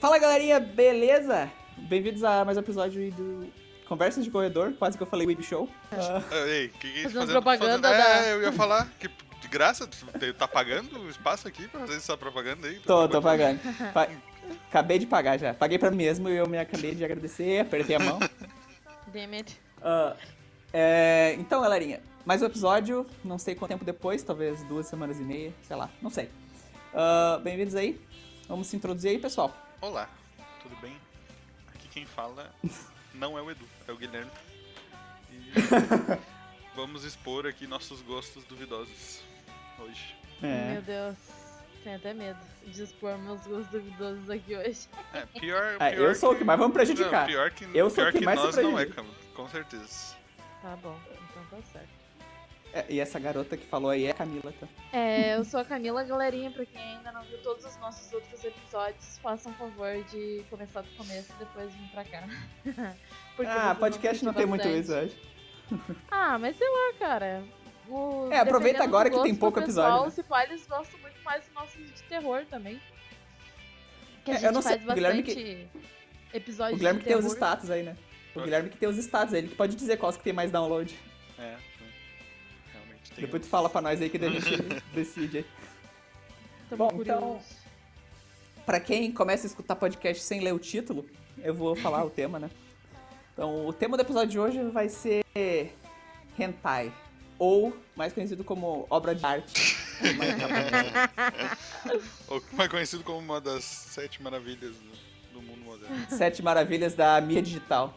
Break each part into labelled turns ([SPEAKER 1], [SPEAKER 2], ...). [SPEAKER 1] Fala galerinha, beleza? Bem-vindos a mais um episódio do Conversas de Corredor, quase que eu falei Web Show. Ah,
[SPEAKER 2] Ah, Ei, o que que a gente
[SPEAKER 3] Fazendo
[SPEAKER 2] fazendo,
[SPEAKER 3] propaganda
[SPEAKER 2] fazendo-
[SPEAKER 3] da-
[SPEAKER 2] É, eu ia falar que de graça, tu te- tá pagando o espaço aqui pra fazer essa propaganda aí?
[SPEAKER 1] tô, tô pagando. Pa- Acabei de pagar já. Paguei pra mim mesmo e eu me acabei de agradecer, apertei a mão.
[SPEAKER 3] Damn it.
[SPEAKER 1] Ah, é, então, galerinha, mais um episódio, não sei quanto tempo depois, talvez duas semanas e meia, sei lá, não sei. Ah, Bem-vindos aí, vamos se introduzir aí, pessoal.
[SPEAKER 2] Olá, tudo bem? Aqui quem fala não é o Edu, é o Guilherme. E vamos expor aqui nossos gostos duvidosos hoje.
[SPEAKER 1] É.
[SPEAKER 3] Meu Deus. Tenho até medo de expor meus gostos duvidosos aqui hoje.
[SPEAKER 2] É, pior,
[SPEAKER 1] Ah,
[SPEAKER 2] pior
[SPEAKER 1] eu sou o que mais vamos
[SPEAKER 2] não,
[SPEAKER 1] prejudicar.
[SPEAKER 2] pior que,
[SPEAKER 1] Eu sou
[SPEAKER 2] pior
[SPEAKER 1] o que mais se
[SPEAKER 2] nós não é,
[SPEAKER 1] prejudica.
[SPEAKER 2] Cam- com certeza.
[SPEAKER 3] Tá bom, então tá certo.
[SPEAKER 1] É, E essa garota que falou aí é a Camila, tá?
[SPEAKER 3] É, eu sou a Camila, galerinha. Pra quem ainda não viu todos os nossos outros episódios, façam um favor de começar do começo e depois vir pra cá. Porque vocês
[SPEAKER 1] Ah,
[SPEAKER 3] vão
[SPEAKER 1] podcast não
[SPEAKER 3] curtir
[SPEAKER 1] tem muito
[SPEAKER 3] bastante.
[SPEAKER 1] isso, eu acho.
[SPEAKER 3] Ah, mas sei lá, cara. O-
[SPEAKER 1] É, aproveita
[SPEAKER 3] dependendo
[SPEAKER 1] agora
[SPEAKER 3] do
[SPEAKER 1] que tem
[SPEAKER 3] gosto do
[SPEAKER 1] pouco episódio,
[SPEAKER 3] pessoal,
[SPEAKER 1] né?
[SPEAKER 3] Se pá, eles gostam muito mais do nosso de terror também. Que a
[SPEAKER 1] É, eu
[SPEAKER 3] gente
[SPEAKER 1] não sei,
[SPEAKER 3] faz
[SPEAKER 1] o Guilherme
[SPEAKER 3] bastante episódio
[SPEAKER 1] O Guilherme
[SPEAKER 3] de
[SPEAKER 1] que tem
[SPEAKER 3] terror.
[SPEAKER 1] os status aí, né? O Guilherme que tem os status, ele que pode dizer quais que tem mais download.
[SPEAKER 2] É, realmente tem.
[SPEAKER 1] Depois tu fala pra nós aí que daí a gente decide. aí.
[SPEAKER 3] Tô
[SPEAKER 1] Bom,
[SPEAKER 3] curioso.
[SPEAKER 1] então- Pra quem começa a escutar podcast sem ler o título, eu vou falar o tema, né? Então, o tema do episódio de hoje vai ser hentai, ou mais conhecido como obra de arte.
[SPEAKER 2] Ou mais conhecido como uma das sete maravilhas do, do mundo moderno.
[SPEAKER 1] Sete maravilhas da mídia digital.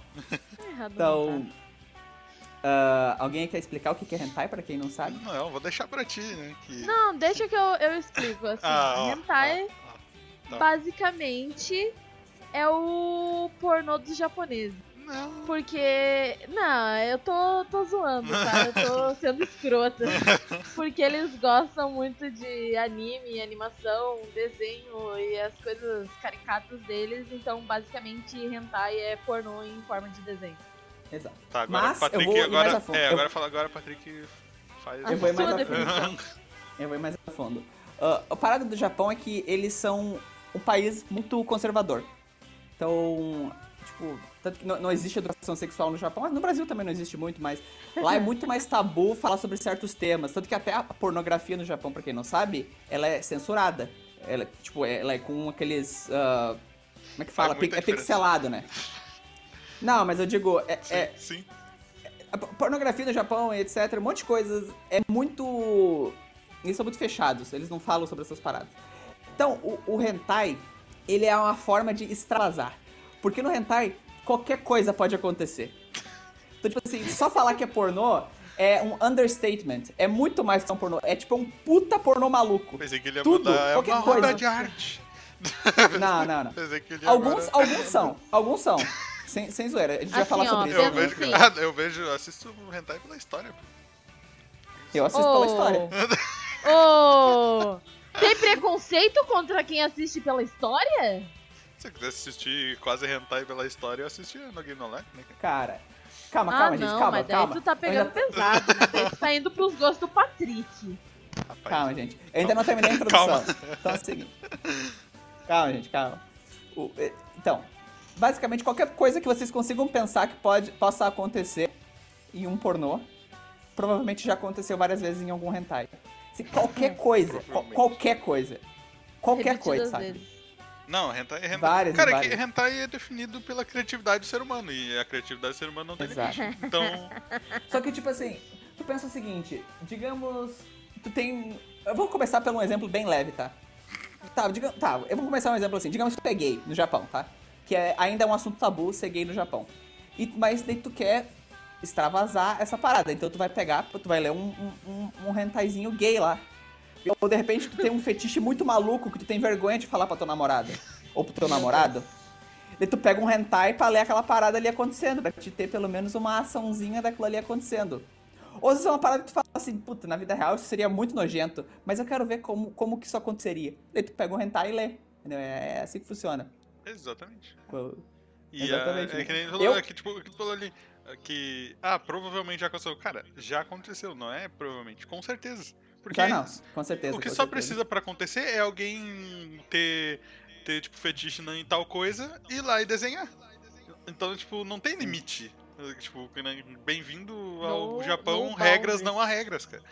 [SPEAKER 3] Errado
[SPEAKER 1] Então,
[SPEAKER 3] não tá.
[SPEAKER 1] ah, alguém quer explicar o que que é hentai pra quem não sabe?
[SPEAKER 2] Não, vou deixar pra ti, né? Que...
[SPEAKER 3] Não, deixa que eu, eu explico. Assim,
[SPEAKER 2] Ah, ó,
[SPEAKER 3] hentai,
[SPEAKER 2] ó, ó, tá.
[SPEAKER 3] basicamente, é o pornô dos japoneses.
[SPEAKER 2] Não.
[SPEAKER 3] Porque. Não, eu tô, tô zoando, tá? Eu tô sendo escrota. Porque eles gostam muito de anime, animação, desenho e as coisas caricatas deles. Então, basicamente, hentai é pornô em forma de desenho.
[SPEAKER 1] Exato.
[SPEAKER 2] Tá, agora
[SPEAKER 1] Mas eu
[SPEAKER 2] Patrick
[SPEAKER 1] vou ir mais
[SPEAKER 2] agora.
[SPEAKER 1] a fundo.
[SPEAKER 2] É,
[SPEAKER 1] Eu-
[SPEAKER 2] agora fala agora, Patrick faz.
[SPEAKER 3] Eu
[SPEAKER 1] vou ir mais
[SPEAKER 3] a
[SPEAKER 1] Eu vou ir mais a fundo. Ah, a parada do Japão é que eles são um país muito conservador. Então, tipo, tanto que não, não existe educação sexual no Japão, mas no Brasil também não existe muito, mas lá é muito mais tabu falar sobre certos temas. Tanto que até a pornografia no Japão, pra quem não sabe, ela é censurada. Ela, tipo, ela é com aqueles. ah, como é que fala?
[SPEAKER 2] Faz muita
[SPEAKER 1] Pic- é
[SPEAKER 2] diferença.
[SPEAKER 1] pixelado, né? Não, mas eu digo, é-
[SPEAKER 2] Sim,
[SPEAKER 1] é,
[SPEAKER 2] sim.
[SPEAKER 1] a p- pornografia no Japão, etc, um monte de coisas é muito. Eles são muito fechados, eles não falam sobre essas paradas. Então, o, o hentai, ele é uma forma de extravasar. Porque no hentai, qualquer coisa pode acontecer. Então, tipo assim, só falar que é pornô é um understatement. É muito mais que um pornô. É tipo um puta pornô maluco.
[SPEAKER 2] Pensei que ele ia
[SPEAKER 1] Tudo,
[SPEAKER 2] mandar. É
[SPEAKER 1] qualquer
[SPEAKER 2] uma
[SPEAKER 1] coisa.
[SPEAKER 2] obra de arte.
[SPEAKER 1] Não, não, não.
[SPEAKER 2] Pensei que ele ia
[SPEAKER 1] Alguns,
[SPEAKER 2] tipo agora-
[SPEAKER 1] alguns são, alguns são. Sem, sem zoeira, a gente vai
[SPEAKER 3] Assim,
[SPEAKER 1] falar
[SPEAKER 3] ó,
[SPEAKER 1] sobre
[SPEAKER 2] Eu
[SPEAKER 1] isso.
[SPEAKER 3] pelo-
[SPEAKER 2] vejo,
[SPEAKER 3] Sim.
[SPEAKER 2] ah, eu vejo, assisto o Hentai pela história. pô.
[SPEAKER 1] Eu assisto
[SPEAKER 3] Oh.
[SPEAKER 1] pela história.
[SPEAKER 3] Oh! Tem preconceito contra quem assiste pela história?
[SPEAKER 2] Se eu quisesse assistir quase Hentai pela história, eu assistia no Game No Life, né?
[SPEAKER 1] Cara, calma,
[SPEAKER 3] ah,
[SPEAKER 1] calma,
[SPEAKER 3] não,
[SPEAKER 1] gente, calma,
[SPEAKER 3] mas daí
[SPEAKER 1] calma.
[SPEAKER 3] tu tá
[SPEAKER 1] Eu
[SPEAKER 3] pegando
[SPEAKER 1] ainda
[SPEAKER 3] pesado, né? Daí tu tá indo pros gostos do Patrick.
[SPEAKER 2] Rapaz.
[SPEAKER 1] Calma, gente. Eu ainda não terminei a introdução.
[SPEAKER 2] um Calma.
[SPEAKER 1] Então é o seguinte. Calma, gente, calma. O- é, então, basicamente qualquer coisa que vocês consigam pensar que pode, possa acontecer em um pornô, provavelmente já aconteceu várias vezes em algum hentai. Se qualquer coisa, qual-
[SPEAKER 2] Provavelmente.
[SPEAKER 1] qualquer coisa, qualquer
[SPEAKER 3] É. Repetidas
[SPEAKER 1] coisa, sabe?
[SPEAKER 3] vezes.
[SPEAKER 2] Não, hentai é hentai.
[SPEAKER 1] Várias e
[SPEAKER 2] Cara,
[SPEAKER 1] várias.
[SPEAKER 2] que hentai é definido pela criatividade do ser humano. E a criatividade do ser humano não tem
[SPEAKER 1] Exato.
[SPEAKER 2] limite. Então,
[SPEAKER 1] Só que, tipo assim, tu pensa o seguinte, digamos, tu tem... Eu vou começar pelo um exemplo bem leve, tá? Tá, diga... tá, eu vou começar um exemplo assim, digamos que tu é gay no Japão, tá? Que é, ainda é um assunto tabu ser gay no Japão. E, mas daí tu quer extravasar essa parada, então tu vai pegar, tu vai ler um, um, um, um hentaizinho gay lá. Ou de repente tu tem um fetiche muito maluco que tu tem vergonha de falar pra tua namorada. Ou pro teu namorado. Daí tu pega um hentai pra ler aquela parada ali acontecendo, pra te ter pelo menos uma açãozinha daquilo ali acontecendo. Ou se é uma parada que tu fala assim, puta, na vida real isso seria muito nojento, mas eu quero ver como, como que isso aconteceria. Daí tu pega um hentai e lê. entendeu? É assim que funciona.
[SPEAKER 2] exatamente.
[SPEAKER 1] Co-
[SPEAKER 2] E
[SPEAKER 1] Exatamente,
[SPEAKER 2] A, é
[SPEAKER 1] né?
[SPEAKER 2] que nem falou,
[SPEAKER 1] Eu-
[SPEAKER 2] é que, tipo, que tu falou ali. é Que, ah, provavelmente já aconteceu. Cara, já aconteceu, não é? Provavelmente. Com certeza. Porque
[SPEAKER 1] Já não, com certeza.
[SPEAKER 2] o que
[SPEAKER 1] com
[SPEAKER 2] só
[SPEAKER 1] certeza.
[SPEAKER 2] precisa pra acontecer é alguém ter ter, tipo, fetiche na- em tal coisa, ir lá e desenhar. Então, tipo, não tem limite. Tipo, né, bem-vindo ao
[SPEAKER 3] No-
[SPEAKER 2] Japão,
[SPEAKER 1] um
[SPEAKER 3] no
[SPEAKER 2] regras
[SPEAKER 3] boundaries.
[SPEAKER 2] não há regras, cara.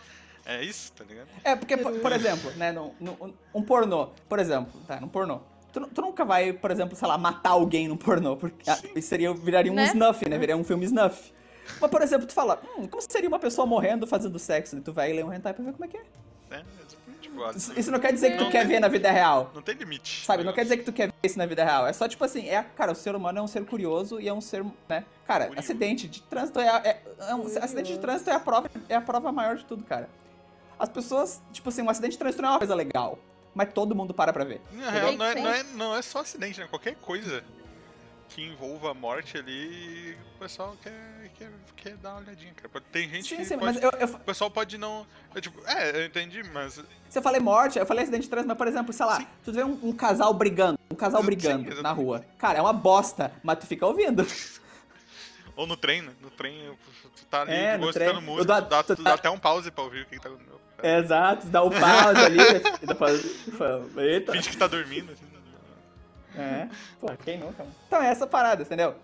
[SPEAKER 2] É isso, tá ligado?
[SPEAKER 1] É, porque, por, por exemplo, né, num, num- um pornô, por exemplo, tá, num pornô. Tu, nu- tu nunca vai, por exemplo, sei lá, matar alguém num pornô, porque ah, isso seria, viraria um
[SPEAKER 3] Né?
[SPEAKER 1] snuff, né, viraria um filme snuff. Mas, por exemplo, tu fala, hum, como seria uma pessoa morrendo fazendo sexo? E tu vai ler um hentai pra ver como é que é.
[SPEAKER 2] É, é tipo, tipo, ah,
[SPEAKER 1] Isso, isso não quer dizer que tu
[SPEAKER 2] Não.
[SPEAKER 1] quer ver na vida real,
[SPEAKER 2] não tem limite.
[SPEAKER 1] sabe? Não
[SPEAKER 2] tá
[SPEAKER 1] quer
[SPEAKER 2] ligado?
[SPEAKER 1] dizer que tu quer ver isso na vida real. É só, tipo assim, é, cara, o ser humano é um ser curioso e é um ser, né? Cara,
[SPEAKER 2] Curioso.
[SPEAKER 1] acidente de trânsito é, a- é- é um-
[SPEAKER 3] Curioso.
[SPEAKER 1] acidente de trânsito é a prova, é a prova maior de tudo, cara. As pessoas, tipo assim, um acidente de trânsito não é uma coisa legal, mas todo mundo para pra ver.
[SPEAKER 2] Na real,
[SPEAKER 3] Make
[SPEAKER 2] não é, não, é, não é só acidente, né? Qualquer coisa que envolva a morte ali, o pessoal quer, quer, quer dar uma olhadinha, cara. Pode- Tem gente
[SPEAKER 1] Sim,
[SPEAKER 2] que
[SPEAKER 1] sim,
[SPEAKER 2] pode-
[SPEAKER 1] mas eu, eu,
[SPEAKER 2] o pessoal pode não... É, tipo, é, eu entendi, mas...
[SPEAKER 1] se eu falei morte, eu falei acidente de trânsito, mas por exemplo, sei lá,
[SPEAKER 2] Sim.
[SPEAKER 1] tu vê um, um casal brigando, um casal
[SPEAKER 2] Sim,
[SPEAKER 1] brigando na
[SPEAKER 2] exatamente.
[SPEAKER 1] rua. Cara, é uma bosta, mas tu fica ouvindo.
[SPEAKER 2] Ou no trem, né? No trem, eu- tu tá ali
[SPEAKER 1] É, no
[SPEAKER 2] gostando
[SPEAKER 1] trem.
[SPEAKER 2] música,
[SPEAKER 1] Eu dou-
[SPEAKER 2] tu, dá,
[SPEAKER 1] tu
[SPEAKER 2] tu
[SPEAKER 1] tá-
[SPEAKER 2] dá até um pause pra ouvir o que, que tá acontecendo.
[SPEAKER 1] Exato, dá o pause ali, e dá pra- pra- eita.
[SPEAKER 2] Finge que tá dormindo, assim.
[SPEAKER 1] É. Pô,
[SPEAKER 2] Tá.
[SPEAKER 1] quem nunca? mano? Então é essa parada, entendeu?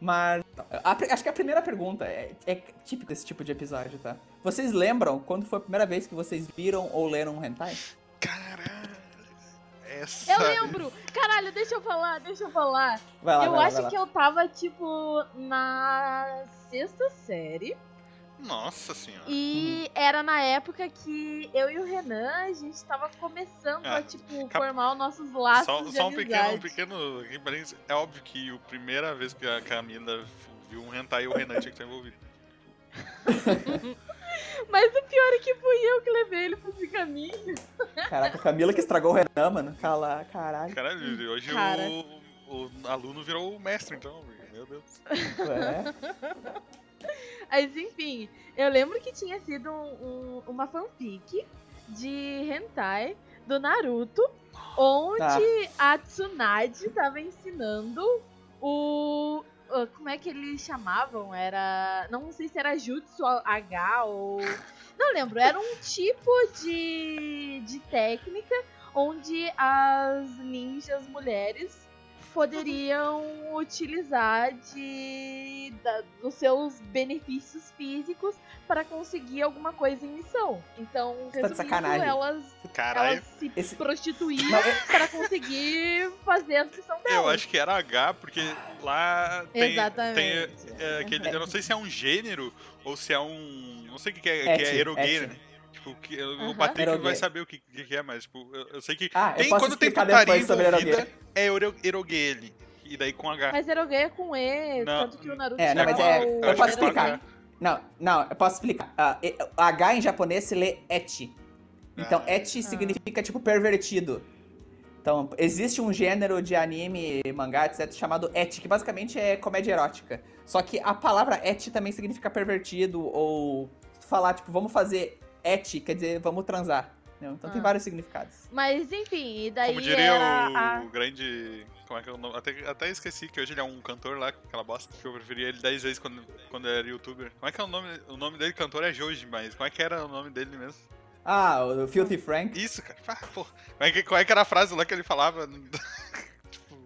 [SPEAKER 1] Mas. tá, a pri- acho que a primeira pergunta é, é típico desse tipo de episódio, tá? Vocês lembram quando foi a primeira vez que vocês viram ou leram um hentai?
[SPEAKER 2] Caralho. Essa...
[SPEAKER 3] Eu um lembro! Caralho, deixa eu falar, deixa eu falar.
[SPEAKER 1] Vai lá,
[SPEAKER 3] eu
[SPEAKER 1] vai lá,
[SPEAKER 3] acho
[SPEAKER 1] vai lá.
[SPEAKER 3] que eu tava, tipo, na sexta série.
[SPEAKER 2] Nossa senhora.
[SPEAKER 1] Uhum.
[SPEAKER 3] E era na época que eu e o Renan, a gente tava começando
[SPEAKER 2] Ah,
[SPEAKER 3] a, tipo,
[SPEAKER 2] cap-
[SPEAKER 3] formar os nossos laços
[SPEAKER 2] Só,
[SPEAKER 3] de
[SPEAKER 2] só um pequeno, um
[SPEAKER 3] amizade.
[SPEAKER 2] pequeno parênteses. É óbvio que a primeira vez que a Camila viu um hentai, o Renan tinha que estar envolvido.
[SPEAKER 3] Mas o pior é que fui eu que levei ele pra esse caminho.
[SPEAKER 1] Caraca, a Camila que estragou o Renan, mano. Cala, caralho.
[SPEAKER 2] Caralho, hoje
[SPEAKER 3] Cara.
[SPEAKER 2] O, o aluno virou o mestre, então. Meu Deus.
[SPEAKER 1] É.
[SPEAKER 3] Mas enfim, eu lembro que tinha sido um- um- uma fanfic de hentai do Naruto, onde a Tsunade tava ensinando o. o- Como é que eles chamavam? Era. Não sei se era Jutsu H ou. Não lembro, era um tipo de, de técnica onde as ninjas mulheres poderiam utilizar de, da- dos seus benefícios físicos para conseguir alguma coisa em missão. Então,
[SPEAKER 1] tá de
[SPEAKER 3] resumindo,
[SPEAKER 1] sacanagem.
[SPEAKER 3] elas,
[SPEAKER 2] Caralho.
[SPEAKER 3] elas se
[SPEAKER 1] Esse- é,
[SPEAKER 3] prostituíam para conseguir fazer a missão delas.
[SPEAKER 2] Eu acho que era H, porque lá tem,
[SPEAKER 3] Exatamente.
[SPEAKER 2] tem, é, aquele. Eu não sei se é um gênero ou se é um. Não sei o que, que é,
[SPEAKER 1] É,
[SPEAKER 2] que é
[SPEAKER 1] tipo,
[SPEAKER 2] erogay,
[SPEAKER 1] é, tipo.
[SPEAKER 2] né? Tipo, que, eu- o
[SPEAKER 3] Aham.
[SPEAKER 2] Patrick vai
[SPEAKER 1] Erogay.
[SPEAKER 2] saber o que, que que é, mas tipo, eu, eu sei que.
[SPEAKER 1] Ah, eu
[SPEAKER 2] tem,
[SPEAKER 1] posso
[SPEAKER 2] quando tem
[SPEAKER 1] explicar
[SPEAKER 2] putaria
[SPEAKER 1] depois sobre
[SPEAKER 2] envolvida,
[SPEAKER 1] erogay.
[SPEAKER 2] é ero- erogay. E daí com H.
[SPEAKER 3] Mas Eroguei é com E,
[SPEAKER 2] Não.
[SPEAKER 3] tanto que o Naruto
[SPEAKER 1] É, não,
[SPEAKER 3] chama
[SPEAKER 1] mas é-
[SPEAKER 3] o-
[SPEAKER 1] eu posso
[SPEAKER 2] acho que é com
[SPEAKER 1] explicar.
[SPEAKER 2] H.
[SPEAKER 1] Não, não, eu posso explicar. Ah, e- H em japonês se lê eti. Então,
[SPEAKER 2] Ah.
[SPEAKER 1] eti significa, tipo, pervertido. Então, existe um gênero de anime, mangá, etc, chamado eti, que basicamente é comédia erótica. Só que a palavra eti também significa pervertido, ou se tu falar, tipo, vamos fazer eti, quer dizer, vamos transar. entendeu? Então tem
[SPEAKER 3] Ah.
[SPEAKER 1] vários significados.
[SPEAKER 3] Mas enfim, e daí
[SPEAKER 2] Como diria
[SPEAKER 3] era
[SPEAKER 2] o
[SPEAKER 3] a...
[SPEAKER 2] grande. Como é que é o nome? Até, até esqueci que hoje ele é um cantor lá, aquela bosta, que eu preferia ele 10 vezes quando, quando era youtuber. Como é que é o nome? O nome dele cantor é Joji, mas como é que era o nome dele mesmo?
[SPEAKER 1] Ah, o Filthy Frank.
[SPEAKER 2] Isso, cara. Ah, pô. Como é que, qual é que era a frase lá que ele falava? tipo.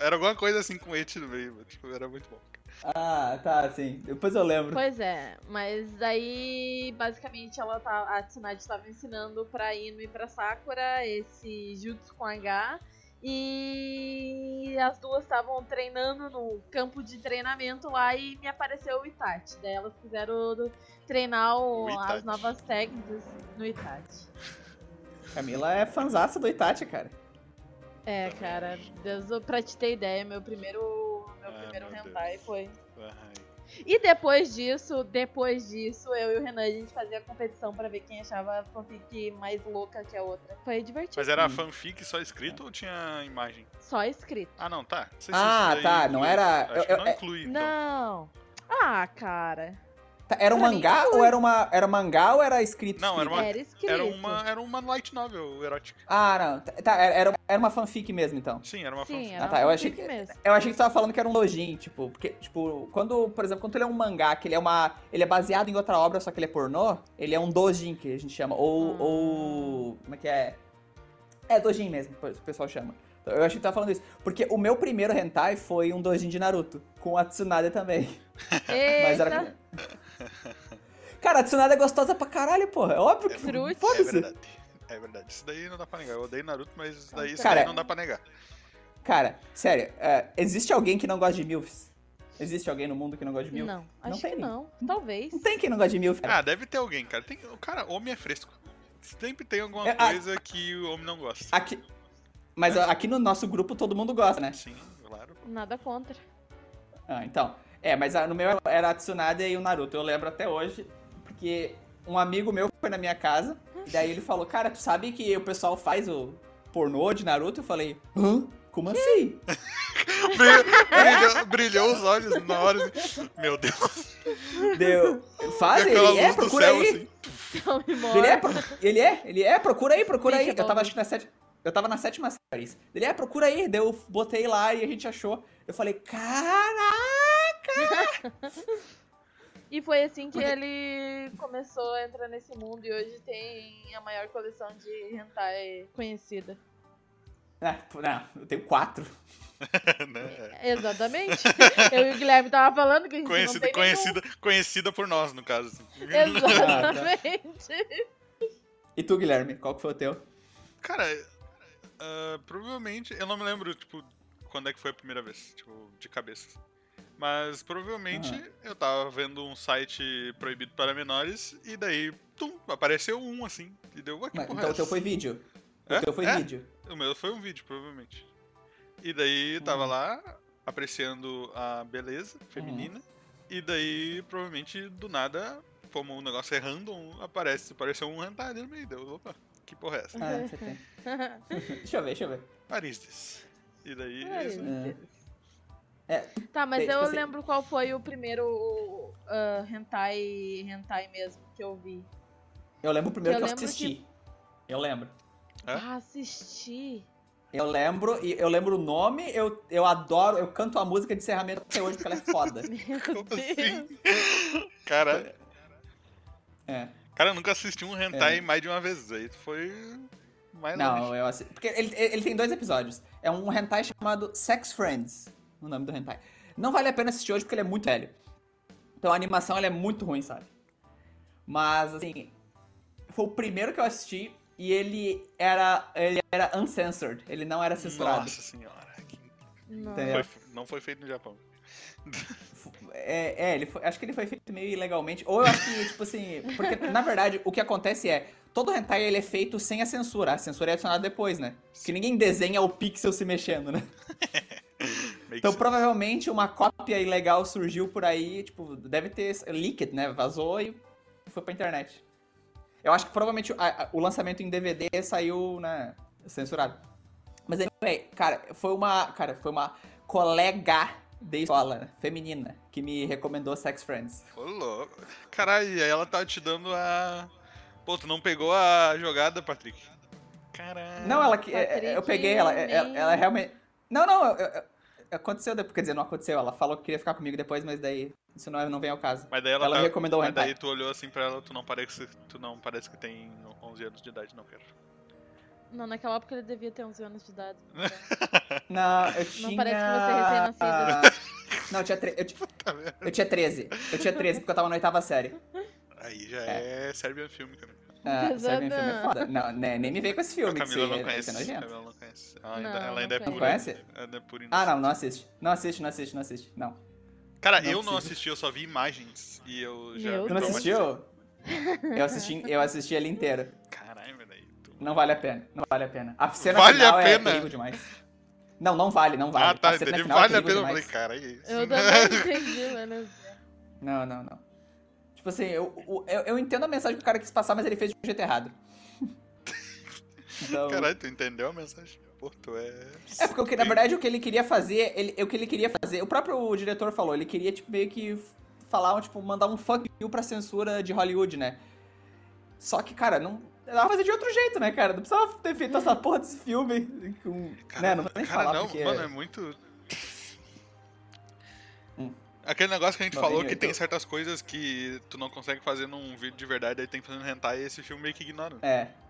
[SPEAKER 2] Era alguma coisa assim com et no meio, mas, tipo, era muito bom.
[SPEAKER 1] Ah, tá, sim. Depois eu lembro.
[SPEAKER 3] Pois é, mas daí basicamente ela tá, a Tsunade tava ensinando pra Ino e pra Sakura esse jutsu com H. E as duas estavam treinando no campo de treinamento lá e me apareceu o Itachi. Daí elas quiseram do- treinar o-
[SPEAKER 2] O Itachi.
[SPEAKER 3] as novas técnicas no Itachi.
[SPEAKER 1] Camila é fanzaça do Itachi, cara.
[SPEAKER 3] É, cara, Deus, eu- pra te ter ideia, meu primeiro, meu
[SPEAKER 2] Ah,
[SPEAKER 3] primeiro
[SPEAKER 2] meu
[SPEAKER 3] hentai
[SPEAKER 2] Deus.
[SPEAKER 3] foi
[SPEAKER 2] Ai.
[SPEAKER 3] E depois disso, depois disso, eu e o Renan, a gente fazia competição pra ver quem achava a fanfic mais louca que a outra. Foi divertido.
[SPEAKER 2] Mas era
[SPEAKER 1] Hum.
[SPEAKER 2] fanfic só escrito ou tinha imagem?
[SPEAKER 3] Só escrito.
[SPEAKER 2] Ah, não, tá. Não sei se
[SPEAKER 1] Ah,
[SPEAKER 2] isso daí
[SPEAKER 1] tá, não
[SPEAKER 2] inclui.
[SPEAKER 1] era-
[SPEAKER 2] Acho
[SPEAKER 1] eu-
[SPEAKER 2] que
[SPEAKER 1] eu-
[SPEAKER 2] não
[SPEAKER 1] é-
[SPEAKER 2] inclui, então.
[SPEAKER 3] Não. Ah, cara.
[SPEAKER 1] Tá, Era um
[SPEAKER 3] Pra mim,
[SPEAKER 1] mangá
[SPEAKER 3] foi.
[SPEAKER 1] ou era uma. Era mangá ou era escrito?
[SPEAKER 2] Não, era
[SPEAKER 1] escrito?
[SPEAKER 2] uma-
[SPEAKER 3] Era escrito.
[SPEAKER 2] Era uma, era uma light novel erótica.
[SPEAKER 1] Ah, não. Tá, tá, era, era- era uma fanfic mesmo, então.
[SPEAKER 2] Sim, era uma
[SPEAKER 3] Sim,
[SPEAKER 2] fanfic.
[SPEAKER 3] era
[SPEAKER 1] Ah, tá,
[SPEAKER 3] uma
[SPEAKER 1] eu achei
[SPEAKER 3] fanfic mesmo.
[SPEAKER 1] Eu achei que tu tava falando que era um lojin, tipo, porque, tipo, quando, por exemplo, quando ele é um mangá, que ele é uma. Ele é baseado em outra obra, só que ele é pornô, ele é um dojin, que a gente chama. Ou.
[SPEAKER 3] Ah.
[SPEAKER 1] ou como é que é? É, dojin mesmo, o pessoal chama. Então, Eu achei que tava falando isso. Porque o meu primeiro hentai foi um dojin de Naruto, com a Tsunade também. Mas
[SPEAKER 3] Eita,
[SPEAKER 1] era. Cara, a Tsunade é gostosa pra caralho, porra. É óbvio que.
[SPEAKER 3] Fruit.
[SPEAKER 2] É
[SPEAKER 1] Foda-se.
[SPEAKER 2] verdade. É verdade. Isso daí não dá pra negar. Eu odeio Naruto, mas isso daí, isso
[SPEAKER 1] Cara,
[SPEAKER 2] daí não dá pra negar.
[SPEAKER 1] Cara, sério, é, existe alguém que não gosta de MILFs? Existe alguém no mundo que não gosta de MILF?
[SPEAKER 3] não, acho
[SPEAKER 1] tem.
[SPEAKER 3] que não. Talvez.
[SPEAKER 1] Não tem quem não gosta de MILF. cara.
[SPEAKER 2] Ah, deve ter alguém, cara. Tem... o Cara, homem é fresco. Sempre tem alguma
[SPEAKER 1] É, a-
[SPEAKER 2] coisa que o homem não gosta.
[SPEAKER 1] Aqui... Mas ó, aqui no nosso grupo todo mundo gosta, né?
[SPEAKER 2] Sim, claro.
[SPEAKER 3] Nada contra.
[SPEAKER 1] Ah, então. É, mas ah, no meu era a Tsunade e o Naruto. Eu lembro até hoje, porque um amigo meu foi na minha casa, e daí ele falou, cara, tu sabe que o pessoal faz o pornô de Naruto? Eu falei, hã? Como assim?
[SPEAKER 2] Brilhou,
[SPEAKER 1] é.
[SPEAKER 2] brilhou- brilhou os olhos na hora. assim. Meu Deus.
[SPEAKER 1] Deu. Faz?
[SPEAKER 2] Aquela
[SPEAKER 1] Ele é,
[SPEAKER 2] luz do
[SPEAKER 1] procura
[SPEAKER 2] céu,
[SPEAKER 1] aí.
[SPEAKER 2] assim.
[SPEAKER 3] Então, me
[SPEAKER 1] Ele
[SPEAKER 3] mora.
[SPEAKER 1] é, pro- ele é, ele é, procura aí, procura
[SPEAKER 3] Deixa
[SPEAKER 1] aí. Eu
[SPEAKER 3] eu
[SPEAKER 1] tava
[SPEAKER 3] ver.
[SPEAKER 1] acho que na sétima. Eu tava na sétima série. isso. Ele é, procura aí. Daí eu botei lá e a gente achou. Eu falei, caraca!
[SPEAKER 3] E foi assim que
[SPEAKER 1] Porque-
[SPEAKER 3] ele começou a entrar nesse mundo e hoje tem a maior coleção de hentai conhecida.
[SPEAKER 1] Ah, pô, não, eu tenho quatro.
[SPEAKER 2] Né?
[SPEAKER 3] Exatamente. Eu e o Guilherme tava falando que a gente não
[SPEAKER 2] Conhecida,
[SPEAKER 3] tem
[SPEAKER 2] conhecida, conhecida por nós, no caso. assim.
[SPEAKER 3] nenhum. Exatamente.
[SPEAKER 1] E tu, Guilherme, qual que foi o teu?
[SPEAKER 2] Cara, ah, provavelmente. Eu não me lembro, tipo, quando é que foi a primeira vez, tipo, de cabeça. Mas provavelmente
[SPEAKER 1] Aham.
[SPEAKER 2] eu tava vendo um site proibido para menores e daí, tum, apareceu um assim. E deu, ué, que
[SPEAKER 1] Mas,
[SPEAKER 2] porra
[SPEAKER 1] então
[SPEAKER 2] é
[SPEAKER 1] o teu
[SPEAKER 2] essa?"
[SPEAKER 1] foi vídeo.
[SPEAKER 2] É?
[SPEAKER 1] O teu foi Hum.
[SPEAKER 2] É?
[SPEAKER 1] vídeo.
[SPEAKER 2] O meu foi um vídeo, provavelmente. E daí tava lá apreciando a beleza
[SPEAKER 1] Hum.
[SPEAKER 2] feminina. E daí, provavelmente, do nada, como o negócio é random, aparece, apareceu um hentai no meio. Deu, opa, que porra é essa?
[SPEAKER 1] Ah, você tem. Deixa eu ver, deixa eu ver.
[SPEAKER 2] Aristes. E daí.
[SPEAKER 3] Ai,
[SPEAKER 2] esse-
[SPEAKER 3] meu Deus.
[SPEAKER 1] É.
[SPEAKER 3] Tá, mas
[SPEAKER 1] Bem,
[SPEAKER 3] eu
[SPEAKER 1] tipo assim-
[SPEAKER 3] lembro qual foi o primeiro ah, hentai, hentai mesmo que eu vi.
[SPEAKER 1] Eu lembro o primeiro
[SPEAKER 3] Eu
[SPEAKER 1] que eu
[SPEAKER 3] lembro que-
[SPEAKER 1] assisti. Eu lembro.
[SPEAKER 2] Hã?
[SPEAKER 3] Ah, assisti.
[SPEAKER 1] Eu lembro, e eu lembro o nome, eu, eu adoro, eu canto a música de encerramento até hoje porque ela é foda.
[SPEAKER 3] Meu
[SPEAKER 2] Como
[SPEAKER 3] Deus.
[SPEAKER 2] assim? Cara,
[SPEAKER 1] É.
[SPEAKER 2] cara, eu nunca assisti um hentai mais de uma vez. Aí tu foi. Mais longe.
[SPEAKER 1] Não, eu assi... Porque ele, ele tem dois episódios. É um hentai chamado Sex Friends, o nome do hentai. Não vale a pena assistir hoje porque ele é muito velho. Então a animação ela é muito ruim, sabe? Mas assim, foi o primeiro que eu assisti e ele era ele era uncensored, ele não era censurado.
[SPEAKER 2] Nossa senhora. que-
[SPEAKER 3] Não.
[SPEAKER 1] Entendeu?
[SPEAKER 2] foi- não foi feito no Japão.
[SPEAKER 1] É, é, ele foi- acho que ele foi feito meio ilegalmente. Ou eu acho que, tipo assim. Porque, na verdade, o que acontece é. Todo hentai ele é feito sem a censura. A censura é adicionada depois, né? Porque ninguém desenha o pixel se mexendo, né?
[SPEAKER 2] Meio que
[SPEAKER 1] Então provavelmente uma cópia ilegal surgiu por aí, tipo, deve ter leaked, né? Vazou e foi pra internet. Eu acho que provavelmente a- a- o lançamento em DVD saiu, né, censurado. Mas anyway, cara, foi uma, cara, foi uma colega de escola feminina que me recomendou Sex Friends.
[SPEAKER 2] Ô, louco. Caralho, aí ela tá te dando a. Pô, tu não pegou a jogada, Patrick? Caralho.
[SPEAKER 1] Não, ela que é,
[SPEAKER 3] Patrick,
[SPEAKER 1] eu peguei ela, é, ela,
[SPEAKER 3] nem-
[SPEAKER 1] ela realmente Não, não, eu- eu- aconteceu, depois- quer dizer, não aconteceu, ela falou que queria ficar comigo depois, mas daí isso não, não vem ao caso.
[SPEAKER 2] Mas daí ela,
[SPEAKER 1] Ela,
[SPEAKER 2] tá-
[SPEAKER 1] me recomendou o
[SPEAKER 2] Mas
[SPEAKER 1] hentai.
[SPEAKER 2] daí tu olhou assim pra ela, tu não parece, tu não parece que tem 11 anos de idade, não quero.
[SPEAKER 3] Não, naquela época ele devia ter 11 anos de idade.
[SPEAKER 1] Não, eu tinha.
[SPEAKER 3] parece que você é recém-nascido.
[SPEAKER 1] Ah, Não, eu tinha, tre... eu, ti- eu tinha 13. Eu tinha 13 porque eu tava na oitava série.
[SPEAKER 2] Aí já é, Serbian filme, cara.
[SPEAKER 1] Ah,
[SPEAKER 3] Pesada.
[SPEAKER 1] sabe, filme é foda. Não, né, nem me veio com esse filme.
[SPEAKER 2] a
[SPEAKER 1] que
[SPEAKER 2] Camila
[SPEAKER 1] você-
[SPEAKER 2] não conhece.
[SPEAKER 1] você é nojento.
[SPEAKER 2] Camila não conhece. Ela ainda,
[SPEAKER 3] Não,
[SPEAKER 2] ela
[SPEAKER 3] não
[SPEAKER 2] ainda é
[SPEAKER 3] conheço.
[SPEAKER 2] pura.
[SPEAKER 1] Conhece?
[SPEAKER 2] Ainda é pura
[SPEAKER 1] Ah,
[SPEAKER 2] inocente.
[SPEAKER 1] não, não assiste. Não assiste, não assiste, não assiste. Não.
[SPEAKER 2] Cara,
[SPEAKER 1] não
[SPEAKER 2] eu não
[SPEAKER 1] precisa.
[SPEAKER 2] assisti, eu só vi imagens e eu já.
[SPEAKER 3] Meu
[SPEAKER 2] me
[SPEAKER 1] Tu não
[SPEAKER 3] Deus.
[SPEAKER 2] traumatizei.
[SPEAKER 1] assistiu? Eu assisti, eu assisti ele inteiro.
[SPEAKER 2] Caralho, velho. aí tu-
[SPEAKER 1] Não vale a pena. Não vale a pena. A cena
[SPEAKER 2] Vale a
[SPEAKER 1] final é
[SPEAKER 2] pena?
[SPEAKER 1] terrível demais. Não, não vale, não vale.
[SPEAKER 2] Ah, tá,
[SPEAKER 1] cena
[SPEAKER 2] entendi.
[SPEAKER 1] final é
[SPEAKER 2] Vale a
[SPEAKER 1] terrível
[SPEAKER 2] pena. Eu falei,
[SPEAKER 1] demais.
[SPEAKER 2] cara, é isso.
[SPEAKER 3] Eu também entendi, mano.
[SPEAKER 1] Não, não, não. Tipo assim, eu, o- eu, eu entendo a mensagem que o cara quis passar, mas ele fez de um jeito errado. Então,
[SPEAKER 2] Caralho, tu entendeu a mensagem? Pô, tu é.
[SPEAKER 1] É, porque o que- na verdade o que ele queria fazer, ele, é o que ele queria fazer, o próprio diretor falou, ele queria tipo, meio que falar, tipo, mandar um fuck you pra censura de Hollywood, né? Só que, cara, não. Dava pra fazer de outro jeito, né, cara? Não precisava ter feito essa porra desse filme. Com, né? Não vou nem
[SPEAKER 2] cara,
[SPEAKER 1] falar,
[SPEAKER 2] não,
[SPEAKER 1] porque.
[SPEAKER 2] mano, é muito.
[SPEAKER 1] Hum.
[SPEAKER 2] Aquele negócio que a gente
[SPEAKER 1] Não,
[SPEAKER 2] falou
[SPEAKER 1] vem
[SPEAKER 2] que
[SPEAKER 1] aí,
[SPEAKER 2] tem
[SPEAKER 1] então.
[SPEAKER 2] certas coisas um que tu não consegue fazer num vídeo de verdade, aí tem que fazer no hentai, e esse filme meio que ignora. né?
[SPEAKER 1] É.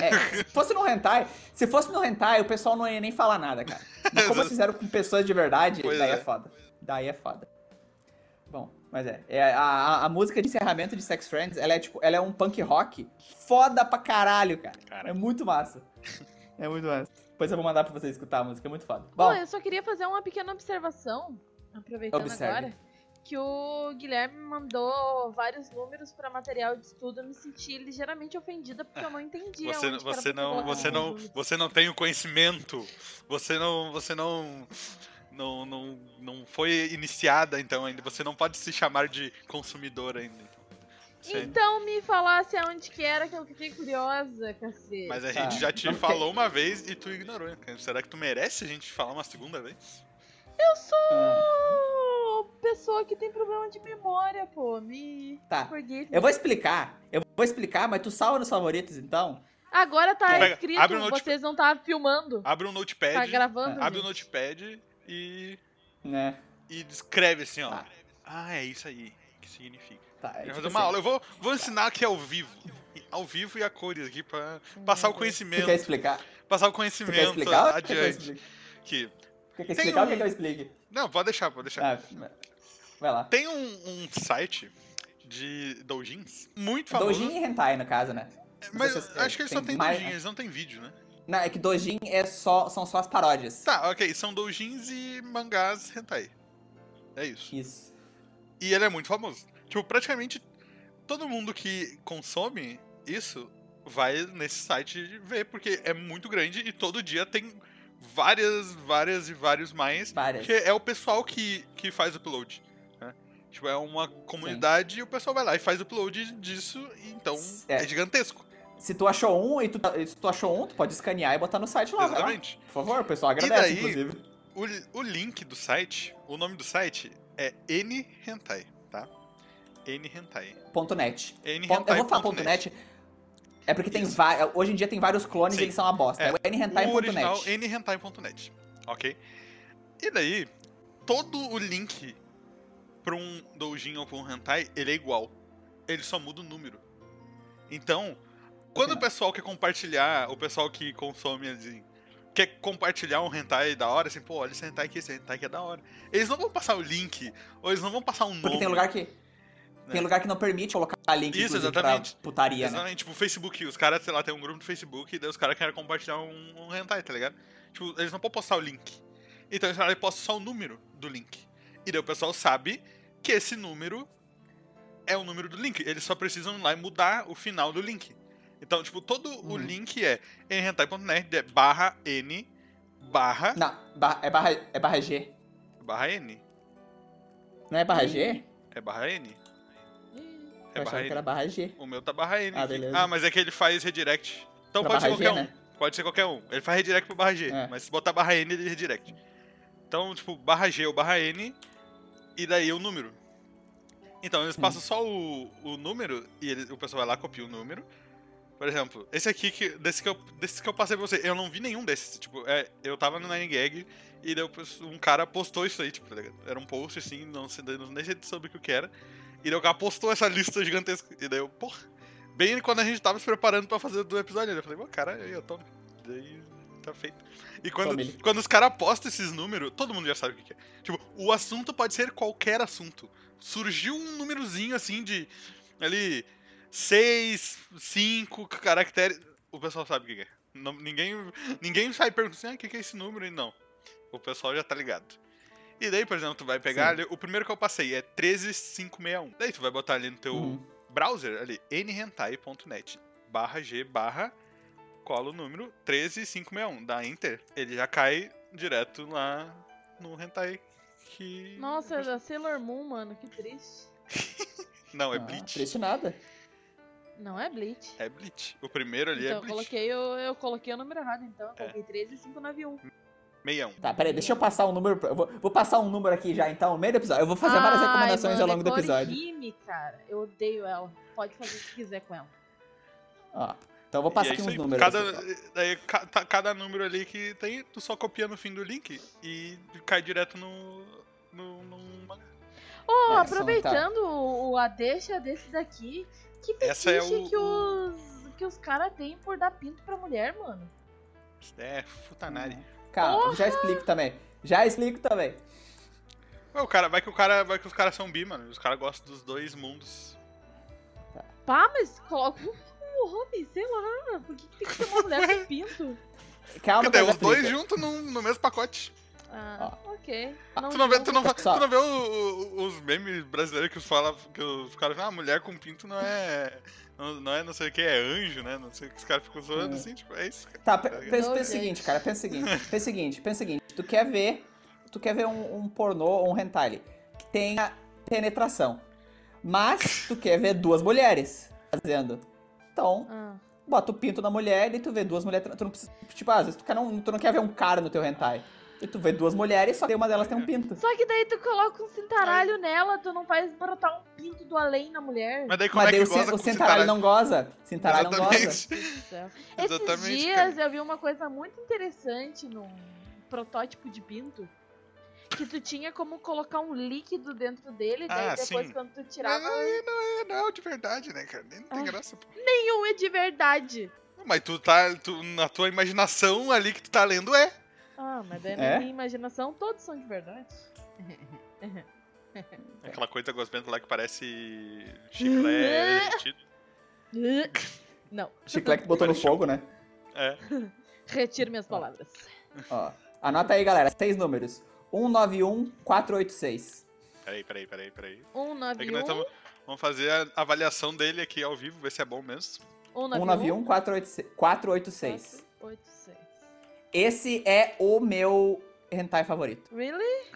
[SPEAKER 1] É, se fosse no hentai, se fosse no hentai, o pessoal não ia nem falar nada, cara. Mas como eles fizeram com pessoas de verdade,
[SPEAKER 2] Pois
[SPEAKER 1] daí é.
[SPEAKER 2] é.
[SPEAKER 1] foda. Daí é foda. Bom, mas é. é a- a, a música de encerramento de Sex Friends, ela é tipo, ela é um punk rock foda pra caralho, cara.
[SPEAKER 2] Cara.
[SPEAKER 1] É muito massa. É muito massa. Depois eu vou mandar pra vocês escutar a música, é muito foda.
[SPEAKER 3] Bom,
[SPEAKER 1] Bom,
[SPEAKER 3] eu só queria fazer uma pequena observação, aproveitando
[SPEAKER 1] Observe.
[SPEAKER 3] agora, que o Guilherme mandou vários números pra material de estudo, eu me senti ligeiramente ofendida porque eu não entendi.
[SPEAKER 2] Você,
[SPEAKER 3] aonde que era
[SPEAKER 2] você
[SPEAKER 3] é pra né,
[SPEAKER 2] não,
[SPEAKER 3] colocar
[SPEAKER 2] você
[SPEAKER 3] os
[SPEAKER 2] não,
[SPEAKER 3] números.
[SPEAKER 2] você não tem o conhecimento. Você não, você não, não, não, não foi iniciada então ainda. Você não pode se chamar de consumidor ainda. Você-
[SPEAKER 3] Então me falasse aonde que era que eu fiquei curiosa, cacete.
[SPEAKER 2] Mas a
[SPEAKER 1] Tá.
[SPEAKER 2] gente já te
[SPEAKER 1] Ok.
[SPEAKER 2] falou uma vez e tu ignorou. né, cara? Será que tu merece a gente falar uma segunda vez?
[SPEAKER 3] Eu
[SPEAKER 1] ah,
[SPEAKER 3] sou Oh, pessoa que tem problema de memória, pô. Me
[SPEAKER 1] tá.
[SPEAKER 3] forgive.
[SPEAKER 1] Eu vou explicar. Eu vou explicar, mas tu salva nos favoritos, então?
[SPEAKER 3] Agora tá
[SPEAKER 2] Pega-
[SPEAKER 3] escrito,
[SPEAKER 2] abre o notebook.
[SPEAKER 3] vocês não tá filmando.
[SPEAKER 2] Abre um notepad.
[SPEAKER 3] Tá gravando.
[SPEAKER 2] abre o
[SPEAKER 3] gente.
[SPEAKER 2] notepad e,
[SPEAKER 1] Né?
[SPEAKER 2] e descreve assim, ó.
[SPEAKER 1] Tá.
[SPEAKER 2] Ah, é isso aí. O que significa?
[SPEAKER 1] Tá. é
[SPEAKER 2] Eu vou
[SPEAKER 1] tipo
[SPEAKER 2] fazer uma
[SPEAKER 1] assim,
[SPEAKER 2] aula. Eu vou, vou ensinar aqui ao vivo. E- Ao vivo e a cores aqui pra
[SPEAKER 3] Hum,
[SPEAKER 2] passar o
[SPEAKER 1] Tu quer
[SPEAKER 2] conhecimento.
[SPEAKER 1] explicar?
[SPEAKER 2] Passar o
[SPEAKER 1] Tu quer
[SPEAKER 2] conhecimento
[SPEAKER 1] explicar? ou tu quer que eu
[SPEAKER 2] adiante.
[SPEAKER 1] explique?
[SPEAKER 2] Que...
[SPEAKER 1] Tu quer que eu
[SPEAKER 2] Tem
[SPEAKER 1] explicar ou
[SPEAKER 2] um-
[SPEAKER 1] quer que eu explique?
[SPEAKER 2] Não, pode deixar, pode deixar.
[SPEAKER 1] Ah, vai lá.
[SPEAKER 2] Tem um, um site de doujins muito famoso.
[SPEAKER 1] Dojin e Hentai, no caso, né?
[SPEAKER 2] Mas
[SPEAKER 1] Vocês-
[SPEAKER 2] acho que eles só
[SPEAKER 1] tem
[SPEAKER 2] têm
[SPEAKER 1] mais-
[SPEAKER 2] doujin, eles não têm vídeo, né?
[SPEAKER 1] Não, é que Dojin é só, são só as paródias.
[SPEAKER 2] Tá, ok. São doujins e mangás hentai. É isso.
[SPEAKER 1] Isso.
[SPEAKER 2] E ele é muito famoso. Tipo, praticamente todo mundo que consome isso vai nesse site ver, porque é muito grande e todo dia tem várias, várias e vários mais.
[SPEAKER 1] Várias.
[SPEAKER 2] Porque é o pessoal que, que faz o upload. né? Tipo, é uma comunidade e o pessoal vai lá e faz o upload disso, e então
[SPEAKER 1] É.
[SPEAKER 2] é, gigantesco.
[SPEAKER 1] Se tu achou um e tu, se tu achou um, tu pode escanear e botar no site lá. vai lá.
[SPEAKER 2] Exatamente.
[SPEAKER 1] Por favor, o pessoal agradece,
[SPEAKER 2] daí-
[SPEAKER 1] inclusive.
[SPEAKER 2] O, o link do site, o nome do site é N Hentai, tá? N Hentai.
[SPEAKER 1] Ponto .net.
[SPEAKER 2] N
[SPEAKER 1] Pon- Eu vou falar
[SPEAKER 2] ponto
[SPEAKER 1] ponto .net. É porque tem
[SPEAKER 2] Isso.
[SPEAKER 1] va- hoje em dia tem vários clones
[SPEAKER 2] Sim.
[SPEAKER 1] e eles são uma bosta.
[SPEAKER 2] É,
[SPEAKER 1] É, o
[SPEAKER 2] o original
[SPEAKER 1] nhentai.net.
[SPEAKER 2] nhentai.net, ok? E daí, todo o link pra um doujin ou pra um hentai, ele é igual. Ele só muda o número. Então, quando o
[SPEAKER 1] final.
[SPEAKER 2] pessoal quer compartilhar, o pessoal que consome, assim, quer compartilhar um hentai da hora, assim, pô, olha esse hentai aqui, esse hentai aqui é da hora. Eles não vão passar o link, ou eles não vão passar um
[SPEAKER 1] Porque
[SPEAKER 2] nome.
[SPEAKER 1] tem lugar que.
[SPEAKER 2] Né?
[SPEAKER 1] Tem lugar que não permite colocar link
[SPEAKER 2] Isso,
[SPEAKER 1] inclusive,
[SPEAKER 2] exatamente.
[SPEAKER 1] pra putaria, né?
[SPEAKER 2] Exatamente, tipo, o Facebook, os caras, sei lá, tem um grupo do Facebook e daí os caras querem compartilhar um, um hentai, tá ligado? Tipo, eles não podem postar o link. Então eles falam, postam só o número do link. E daí o pessoal sabe que esse número é o número do link. Eles só precisam ir lá e mudar o final do link. Então, tipo, todo o
[SPEAKER 1] Uhum.
[SPEAKER 2] link é hentai.net é barra N barra
[SPEAKER 1] Não, ba- é barra, é barra G.
[SPEAKER 2] barra N.
[SPEAKER 1] Não é barra G?
[SPEAKER 2] É barra N?
[SPEAKER 3] Hum,
[SPEAKER 2] É
[SPEAKER 1] Eu achava
[SPEAKER 2] barra
[SPEAKER 1] que
[SPEAKER 2] N.
[SPEAKER 1] era barra G.
[SPEAKER 2] O meu tá barra N.
[SPEAKER 1] Ah,
[SPEAKER 2] aqui.
[SPEAKER 1] beleza.
[SPEAKER 2] ah mas é que ele faz redirect. Então
[SPEAKER 1] Pra
[SPEAKER 2] pode ser
[SPEAKER 1] barra G,
[SPEAKER 2] qualquer um.
[SPEAKER 1] né?
[SPEAKER 2] Pode ser qualquer um. Ele faz redirect pro barra G,
[SPEAKER 1] É.
[SPEAKER 2] mas se botar barra N, ele redirect. Então, tipo, barra G ou barra N, e daí o número. Então, eles passam só o, o número, e ele- o pessoal vai lá, copia o número. Por exemplo, esse aqui, que, desse, que eu, desse que eu passei pra você, eu não vi nenhum desses. Tipo, é, eu tava no Nine Gag, e daí o pes- um cara postou isso aí, tipo, tá ligado? Era um post, assim, não sei, daí eu nem sei sobre o que que era. E daí o cara postou essa lista gigantesca. E daí eu, porra. Bem quando a gente tava se preparando pra fazer do episódio, né? eu falei, pô, cara, aí eu tô. Daí tá feito. E quando,
[SPEAKER 1] Tome ele.
[SPEAKER 2] quando os caras postam esses números, todo mundo já sabe o que que é. Tipo, o assunto pode ser qualquer assunto. Surgiu um númerozinho assim de. Ali. Seis, cinco caracteres. O pessoal sabe o que que é. Não- ninguém, ninguém sai perguntando assim, ah, o que que é esse número? E não. O pessoal já tá ligado. E daí, por exemplo, tu vai pegar
[SPEAKER 1] Sim.
[SPEAKER 2] ali, o primeiro que eu passei é 13561. Daí tu vai botar ali no teu
[SPEAKER 1] Uhum.
[SPEAKER 2] browser ali, nhentai.net barra g barra cola o número 13561, dá enter, um. ele já cai direto lá no hentai que...
[SPEAKER 3] Nossa, é da Sailor Moon, mano, que triste.
[SPEAKER 2] Não, é
[SPEAKER 1] Ah,
[SPEAKER 2] Bleach.
[SPEAKER 1] Triste nada.
[SPEAKER 3] Não é Bleach.
[SPEAKER 2] É Bleach. O primeiro ali
[SPEAKER 3] então,
[SPEAKER 2] é
[SPEAKER 3] eu
[SPEAKER 2] Bleach.
[SPEAKER 3] coloquei, eu, eu coloquei o número errado, então. Eu coloquei 13591.
[SPEAKER 2] 61.
[SPEAKER 1] Tá, peraí, deixa eu passar um número. pra- Eu vou, vou passar um número aqui já, então, no meio do episódio. Eu vou fazer várias
[SPEAKER 3] Ai,
[SPEAKER 1] recomendações
[SPEAKER 3] mano,
[SPEAKER 1] ao longo do episódio.
[SPEAKER 3] Orihime, cara. Eu odeio ela. Pode fazer o que quiser com ela.
[SPEAKER 1] Ó, então eu vou
[SPEAKER 2] E
[SPEAKER 1] passar
[SPEAKER 2] é
[SPEAKER 1] aqui
[SPEAKER 2] isso
[SPEAKER 1] uns
[SPEAKER 2] aí.
[SPEAKER 1] números. assim,
[SPEAKER 2] Cada,
[SPEAKER 1] pessoal.
[SPEAKER 2] daí, ca- tá- cada número ali que tem, tu só copia no fim do link e cai direto no... no, no mangá.
[SPEAKER 3] Ô,
[SPEAKER 1] É,
[SPEAKER 3] aproveitando o, o- a deixa desse daqui, que
[SPEAKER 2] tá. Essa é
[SPEAKER 3] fetiche
[SPEAKER 2] o-
[SPEAKER 3] que os... Que que os caras têm por dar pinto pra mulher, mano.
[SPEAKER 2] Isso é futanari.
[SPEAKER 1] Hum. Calma,
[SPEAKER 3] Porra!
[SPEAKER 1] já explico também. Já explico também.
[SPEAKER 2] Ué, o cara, vai que o cara, vai que os caras são bi, mano. Os caras gostam dos dois mundos.
[SPEAKER 3] Pá, mas coloca um um homem, sei lá. Por que, que tem que ser uma mulher com pinto?
[SPEAKER 1] Calma, que
[SPEAKER 2] Cadê?
[SPEAKER 1] eu já
[SPEAKER 2] Os dois
[SPEAKER 1] explico.
[SPEAKER 2] juntos num- no mesmo pacote.
[SPEAKER 3] Ah, ok.
[SPEAKER 2] Tu não vê, tu não,
[SPEAKER 1] Olha
[SPEAKER 2] tu
[SPEAKER 1] só.
[SPEAKER 2] não vê o- o- os memes brasileiros que falam que os caras falam, ah, mulher com pinto não é. Não, não é não sei o que, é anjo, né? Não sei o que os caras ficam zoando
[SPEAKER 1] É.
[SPEAKER 2] assim, tipo, é isso, cara.
[SPEAKER 1] Tá, pe- pensa,
[SPEAKER 3] Não,
[SPEAKER 1] pensa o seguinte,
[SPEAKER 3] gente.
[SPEAKER 1] cara, pensa o seguinte, pensa o seguinte, pensa o seguinte. Tu quer ver, tu quer ver um, um pornô ou um hentai que tenha penetração, mas tu quer ver duas mulheres fazendo. Então,
[SPEAKER 3] Ah,
[SPEAKER 1] bota o pinto na mulher e tu vê duas mulheres, tra- tu não precisa, tipo, às vezes tu quer não, tu não quer ver um cara no teu hentai. E tu vê duas mulheres e só tem uma delas tem um pinto.
[SPEAKER 3] Só que daí tu coloca um cintaralho nela, tu não faz brotar um pinto do além na mulher.
[SPEAKER 2] Mas daí como
[SPEAKER 1] Mas
[SPEAKER 2] é
[SPEAKER 1] daí
[SPEAKER 2] que
[SPEAKER 1] o, cin-
[SPEAKER 2] goza com
[SPEAKER 1] o Cintaralho não goza. Cintaralho não goza.
[SPEAKER 2] Exatamente.
[SPEAKER 3] Deus do céu. Esses
[SPEAKER 2] Exatamente,
[SPEAKER 3] dias eu vi uma coisa muito interessante num protótipo de pinto. Que tu tinha como colocar um líquido dentro dele, daí
[SPEAKER 2] Ah,
[SPEAKER 3] depois
[SPEAKER 2] sim.
[SPEAKER 3] quando tu tirava,
[SPEAKER 2] Não, é- não, é, não é o de verdade, né, cara? Nem não tem
[SPEAKER 3] Ah.
[SPEAKER 2] graça, pô.
[SPEAKER 3] nenhum é de verdade.
[SPEAKER 2] Mas tu tá. tu- na tua imaginação ali que tu tá lendo é.
[SPEAKER 3] Ah, mas daí
[SPEAKER 1] É?
[SPEAKER 3] na minha imaginação todos são de verdade.
[SPEAKER 2] Aquela coisa gosmenta lá que parece chiclete.
[SPEAKER 3] Não,
[SPEAKER 1] Chiclete botou no fogo, né?
[SPEAKER 2] é.
[SPEAKER 3] retiro minhas palavras.
[SPEAKER 1] Ó, anota aí, galera. Seis números. 191486.
[SPEAKER 2] Peraí, peraí, peraí, peraí. É que
[SPEAKER 3] 191,
[SPEAKER 2] nós tamo, vamos fazer a avaliação dele aqui ao vivo, ver se é bom mesmo.
[SPEAKER 3] 191,
[SPEAKER 1] 191486.
[SPEAKER 3] 486.
[SPEAKER 1] Esse é o meu hentai favorito.
[SPEAKER 3] Really?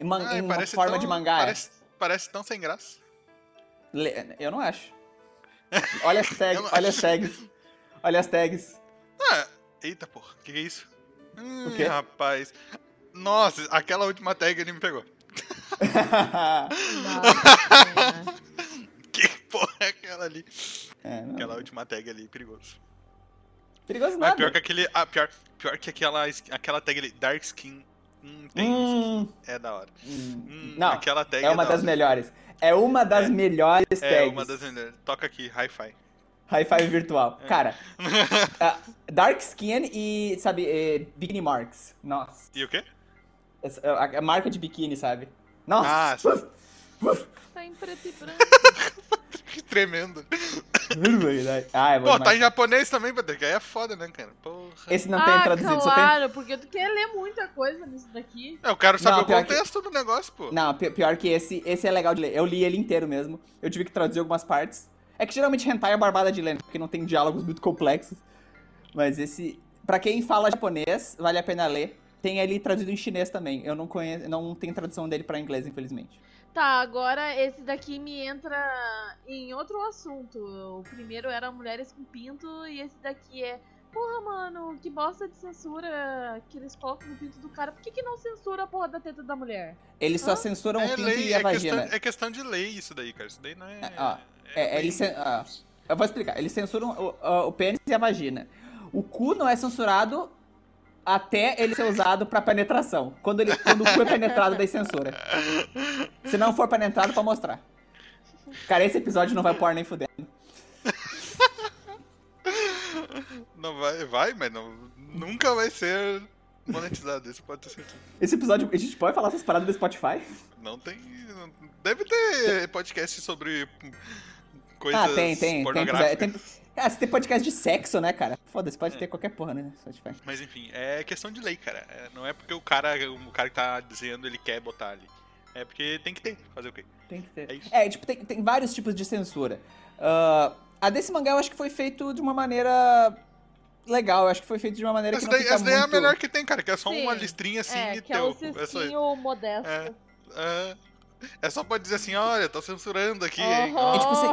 [SPEAKER 1] Em, man-
[SPEAKER 2] Ai,
[SPEAKER 1] em uma forma
[SPEAKER 2] tão-
[SPEAKER 1] de mangá. é.
[SPEAKER 2] Parece, parece tão sem graça.
[SPEAKER 1] Le- Eu não acho. Olha as tags,
[SPEAKER 2] Eu não
[SPEAKER 1] olha as
[SPEAKER 2] acho.
[SPEAKER 1] tags. Olha as tags.
[SPEAKER 2] Ah, eita porra, que que é isso? Hum,
[SPEAKER 1] quê?
[SPEAKER 2] rapaz. Nossa, aquela última tag ele me pegou.
[SPEAKER 3] Nossa, Senhora.
[SPEAKER 2] Que porra é aquela ali?
[SPEAKER 1] É, não.
[SPEAKER 2] Aquela última tag ali, perigoso.
[SPEAKER 1] Perigoso
[SPEAKER 2] Ah,
[SPEAKER 1] nada.
[SPEAKER 2] pior que aquele. Ah, pior, pior que aquela, es- aquela tag ali, Dark Skin. Hum, tem.
[SPEAKER 1] Hum,
[SPEAKER 2] É da hora.
[SPEAKER 1] hum,
[SPEAKER 2] Hum,
[SPEAKER 1] não,
[SPEAKER 2] aquela tag
[SPEAKER 1] é uma
[SPEAKER 2] da
[SPEAKER 1] das
[SPEAKER 2] hora.
[SPEAKER 1] melhores. É uma das
[SPEAKER 2] É.
[SPEAKER 1] melhores tags.
[SPEAKER 2] É, uma das melhores. É. Toca aqui, hi-fi.
[SPEAKER 1] High five virtual. Cara, ah, Dark Skin e, sabe, eh, Bikini Marks. Nossa.
[SPEAKER 2] E o quê?
[SPEAKER 1] Essa- A, a marca de biquíni, sabe? Nossa.
[SPEAKER 2] Ah,
[SPEAKER 3] Tá em preto e branco.
[SPEAKER 2] Que tremendo.
[SPEAKER 1] ah, é bom
[SPEAKER 2] Pô, tá
[SPEAKER 1] demais.
[SPEAKER 2] em japonês também, Patrick. Aí é foda, né, cara? Porra.
[SPEAKER 1] Esse não tem traduzido, só tem...
[SPEAKER 3] Ah, claro, porque tu quer ler muita coisa nisso daqui.
[SPEAKER 2] Eu quero saber
[SPEAKER 1] Não,
[SPEAKER 2] o
[SPEAKER 1] pior que-
[SPEAKER 2] contexto do negócio, pô.
[SPEAKER 1] Não, pi- pior que esse, esse é legal de ler. Eu li ele inteiro mesmo. Eu tive que traduzir algumas partes. É que geralmente hentai é barbada de ler, porque não tem diálogos muito complexos. Mas esse, Pra quem fala japonês, vale a pena ler. Tem ele traduzido em chinês também. Eu não conheço, não tem tradução dele pra inglês, infelizmente.
[SPEAKER 3] Tá, agora esse daqui me entra em outro assunto. O primeiro era mulheres com pinto e esse daqui é. Porra, mano, que bosta de censura que eles colocam no pinto do cara. Por que, que não censura a porra da teta da mulher?
[SPEAKER 1] Eles só
[SPEAKER 3] Hã?
[SPEAKER 1] censuram o
[SPEAKER 2] é,
[SPEAKER 1] pinto
[SPEAKER 2] lei,
[SPEAKER 1] e a
[SPEAKER 2] é, questão,
[SPEAKER 1] vagina.
[SPEAKER 2] é questão de lei isso daí, cara. Isso daí não é.
[SPEAKER 1] Ó, é,
[SPEAKER 2] lei.
[SPEAKER 1] eles cen- ah, eu vou explicar. Eles censuram o, a- o pênis e a vagina. O cu não é censurado até ele ser usado pra penetração. Quando, ele, quando o cu é penetrado, daí censura. Se não for penetrado, pra mostrar. Cara, esse episódio não vai pôr nem fuder.
[SPEAKER 2] Não vai, vai, mas não, nunca vai ser monetizado, isso pode ter certeza.
[SPEAKER 1] Esse episódio, a gente pode falar essas paradas do Spotify?
[SPEAKER 2] Não tem. não- deve ter podcast sobre hum, coisas
[SPEAKER 1] Ah, tem, tem. Tem,
[SPEAKER 2] pornográficas.
[SPEAKER 1] tem, ah, se tem podcast de sexo, né, cara? Foda-se, pode ter qualquer porra, né? no Spotify.
[SPEAKER 2] Mas enfim, é questão de lei, cara. É, não é porque o cara, o cara que tá desenhando ele quer botar ali. É porque tem que ter, fazer o quê?
[SPEAKER 1] Tem que ter.
[SPEAKER 2] É isso.
[SPEAKER 1] É, tipo, tem, tem vários tipos de censura. Ah, a desse mangá eu acho que foi feito de uma maneira legal, eu acho que foi feito de uma maneira
[SPEAKER 2] Essa
[SPEAKER 1] que não
[SPEAKER 2] daí,
[SPEAKER 1] fica
[SPEAKER 2] essa daí é a
[SPEAKER 1] muito...
[SPEAKER 2] melhor que tem, cara, que é só
[SPEAKER 3] Sim.
[SPEAKER 2] uma listrinha assim
[SPEAKER 3] é,
[SPEAKER 2] e
[SPEAKER 3] que é o
[SPEAKER 2] teu. É só,
[SPEAKER 3] cisquinho modesto.
[SPEAKER 2] É. é, é só pra dizer assim, olha, tô censurando aqui, hein?
[SPEAKER 3] Oh,
[SPEAKER 1] É tipo assim,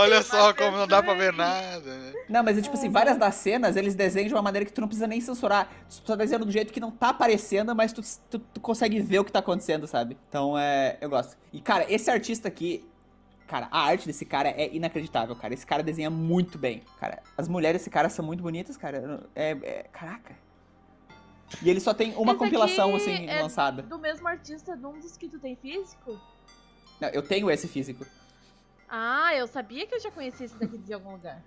[SPEAKER 2] Olha só como não dá pra ver nada, né?
[SPEAKER 1] Não, mas é tipo assim, várias das cenas eles desenham de uma maneira que tu não precisa nem censurar. Tu tá desenhando do jeito que não tá aparecendo, mas tu, tu, tu consegue ver o que tá acontecendo, sabe? Então é. Eu gosto. E, cara, esse artista aqui. Cara, a arte desse cara é inacreditável, cara. Esse cara desenha muito bem, cara. As mulheres desse cara são muito bonitas, cara. Eu não- É, é- caraca. E ele só tem uma
[SPEAKER 3] Esse
[SPEAKER 1] compilação,
[SPEAKER 3] aqui
[SPEAKER 1] assim,
[SPEAKER 3] é
[SPEAKER 1] lançada.
[SPEAKER 3] Do mesmo artista, de um dos que tu tem físico?
[SPEAKER 1] Não, eu tenho esse físico.
[SPEAKER 3] Ah, eu sabia que eu já conhecia esse daqui de algum lugar.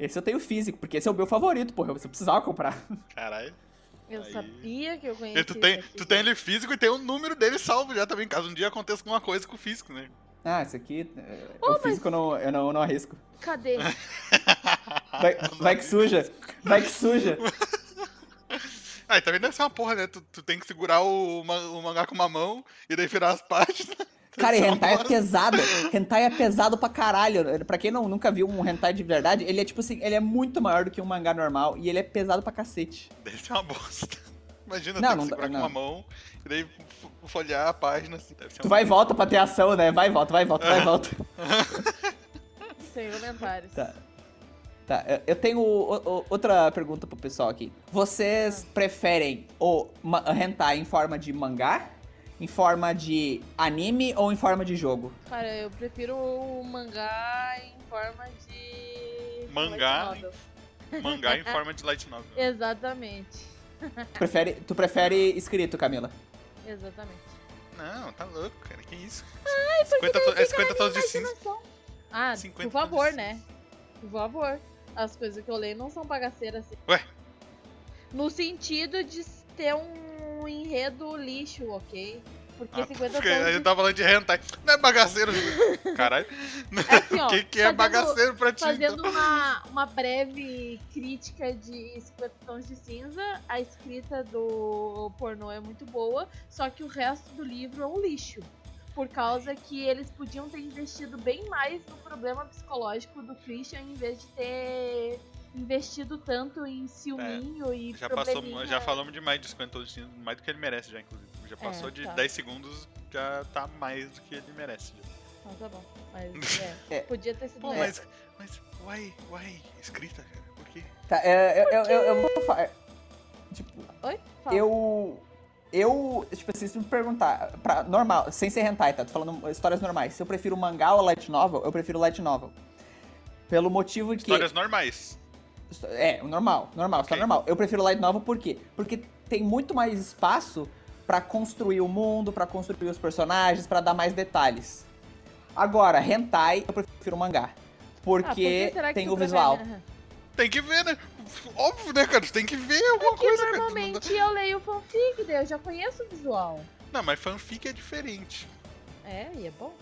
[SPEAKER 1] Esse eu tenho físico, porque esse é o meu favorito, porra. Eu precisava comprar.
[SPEAKER 2] Caralho.
[SPEAKER 3] Eu
[SPEAKER 2] Aí.
[SPEAKER 3] sabia que eu conhecia.
[SPEAKER 2] E tu tem,
[SPEAKER 3] esse
[SPEAKER 2] tu tem
[SPEAKER 3] jogo.
[SPEAKER 2] ele físico e tem o número dele salvo já também, caso um dia aconteça alguma coisa com o físico, né?
[SPEAKER 1] Ah, esse aqui. é,
[SPEAKER 3] Oh,
[SPEAKER 1] o físico eu, não, eu não, eu não arrisco.
[SPEAKER 3] Cadê?
[SPEAKER 1] Vai, vai que suja. Vai que suja.
[SPEAKER 2] Ah, e também deve ser uma porra, né? Tu, tu tem que segurar o, ma- o mangá com uma mão e daí virar as páginas.
[SPEAKER 1] Cara, e
[SPEAKER 2] Isso é uma
[SPEAKER 1] hentai é
[SPEAKER 2] bosta.
[SPEAKER 1] pesado. Hentai é pesado pra caralho. Pra quem não, nunca viu um hentai de verdade, ele é tipo assim, ele é muito maior do que um mangá normal e ele é pesado pra cacete.
[SPEAKER 2] Deve ser uma bosta. Imagina,
[SPEAKER 1] Não,
[SPEAKER 2] tem que
[SPEAKER 1] não dá-
[SPEAKER 2] segurar com
[SPEAKER 1] não.
[SPEAKER 2] uma mão e daí fo- folhear a página assim. Deve ser
[SPEAKER 1] Tu
[SPEAKER 2] uma
[SPEAKER 1] vai e volta pra ter ação, né? Vai e volta, vai e volta,
[SPEAKER 2] É.
[SPEAKER 1] vai e volta.
[SPEAKER 3] Sem comentários.
[SPEAKER 1] Tá. Tá, eu- eu tenho o- o- outra pergunta pro pessoal aqui. Vocês
[SPEAKER 2] Ah.
[SPEAKER 1] preferem o ma- hentai em forma de mangá, em forma de anime ou em forma de jogo?
[SPEAKER 3] Cara, eu prefiro o mangá em forma de.
[SPEAKER 2] Mangá
[SPEAKER 3] light novel.
[SPEAKER 2] mangá em forma de light novel.
[SPEAKER 3] Exatamente.
[SPEAKER 1] Tu prefere, tu prefere escrito, Camila?
[SPEAKER 3] Exatamente.
[SPEAKER 2] Não, tá louco, cara. Que isso? Ai, 50 to- é 50 tons de cinza.
[SPEAKER 3] Ah,
[SPEAKER 2] 50
[SPEAKER 3] por favor,
[SPEAKER 2] tons de
[SPEAKER 3] né? Por favor. As coisas que eu leio não são bagaceiras assim.
[SPEAKER 2] Ué?
[SPEAKER 3] No sentido de ter um enredo lixo, ok? Porque
[SPEAKER 2] Ah,
[SPEAKER 3] 50
[SPEAKER 2] porque a gente
[SPEAKER 3] tons de...
[SPEAKER 2] tá falando de hentai. Não é bagaceiro, Júlio. Caralho.
[SPEAKER 3] Assim,
[SPEAKER 2] O
[SPEAKER 3] ó,
[SPEAKER 2] que, que é
[SPEAKER 3] fazendo-
[SPEAKER 2] bagaceiro pra ti? então?
[SPEAKER 3] Fazendo uma, uma breve crítica de 50 tons de cinza, a escrita do pornô é muito boa, só que o resto do livro é um lixo. Por causa que eles podiam ter investido bem mais no problema psicológico do Christian em vez de ter investido tanto em ciúminho e
[SPEAKER 2] É, Já, passou,
[SPEAKER 3] probleminha.
[SPEAKER 2] já falamos demais de 50 tons de cinza, mais do que ele merece já, inclusive. Já passou de
[SPEAKER 3] tá.
[SPEAKER 2] 10 segundos, já tá mais do que ele merece. já.
[SPEAKER 3] Não, tá bom. Mas é,
[SPEAKER 1] É.
[SPEAKER 3] podia ter sido
[SPEAKER 2] Pô,
[SPEAKER 3] mais.
[SPEAKER 2] mas, mas, why, why, escrita, cara? Por quê?
[SPEAKER 1] Tá, é, eu, eu, eu, eu vou falar. Tipo,
[SPEAKER 3] Oi? Fala. Ah,
[SPEAKER 1] eu. Eu, tipo assim, se me perguntar, pra, normal, sem ser hentai, tá? Tô falando histórias normais. Se eu prefiro mangá ou light novel, eu prefiro light novel. Pelo motivo que.
[SPEAKER 2] Histórias normais.
[SPEAKER 1] É, normal, normal,
[SPEAKER 2] Ok.
[SPEAKER 1] história normal. Eu prefiro light novel por quê? Porque tem muito mais espaço pra construir o mundo, pra construir os personagens, pra dar mais detalhes. Agora, hentai, eu prefiro mangá.
[SPEAKER 3] Ah, por que
[SPEAKER 1] Porque
[SPEAKER 3] será que
[SPEAKER 1] tem
[SPEAKER 3] tu é?
[SPEAKER 1] o
[SPEAKER 3] prefere?
[SPEAKER 1] visual.
[SPEAKER 3] Aham.
[SPEAKER 2] Tem que ver, né? Óbvio, né, cara? Tu tem que ver alguma
[SPEAKER 3] Porque
[SPEAKER 2] coisa, cara. Tu não dá-
[SPEAKER 3] normalmente eu leio fanfic, daí eu já conheço o visual.
[SPEAKER 2] Não, mas fanfic é diferente.
[SPEAKER 3] É, e é bom.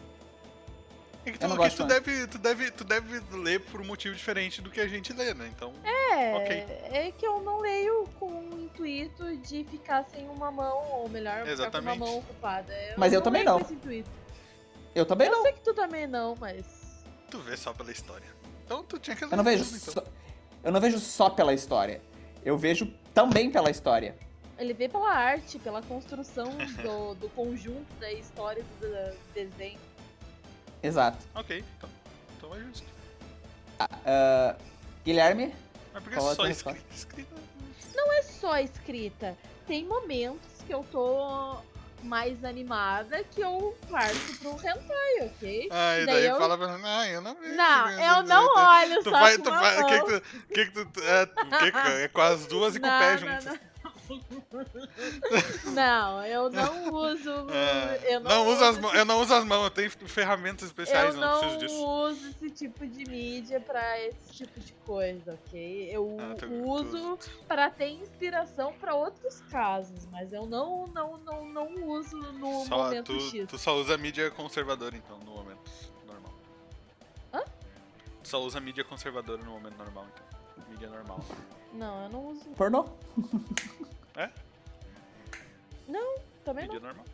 [SPEAKER 2] É que
[SPEAKER 1] Eu
[SPEAKER 2] tu,
[SPEAKER 1] não
[SPEAKER 2] que
[SPEAKER 1] gosto
[SPEAKER 2] tu,
[SPEAKER 1] de
[SPEAKER 2] deve, tu, deve, tu deve ler por um motivo diferente do que a gente lê, né? Então,
[SPEAKER 3] É,
[SPEAKER 2] Ok.
[SPEAKER 3] é que eu não leio com o intuito de ficar sem uma mão, ou melhor, ficar com uma
[SPEAKER 2] Exatamente.
[SPEAKER 3] mão ocupada.
[SPEAKER 1] Mas eu também
[SPEAKER 3] leio com
[SPEAKER 1] não.
[SPEAKER 3] esse intuito.
[SPEAKER 1] Eu também
[SPEAKER 3] Eu
[SPEAKER 1] não.
[SPEAKER 3] sei que tu também não, mas.
[SPEAKER 2] tu vê só pela história. Então tu tinha que ler
[SPEAKER 1] Eu não vejo
[SPEAKER 2] tudo, então.
[SPEAKER 1] só, eu não vejo só pela história. Eu vejo também pela história.
[SPEAKER 3] Ele vê pela arte, pela construção do, do conjunto da história do do desenho.
[SPEAKER 1] Exato.
[SPEAKER 2] Ok, então. Então é justo.
[SPEAKER 1] Guilherme?
[SPEAKER 2] Mas por que
[SPEAKER 1] Qual é a
[SPEAKER 2] só
[SPEAKER 1] tua
[SPEAKER 2] escrita? escrita?
[SPEAKER 3] Não é só escrita. Tem momentos que eu tô mais animada que eu parto pra um hentai, ok?
[SPEAKER 2] Ah,
[SPEAKER 3] E daí
[SPEAKER 2] e daí
[SPEAKER 3] eu-
[SPEAKER 2] fala pra mim, ah, eu não vejo.
[SPEAKER 3] Não,
[SPEAKER 2] né?
[SPEAKER 3] eu não
[SPEAKER 2] Tu-
[SPEAKER 3] olho
[SPEAKER 2] Tu
[SPEAKER 3] só
[SPEAKER 2] vai,
[SPEAKER 3] com
[SPEAKER 2] tu
[SPEAKER 3] uma
[SPEAKER 2] vai, o que
[SPEAKER 3] mão.
[SPEAKER 2] que tu, o que que tu, é, o que que- é com as duas e com o
[SPEAKER 3] Não,
[SPEAKER 2] pé
[SPEAKER 3] não,
[SPEAKER 2] junto.
[SPEAKER 3] Não, não, eu não uso.
[SPEAKER 2] É,
[SPEAKER 3] eu não,
[SPEAKER 2] não uso
[SPEAKER 3] uso
[SPEAKER 2] as mãos, eu não uso as mãos, eu tenho ferramentas especiais,
[SPEAKER 3] Eu
[SPEAKER 2] eu
[SPEAKER 3] não
[SPEAKER 2] não preciso disso.
[SPEAKER 3] uso esse tipo de mídia pra esse tipo de coisa, ok? Eu
[SPEAKER 2] Ah, tu- tu-
[SPEAKER 3] uso pra ter inspiração pra outros casos, mas eu não, não, não, não uso no
[SPEAKER 2] Só,
[SPEAKER 3] momento
[SPEAKER 2] tu,
[SPEAKER 3] X.
[SPEAKER 2] tu só usa mídia conservadora, então, no momento normal.
[SPEAKER 3] Hã?
[SPEAKER 2] Tu só usa mídia conservadora no momento normal, então. Mídia normal.
[SPEAKER 3] Não, eu não uso.
[SPEAKER 1] Pornô?
[SPEAKER 3] Também não.
[SPEAKER 2] mídia normal.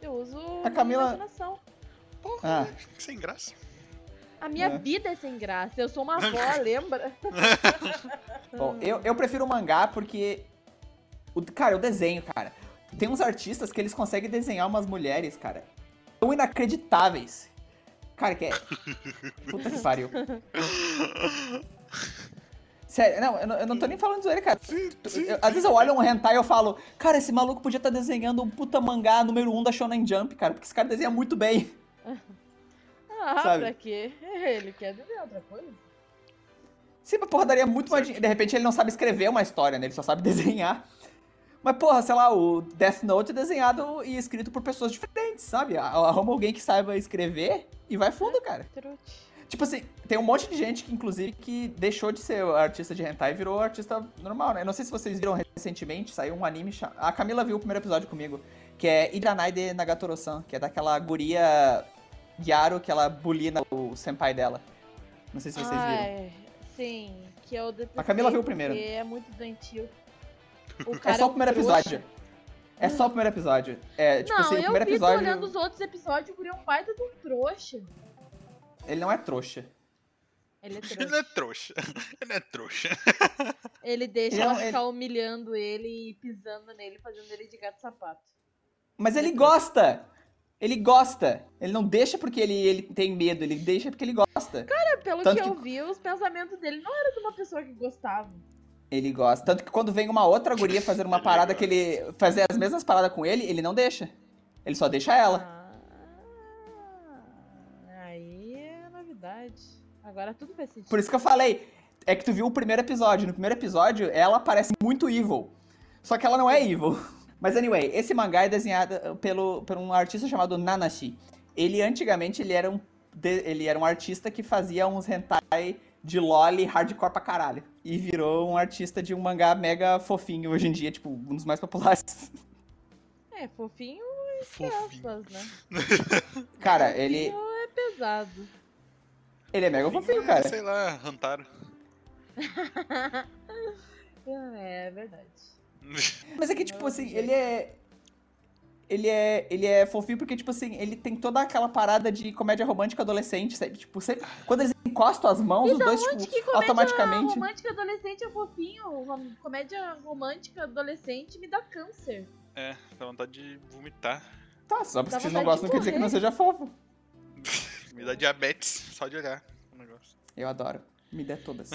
[SPEAKER 3] Eu uso
[SPEAKER 1] A Camila-
[SPEAKER 3] minha imaginação.
[SPEAKER 1] Ah,
[SPEAKER 2] Que Sem graça.
[SPEAKER 3] A minha
[SPEAKER 1] É.
[SPEAKER 3] vida é sem graça. Eu sou uma avó, lembra?
[SPEAKER 1] bom, eu, eu prefiro mangá porque. O, cara, o desenho, cara. Tem uns artistas que eles conseguem desenhar umas mulheres, cara. Tão inacreditáveis. Cara, que é. Puta que pariu. Sério, não, eu, não- eu não tô nem falando zoeira, cara. Eu- às vezes eu olho um hentai e eu falo, cara, esse maluco podia estar desenhando um puta mangá número 1 um da Shonen Jump, cara, porque esse cara desenha muito bem.
[SPEAKER 3] Ah,
[SPEAKER 1] Sabe?
[SPEAKER 3] pra quê? Ele quer viver outra coisa.
[SPEAKER 1] Sim, mas porra, daria muito mais dinheiro. De repente ele não sabe escrever uma história, né? Ele só sabe desenhar. Mas, porra, sei lá, o Death Note é desenhado e escrito por pessoas diferentes, sabe? Arruma alguém que saiba escrever e vai fundo, cara.
[SPEAKER 3] Trute.
[SPEAKER 1] Tipo assim, tem um monte de gente que, inclusive, que deixou de ser artista de hentai e virou artista normal, né? Eu Não sei se vocês viram recentemente, saiu um anime. cha- A Camila viu o primeiro episódio comigo, que é Iranai de Nagatoro-san, que é daquela guria Yaro que ela bulina o senpai dela. Não sei se vocês viram.
[SPEAKER 3] Ai, Ah, é. Sim, que é eu detestei.
[SPEAKER 1] A Camila viu o primeiro.
[SPEAKER 3] Porque é muito doentio. O
[SPEAKER 1] É
[SPEAKER 3] cara
[SPEAKER 1] só o
[SPEAKER 3] é
[SPEAKER 1] primeiro
[SPEAKER 3] um trouxa.
[SPEAKER 1] episódio. É só o primeiro episódio. É, tipo
[SPEAKER 3] não,
[SPEAKER 1] assim, o
[SPEAKER 3] eu
[SPEAKER 1] primeiro
[SPEAKER 3] vi
[SPEAKER 1] episódio.
[SPEAKER 3] tô olhando os outros episódios, o Guri é um baita de um trouxa.
[SPEAKER 1] Ele não é trouxa.
[SPEAKER 3] Ele é
[SPEAKER 2] Ele
[SPEAKER 3] trouxa.
[SPEAKER 2] é trouxa. Ele é trouxa.
[SPEAKER 3] Ele deixa
[SPEAKER 1] Ele é
[SPEAKER 3] ela
[SPEAKER 1] um- ele-
[SPEAKER 3] ficar humilhando ele e pisando nele, fazendo ele de gato sapato.
[SPEAKER 1] Mas ele gosta! Ele gosta! Ele não deixa porque ele, ele tem medo, ele deixa porque ele gosta.
[SPEAKER 3] É, pelo
[SPEAKER 1] Tanto
[SPEAKER 3] que,
[SPEAKER 1] que-
[SPEAKER 3] eu vi, os pensamentos dele não eram de uma pessoa que gostava.
[SPEAKER 1] Ele gosta. Tanto que quando vem uma outra guria fazer uma
[SPEAKER 2] Ele
[SPEAKER 1] parada
[SPEAKER 2] gosta.
[SPEAKER 1] que ele. fazer as mesmas paradas com ele, ele não deixa. Ele só deixa ela.
[SPEAKER 3] Ah, aí é novidade. Agora tudo faz sentido.
[SPEAKER 1] Por isso que eu falei. É que tu viu o primeiro episódio. No primeiro episódio, ela parece muito evil. Só que ela não é evil. Mas anyway, esse mangá é desenhado eh, pelo, por um artista chamado Nanashi. Ele antigamente ele era um de- ele era um artista que fazia uns hentai de lol e hardcore pra caralho. E virou um artista de um mangá mega fofinho hoje em dia, tipo, um dos mais populares.
[SPEAKER 3] É, fofinho,
[SPEAKER 2] Fofinho.
[SPEAKER 3] aspas, né?
[SPEAKER 1] Cara, ele,
[SPEAKER 3] Fofinho é pesado.
[SPEAKER 1] ele é mega fofinho, cara.
[SPEAKER 2] Sei lá, Rantaro.
[SPEAKER 3] É, é verdade.
[SPEAKER 1] Mas é que, tipo assim, ele é. Ele é, ele é fofinho porque, tipo assim, ele tem toda aquela parada de comédia romântica adolescente, sabe? Tipo,
[SPEAKER 3] Ah.
[SPEAKER 1] sempre, quando eles encostam as mãos, os dois,
[SPEAKER 3] Onde que
[SPEAKER 1] tipo,
[SPEAKER 3] comédia
[SPEAKER 1] automaticamente.
[SPEAKER 3] romântica adolescente é fofinho? Rom- Comédia romântica adolescente me dá câncer.
[SPEAKER 2] É, dá vontade de vomitar.
[SPEAKER 1] Tá, só
[SPEAKER 3] Dá
[SPEAKER 1] porque vocês
[SPEAKER 3] vontade
[SPEAKER 1] não
[SPEAKER 3] de
[SPEAKER 1] gostam, não quer dizer que não
[SPEAKER 3] morrer.
[SPEAKER 1] seja fofo.
[SPEAKER 2] Me dá diabetes, só de olhar o negócio.
[SPEAKER 1] Eu adoro. Me dê todas.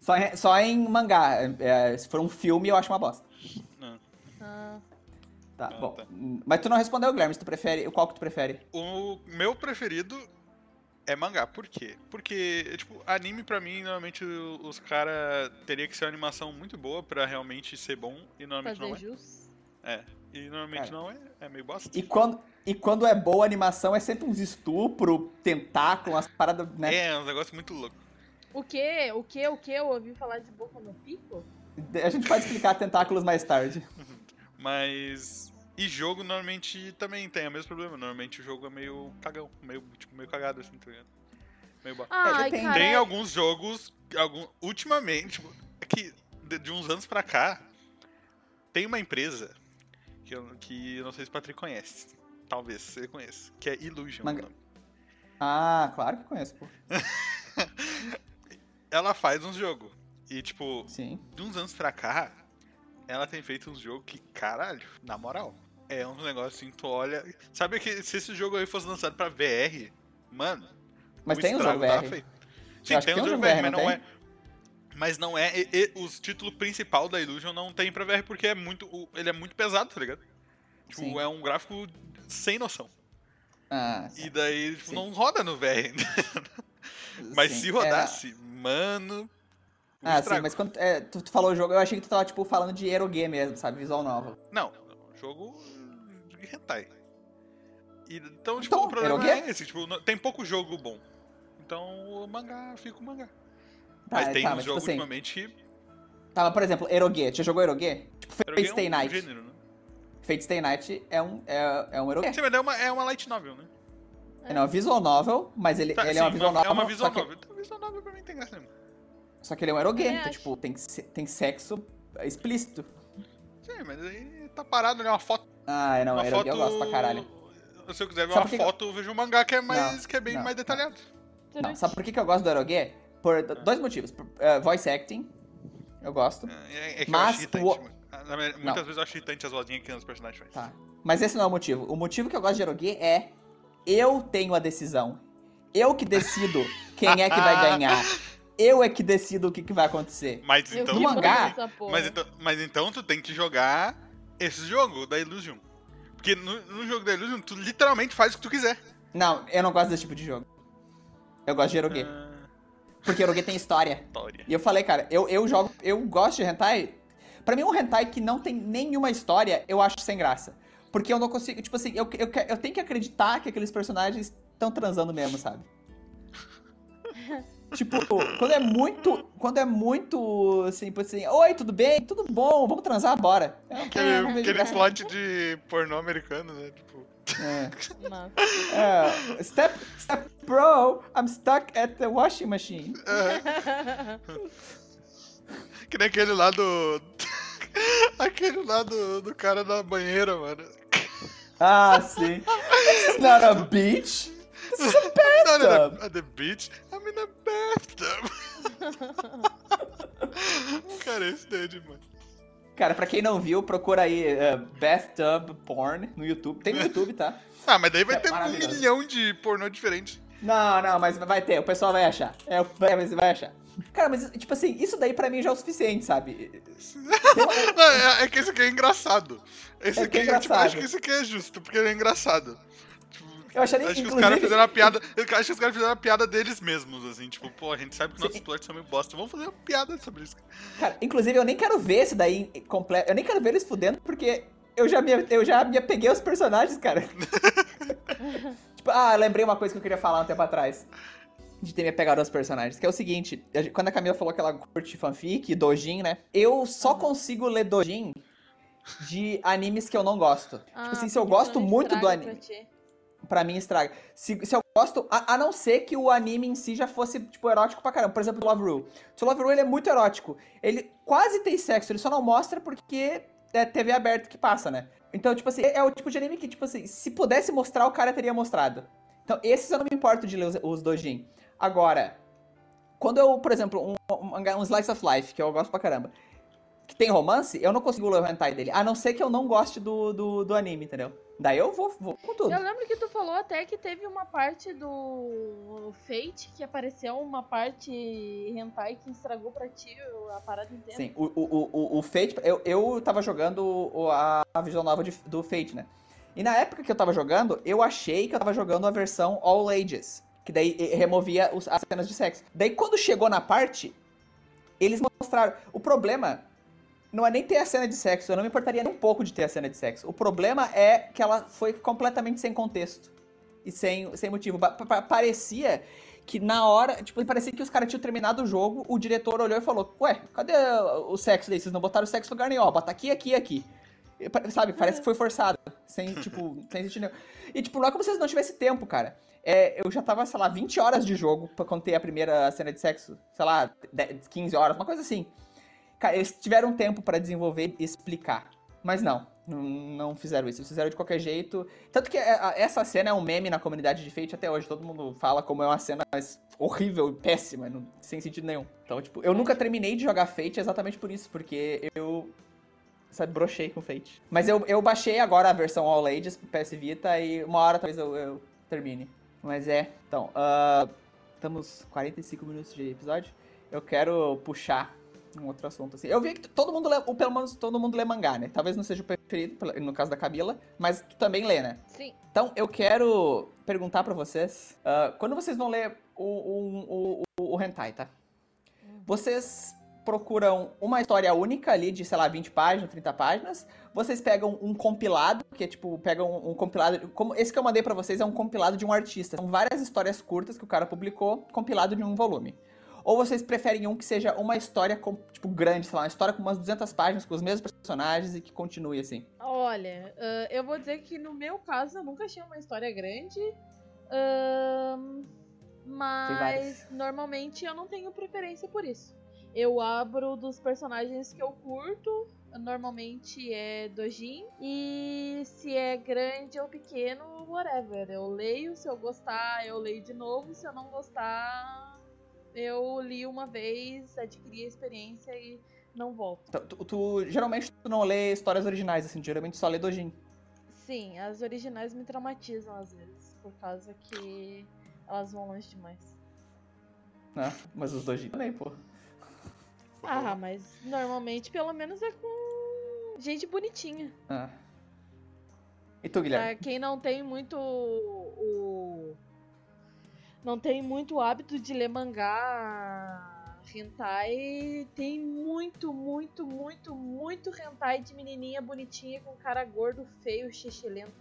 [SPEAKER 1] só, em, só em mangá. É, se for um filme, eu acho uma bosta.
[SPEAKER 2] Não.
[SPEAKER 3] Ah,
[SPEAKER 1] Tá,
[SPEAKER 2] Ah,
[SPEAKER 1] bom.
[SPEAKER 2] tá.
[SPEAKER 1] Mas tu não respondeu, Guilherme, se tu prefere. Qual que tu prefere?
[SPEAKER 2] O meu preferido é mangá. Por quê? Porque, tipo, anime pra mim, normalmente o- os caras teria que ser uma animação muito boa pra realmente ser bom. E normalmente
[SPEAKER 3] fazer
[SPEAKER 2] não é.
[SPEAKER 3] jus.
[SPEAKER 2] E
[SPEAKER 1] Cara.
[SPEAKER 2] normalmente não é. É meio bosta.
[SPEAKER 1] E quando, e quando é boa a animação, é sempre uns estupro, tentáculo, umas paradas, né?
[SPEAKER 2] É, é um negócio muito louco.
[SPEAKER 3] O que? O que? O que eu ouvi falar de boca no pico?
[SPEAKER 1] A gente pode explicar tentáculos mais tarde.
[SPEAKER 2] Mas. E jogo normalmente também tem o mesmo problema. Normalmente o jogo é meio cagão, meio, tipo, meio cagado assim, tá ligado? Meio bosta.
[SPEAKER 3] Ai,
[SPEAKER 1] depende.
[SPEAKER 3] cara.
[SPEAKER 2] Tem alguns jogos, algum, ultimamente, tipo, é que de, de uns anos pra cá, tem uma empresa que eu, que eu não sei se o Patrick conhece. Talvez você conheça, que é Illusion.
[SPEAKER 1] Manga-
[SPEAKER 2] o nome.
[SPEAKER 1] Ah, claro que conheço, pô.
[SPEAKER 2] Ela faz uns jogos. E, tipo,
[SPEAKER 1] Sim.
[SPEAKER 2] de uns anos pra cá, ela tem feito uns jogos que, caralho, na moral, é um negócio assim, tu olha. Sabe que se esse jogo aí fosse lançado pra VR, mano.
[SPEAKER 1] Mas
[SPEAKER 2] o
[SPEAKER 1] tem um jogo
[SPEAKER 2] estrago tava
[SPEAKER 1] VR.
[SPEAKER 2] feito. Sim,
[SPEAKER 1] acho
[SPEAKER 2] tem
[SPEAKER 1] que
[SPEAKER 2] um jogo VR, mas
[SPEAKER 1] não
[SPEAKER 2] não
[SPEAKER 1] tem?
[SPEAKER 2] é. Mas não é. E, e, os títulos principal da Illusion não tem pra VR porque é muito. o- ele é muito pesado, tá ligado? Tipo,
[SPEAKER 1] Sim.
[SPEAKER 2] é um gráfico sem noção.
[SPEAKER 1] Ah,
[SPEAKER 2] E daí, tipo,
[SPEAKER 1] Sim.
[SPEAKER 2] não roda no VR. Mas
[SPEAKER 1] sim.
[SPEAKER 2] se
[SPEAKER 1] É,
[SPEAKER 2] rodasse, mano. o
[SPEAKER 1] Ah, sim,
[SPEAKER 2] estrago.
[SPEAKER 1] mas quando é, tu, tu falou o jogo, eu achei que tu tava, tipo, falando de Erogame mesmo, sabe? Visual novel.
[SPEAKER 2] Não, não, é um jogo de hentai. E, então, tipo,
[SPEAKER 1] Então,
[SPEAKER 2] o
[SPEAKER 1] era
[SPEAKER 2] problema
[SPEAKER 1] o quê?
[SPEAKER 2] é esse, tipo, não- tem pouco jogo bom. Então o mangá fica o mangá.
[SPEAKER 1] Tá,
[SPEAKER 2] mas tem
[SPEAKER 1] tá,
[SPEAKER 2] um
[SPEAKER 1] mas, tipo
[SPEAKER 2] jogo
[SPEAKER 1] assim,
[SPEAKER 2] ultimamente que
[SPEAKER 1] Tá, mas, por exemplo, Eroge. Tu já jogou Eroge? Tipo,
[SPEAKER 2] era
[SPEAKER 1] Fate
[SPEAKER 2] é
[SPEAKER 1] Stay
[SPEAKER 2] um
[SPEAKER 1] Night.
[SPEAKER 2] gênero, né?
[SPEAKER 1] Fate Stay Night é um, é, é um Eroge.
[SPEAKER 2] Sim, mas é uma, é uma light novel, né?
[SPEAKER 1] É uma visual novel, mas ele,
[SPEAKER 2] Tá,
[SPEAKER 1] ele
[SPEAKER 2] sim,
[SPEAKER 1] é uma visual novel,
[SPEAKER 2] É uma visual
[SPEAKER 1] só, que,
[SPEAKER 2] novel. Então, visual novel pra mim não tem graça nenhuma.
[SPEAKER 1] só que ele é um Eroge,
[SPEAKER 3] É,
[SPEAKER 1] então,
[SPEAKER 3] acho.
[SPEAKER 1] tipo, tem, que se- tem sexo explícito.
[SPEAKER 2] Sim, mas aí tá parado, né? Uma foto.
[SPEAKER 1] Ah, não,
[SPEAKER 2] uma
[SPEAKER 1] Eroge
[SPEAKER 2] foto...
[SPEAKER 1] eu gosto pra caralho.
[SPEAKER 2] Se eu quiser
[SPEAKER 1] Sabe
[SPEAKER 2] ver uma
[SPEAKER 1] por que que eu-
[SPEAKER 2] foto, eu vejo um mangá que é, mais, que é bem
[SPEAKER 1] não,
[SPEAKER 2] mais
[SPEAKER 1] não.
[SPEAKER 2] detalhado.
[SPEAKER 1] Não, sabe por que, que eu gosto do Eroge? Por do- dois motivos. Por, eh, voice acting, eu gosto.
[SPEAKER 2] É, é que
[SPEAKER 1] Mas
[SPEAKER 2] eu acho irritante.
[SPEAKER 1] o-
[SPEAKER 2] mano. Ah, na verdade, Muitas vezes eu acho irritante as vozinhas que os personagens fazem.
[SPEAKER 1] Tá. Mas esse não é o motivo. O motivo que eu gosto de Eroge é eu tenho a decisão. Eu que decido quem é que vai ganhar. Eu é que decido o que, que vai acontecer.
[SPEAKER 2] Mas
[SPEAKER 3] Eu
[SPEAKER 2] então.
[SPEAKER 1] No
[SPEAKER 3] vi
[SPEAKER 1] mangá,
[SPEAKER 3] essa porra.
[SPEAKER 2] Mas então, mas então tu tem que jogar esse jogo da Illusion. Porque no, no jogo da Illusion, tu literalmente faz o que tu quiser.
[SPEAKER 1] Não, eu não gosto desse tipo de jogo. Eu gosto de Eroge.
[SPEAKER 2] Ah,
[SPEAKER 1] Porque Eroge tem história.
[SPEAKER 2] História.
[SPEAKER 1] E eu falei, cara, eu, eu jogo, eu gosto de hentai. Pra mim, um hentai que não tem nenhuma história, eu acho sem graça. Porque eu não consigo. Tipo assim, eu, eu, que- eu tenho que acreditar que aqueles personagens estão transando mesmo, sabe? tipo, quando é muito. Quando é muito. Assim, tipo assim, oi, tudo bem? Tudo bom? Vamos transar? Bora. É um Eu não
[SPEAKER 3] Ah, é
[SPEAKER 1] quero- eu não
[SPEAKER 2] Aquele,
[SPEAKER 1] vejo graça.
[SPEAKER 2] aquele plot de pornô americano, né? Tipo,
[SPEAKER 1] É.
[SPEAKER 3] Nossa.
[SPEAKER 1] É, step, step bro, I'm stuck at the washing machine.
[SPEAKER 2] que nem aquele lá do. aquele lá do, do cara da banheira, mano.
[SPEAKER 1] Ah, sim. This is not a beach. This is a
[SPEAKER 2] Not at
[SPEAKER 1] bathtub.
[SPEAKER 2] the, at the beach, I'm in a é bathtub. cara, esse daí é demais.
[SPEAKER 1] Cara, pra quem não viu, procura aí eh, bathtub porn no YouTube. Tem no YouTube, tá?
[SPEAKER 2] Ah, mas daí vai
[SPEAKER 1] É
[SPEAKER 2] ter um
[SPEAKER 1] maravilhoso.
[SPEAKER 2] milhão de pornô diferente.
[SPEAKER 1] Não, não, mas vai ter, o pessoal vai achar. É, vai, mas vai achar. Cara, mas tipo assim, isso daí pra mim já é o suficiente, sabe?
[SPEAKER 2] Não, é, é que esse aqui é engraçado. Esse
[SPEAKER 1] É
[SPEAKER 2] aqui
[SPEAKER 1] que é
[SPEAKER 2] é, tipo,
[SPEAKER 1] engraçado.
[SPEAKER 2] acho que esse aqui é justo, porque ele é engraçado. Tipo,
[SPEAKER 1] Eu acharia,
[SPEAKER 2] acho que os
[SPEAKER 1] inclusive-
[SPEAKER 2] caras fizeram uma piada. Eu acho que os caras fizeram uma piada deles mesmos, assim, tipo, pô, a gente sabe que nossos plots são meio bosta. Vamos fazer uma piada sobre isso.
[SPEAKER 1] Cara, inclusive eu nem quero ver esse daí completo. Eu nem quero ver eles fudendo, porque eu já me, eu já me apeguei aos personagens, cara. tipo, ah, eu lembrei uma coisa que eu queria falar um tempo atrás. De ter me apegado aos personagens, que é o seguinte, a gente- quando a Camila falou que ela curte fanfic, Dojin, né? Eu só consigo ler Dojin de animes que eu não gosto.
[SPEAKER 3] Ah,
[SPEAKER 1] tipo assim, se eu gosto muito do anime. Pra mim estraga. Se, se eu gosto, a, a não ser que o anime em si já fosse, tipo, erótico pra caramba. Por exemplo, Love Rule. Se o Love Rule ele é muito erótico. Ele quase tem sexo, ele só não mostra porque é TV aberta que passa, né? Então, tipo assim, é o tipo de anime que, tipo assim, se pudesse mostrar, o cara teria mostrado. Então, esses eu não me importo de ler os, os dojin. Agora, quando eu, por exemplo, um, um, mangá- um Slice of Life, que eu gosto pra caramba, que tem romance, eu não consigo ler o hentai dele. A não ser que eu não goste do, do, do anime, entendeu? Daí eu vou, vou com tudo.
[SPEAKER 3] Eu lembro que tu falou até que teve uma parte do Fate que apareceu uma parte hentai que estragou pra ti a parada inteira.
[SPEAKER 1] Sim, o, o, o- o, o Fate. Eu, eu tava jogando o- a, a visão nova de- do Fate, né? E na época que eu tava jogando, eu achei que eu tava jogando a versão All Ages. Que daí eh, removia os- as cenas de sexo. Daí quando chegou na parte, eles mostraram. O problema não é nem ter a cena de sexo. Eu não me importaria nem um pouco de ter a cena de sexo. O problema é que ela foi completamente sem contexto. E sem, sem motivo. Pa- pa- parecia que na hora, tipo, parecia que os caras tinham terminado o jogo, o diretor olhou e falou, ué, cadê o sexo daí? Vocês não botaram o sexo em lugar nenhum, ó, bota aqui, aqui, aqui. E pa- Sabe, parece que foi forçado, sem, tipo, sem sentido nenhum. E, tipo, não é como se eles não tivessem tempo, cara. É, eu já tava, sei lá, 20 horas de jogo pra quando ter a primeira cena de sexo, sei lá, 10, 15 horas, uma coisa assim. Cara, eles tiveram tempo pra desenvolver e explicar, mas não. Não, não fizeram isso, eles fizeram de qualquer jeito. Tanto que é, a- essa cena é um meme na comunidade de Fate até hoje. Todo mundo fala como é uma cena horrível, péssima, não- sem sentido nenhum. Então, tipo, eu nunca terminei de jogar Fate exatamente por isso, porque eu. Sabe, brochei com Fate. Mas eu, eu baixei agora a versão All Ages pro PS Vita e uma hora talvez eu, eu termine. Mas é, então, ah, estamos 45 minutos de episódio. Eu quero puxar um outro assunto assim. Eu vi que t- todo mundo lê, ou pelo menos todo mundo lê mangá, né? Talvez não seja o preferido, pela- no caso da Camila, mas tu também lê, né?
[SPEAKER 3] Sim.
[SPEAKER 1] Então, eu quero perguntar pra vocês, ah, quando vocês vão ler o, o, o, o, o hentai, tá? Vocês procuram uma história única ali de, sei lá, 20 páginas, 30 páginas. Vocês pegam um compilado, que é tipo, pegam um, um compilado, como esse que eu mandei pra vocês é um compilado de um artista. São várias histórias curtas que o cara publicou, compilado em um volume. Ou vocês preferem um que seja uma história, com, tipo, grande, sei lá, uma história com umas 200 páginas, com os mesmos personagens e que continue assim?
[SPEAKER 3] Olha, ah, eu vou dizer que no meu caso eu nunca achei uma história grande. ahn, mas
[SPEAKER 1] várias.
[SPEAKER 3] normalmente eu não tenho preferência por isso. Eu abro dos personagens que eu curto. Normalmente é Dojin. E se é grande ou pequeno, whatever. Eu leio, se eu gostar, eu leio de novo. Se eu não gostar, eu li uma vez, adquiri a experiência e não volto.
[SPEAKER 1] Então, Tu, tu- geralmente tu não lê histórias originais, assim, tu geralmente só lê Dojin.
[SPEAKER 3] Sim, as originais me traumatizam às vezes, por causa que elas vão longe demais.
[SPEAKER 1] né? Mas os Dojin também, pô.
[SPEAKER 3] Ah, mas normalmente pelo menos é com gente bonitinha.
[SPEAKER 1] Ah. E tu,
[SPEAKER 3] Pra
[SPEAKER 1] Guilherme?
[SPEAKER 3] quem não tem muito o. Não tem muito hábito de ler mangá hentai tem muito, muito, muito, muito hentai de menininha bonitinha com cara gordo, feio, xixilento.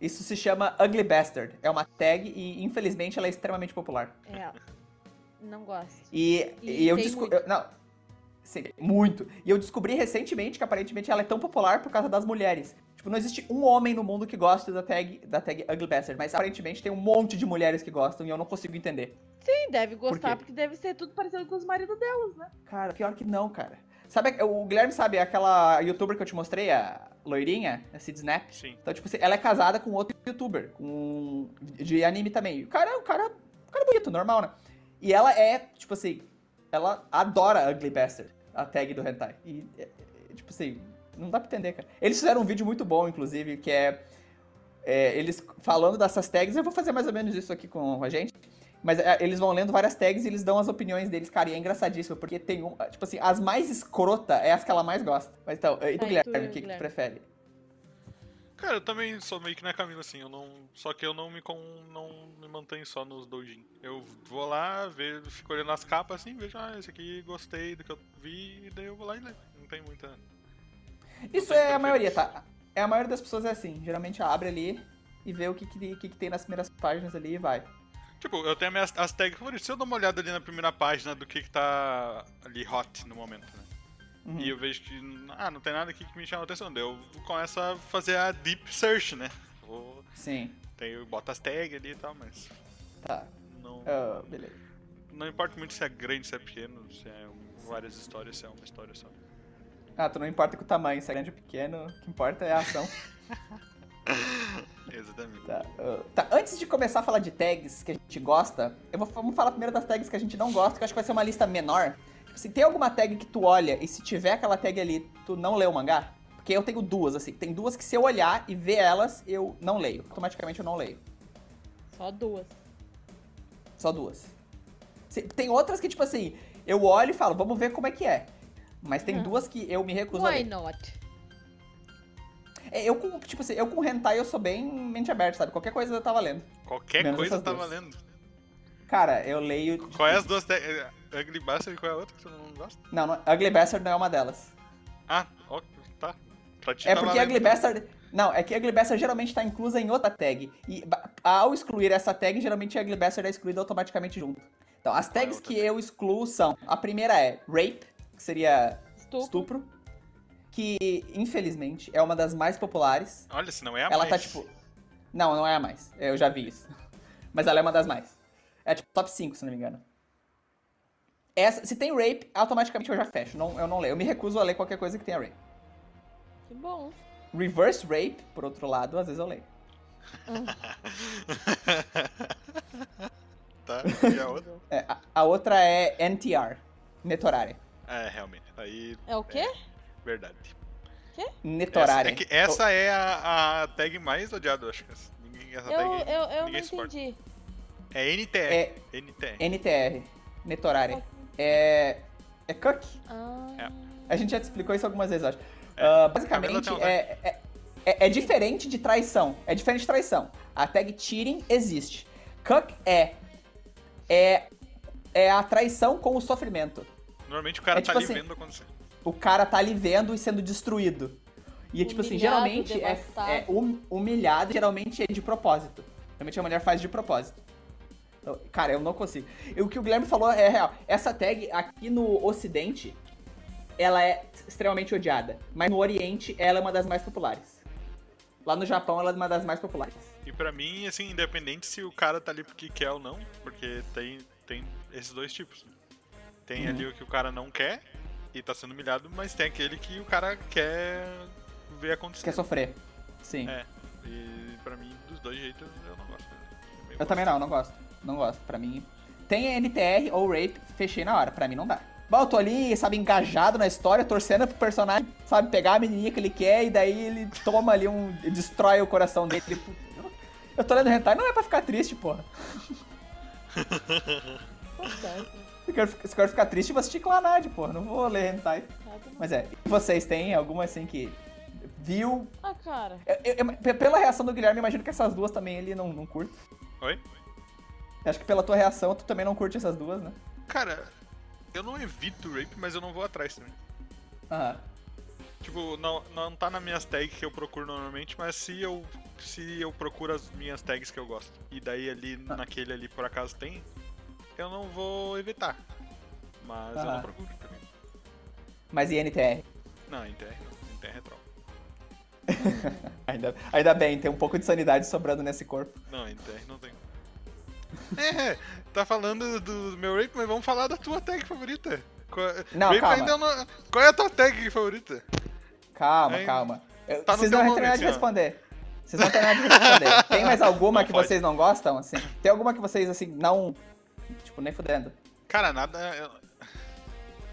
[SPEAKER 1] Isso se chama Ugly Bastard. É uma tag e, infelizmente, ela é extremamente popular.
[SPEAKER 3] É, não gosto.
[SPEAKER 1] E,
[SPEAKER 3] E
[SPEAKER 1] e eu
[SPEAKER 3] tem muito.
[SPEAKER 1] descobri. Não. Sim, muito. E eu descobri recentemente que aparentemente ela é tão popular por causa das mulheres. Tipo, não existe um homem no mundo que gosta da tag, da tag Ugly Bastard, mas aparentemente tem um monte de mulheres que gostam e eu não consigo entender.
[SPEAKER 3] Sim, deve gostar
[SPEAKER 1] quê?
[SPEAKER 3] porque deve ser tudo parecido com os maridos dela.
[SPEAKER 1] Cara, pior que não, cara. Sabe, o Guilherme sabe aquela youtuber que eu te mostrei, a loirinha, a Sid Snap?
[SPEAKER 2] Sim.
[SPEAKER 1] Então, tipo, assim, ela é casada com outro youtuber, com de anime também. E o cara é um cara, um cara bonito, normal, né? E ela é, tipo assim, ela adora Ugly Bastard, a tag do hentai. E, é, é, tipo assim, não dá pra entender, cara. Eles fizeram um vídeo muito bom, inclusive, que é, é, eles falando dessas tags. Eu vou fazer mais ou menos isso aqui com a gente. Mas é, eles vão lendo várias tags e eles dão as opiniões deles, cara, e é engraçadíssimo, porque tem um. Tipo assim, as mais escrota é as que ela mais gosta. Mas então, e tu,
[SPEAKER 3] Aí, tu,
[SPEAKER 1] Guilherme, o que, que tu
[SPEAKER 3] Guilherme.
[SPEAKER 1] prefere?
[SPEAKER 2] Cara, eu também sou meio que na Camila, assim, eu não. Só que eu não me, con- não me mantenho só nos doujin. Eu vou lá, vejo, fico olhando as capas assim, vejo, ah, esse aqui gostei do que eu vi, e daí eu vou lá e leio. Não tem muita.
[SPEAKER 1] Isso
[SPEAKER 2] Não tem
[SPEAKER 1] é a maioria,
[SPEAKER 2] preferência.
[SPEAKER 1] tá? É a maioria das pessoas é assim. Geralmente abre ali e vê o que, que, que que tem nas primeiras páginas ali e vai.
[SPEAKER 2] Tipo, eu tenho as minhas, as tags favoritas. Se eu dar uma olhada ali na primeira página do que, que tá ali hot no momento, né?
[SPEAKER 1] Uhum.
[SPEAKER 2] E eu vejo que, ah, não tem nada aqui que me chama atenção. Daí eu começo a fazer a deep search, né? Vou,
[SPEAKER 1] Sim,
[SPEAKER 2] tem, eu boto as tags ali e tal, mas
[SPEAKER 1] tá.
[SPEAKER 2] não,
[SPEAKER 1] Ah, beleza.
[SPEAKER 2] não importa muito se é grande, se é pequeno, se é um- várias histórias, se é uma história só.
[SPEAKER 1] Ah, tu não importa com o tamanho, se é grande ou pequeno, o que importa é a ação.
[SPEAKER 2] Exatamente.
[SPEAKER 1] Tá, ah, tá, antes de começar a falar de tags que a gente gosta, eu vou vamos falar primeiro das tags que a gente não gosta, que eu acho que vai ser uma lista menor. Tipo, se tem alguma tag que tu olha e se tiver aquela tag ali, tu não lê o mangá? Porque eu tenho duas, assim. Tem duas que se eu olhar e ver elas, eu não leio. Automaticamente eu não leio.
[SPEAKER 3] Só duas.
[SPEAKER 1] Só duas. Se- Tem outras que, tipo assim, eu olho e falo, vamos ver como é que é. Mas tem
[SPEAKER 3] Hum.
[SPEAKER 1] duas que eu me recuso a
[SPEAKER 3] Why
[SPEAKER 1] ler.
[SPEAKER 3] not?
[SPEAKER 1] É, Eu com, tipo assim, eu com hentai eu sou bem mente aberta, sabe? Qualquer coisa eu tava lendo.
[SPEAKER 2] Qualquer
[SPEAKER 1] Menos
[SPEAKER 2] coisa
[SPEAKER 1] essas
[SPEAKER 2] tá
[SPEAKER 1] duas.
[SPEAKER 2] valendo.
[SPEAKER 1] Cara, eu leio...
[SPEAKER 2] Qual é as duas tags? Ugly Bastard e qual é a outra que tu não gosta?
[SPEAKER 1] Não, não, Ugly Bastard não é uma delas.
[SPEAKER 2] Ah, ó, tá. Pra ti
[SPEAKER 1] é
[SPEAKER 2] tá
[SPEAKER 1] porque
[SPEAKER 2] valendo.
[SPEAKER 1] Ugly Bastard... Não, é que Ugly Bastard geralmente tá inclusa em outra tag. E ba- ao excluir essa tag, geralmente Ugly Bastard é excluída automaticamente junto. Então, as
[SPEAKER 2] Qual é a
[SPEAKER 1] tags
[SPEAKER 2] outra
[SPEAKER 1] que
[SPEAKER 2] tag?
[SPEAKER 1] eu excluo são... A primeira é Rape, que seria
[SPEAKER 3] Estupro.
[SPEAKER 1] estupro. Que, infelizmente, é uma das mais populares.
[SPEAKER 2] Olha, se não é a
[SPEAKER 1] ela
[SPEAKER 2] mais.
[SPEAKER 1] tá tipo. Não, não é a mais. Eu já vi isso. Mas ela é uma das mais. É tipo top 5, se não me engano. Essa, se tem rape, automaticamente eu já fecho. Não, eu não leio. Eu me recuso a ler qualquer coisa que tenha rape.
[SPEAKER 3] Que bom.
[SPEAKER 1] Reverse rape, por outro lado, às vezes eu leio.
[SPEAKER 2] tá, e a outra?
[SPEAKER 1] É, a, a outra é NTR, Netorare.
[SPEAKER 2] É, realmente. Aí,
[SPEAKER 3] É o quê?
[SPEAKER 2] verdade. Essa,
[SPEAKER 1] Netorare.
[SPEAKER 2] é que essa é a, a tag mais odiada, eu acho que essa, ninguém, essa
[SPEAKER 3] Eu,
[SPEAKER 2] tag
[SPEAKER 3] eu, eu não
[SPEAKER 2] É, ninguém suporta.
[SPEAKER 3] entendi.
[SPEAKER 2] É NTR.
[SPEAKER 1] É
[SPEAKER 2] NTR.
[SPEAKER 1] NTR, Netorare. É. É Cook.
[SPEAKER 3] Ah,
[SPEAKER 1] A gente já te explicou isso algumas vezes, eu acho.
[SPEAKER 2] É.
[SPEAKER 1] Ah,
[SPEAKER 2] Cabelo
[SPEAKER 1] basicamente,
[SPEAKER 2] tem um
[SPEAKER 1] é, é, é- é diferente de traição. É diferente de traição. A tag cheating existe. Cuck é. É. É a traição com o sofrimento.
[SPEAKER 2] Normalmente o cara
[SPEAKER 1] É tipo
[SPEAKER 2] tá ali
[SPEAKER 1] assim-
[SPEAKER 2] vendo acontecer.
[SPEAKER 1] O cara tá ali vendo e sendo destruído. E, tipo assim,
[SPEAKER 3] Ah, Humilhado,
[SPEAKER 1] geralmente é,
[SPEAKER 3] devastado.
[SPEAKER 1] é hum- humilhado, geralmente é de propósito. Geralmente a mulher faz de propósito. Então, cara, eu não consigo. E o que o Guilherme falou é real. Essa tag aqui no Ocidente, ela é extremamente odiada. Mas no Oriente, ela é uma das mais populares. Lá no Japão, ela é uma das mais populares.
[SPEAKER 2] E pra mim, assim, independente se o cara tá ali porque quer ou não, porque tem, tem esses dois tipos. né? Tem ali
[SPEAKER 1] Uhum.
[SPEAKER 2] o que o cara não quer e tá sendo humilhado, mas tem aquele que o cara quer ver acontecer.
[SPEAKER 1] Quer sofrer. Sim.
[SPEAKER 2] É. E pra mim, dos dois jeitos, eu não gosto. né? meio
[SPEAKER 1] eu também não, não gosto. Não gosto. Pra mim. Tem NTR ou Rape, fechei na hora. Pra mim não dá. Bom, eu tô ali, sabe, engajado na história, torcendo pro personagem, sabe, pegar a menininha que ele quer e daí ele toma ali um. destrói o coração dele. Ele, pô, eu- eu tô lendo hentai, não é pra ficar triste, porra.
[SPEAKER 3] fantástico.
[SPEAKER 1] Se eu quero, ficar- se eu quero ficar triste, eu vou assistir Clanad, porra. Não vou ler hentai. Mas é, e vocês têm alguma assim que. Viu?
[SPEAKER 3] Ah, cara.
[SPEAKER 1] Eu- eu- eu- pela reação do Guilherme, eu imagino que essas duas também ele não, não curte.
[SPEAKER 2] Oi?
[SPEAKER 1] Eu Acho que pela tua reação, tu também não curte essas duas, né?
[SPEAKER 2] Cara, Eu não evito rape, mas eu não vou atrás também.
[SPEAKER 1] Aham.
[SPEAKER 2] Tipo, não, não tá nas minhas tags que eu procuro normalmente, mas se eu se eu procuro as minhas tags que eu gosto, e daí ali
[SPEAKER 1] Ah.
[SPEAKER 2] naquele ali por acaso tem, eu não vou evitar. Mas eu
[SPEAKER 1] Aham.
[SPEAKER 2] não procuro também.
[SPEAKER 1] Mas e NTR?
[SPEAKER 2] Não, em TR não, em TR é troll.
[SPEAKER 1] Ainda, ainda bem, tem um pouco de sanidade sobrando nesse corpo.
[SPEAKER 2] Não, em TR não tem. É, tá falando do meu rape, mas vamos falar da tua tag favorita. Qual,
[SPEAKER 1] Não,
[SPEAKER 2] rape
[SPEAKER 1] calma.
[SPEAKER 2] ainda não- qual é a tua tag favorita?
[SPEAKER 1] Calma,
[SPEAKER 2] Aí-
[SPEAKER 1] calma. Eu-
[SPEAKER 2] Tá no
[SPEAKER 1] vocês
[SPEAKER 2] teu
[SPEAKER 1] não
[SPEAKER 2] nome,
[SPEAKER 1] terminaram de
[SPEAKER 2] senhor.
[SPEAKER 1] responder. Vocês não terminaram de responder. Tem mais alguma
[SPEAKER 2] Não
[SPEAKER 1] que
[SPEAKER 2] pode.
[SPEAKER 1] vocês não gostam, assim? Tem alguma que vocês, assim, não... Tipo, nem fudendo.
[SPEAKER 2] Cara, nada. eu-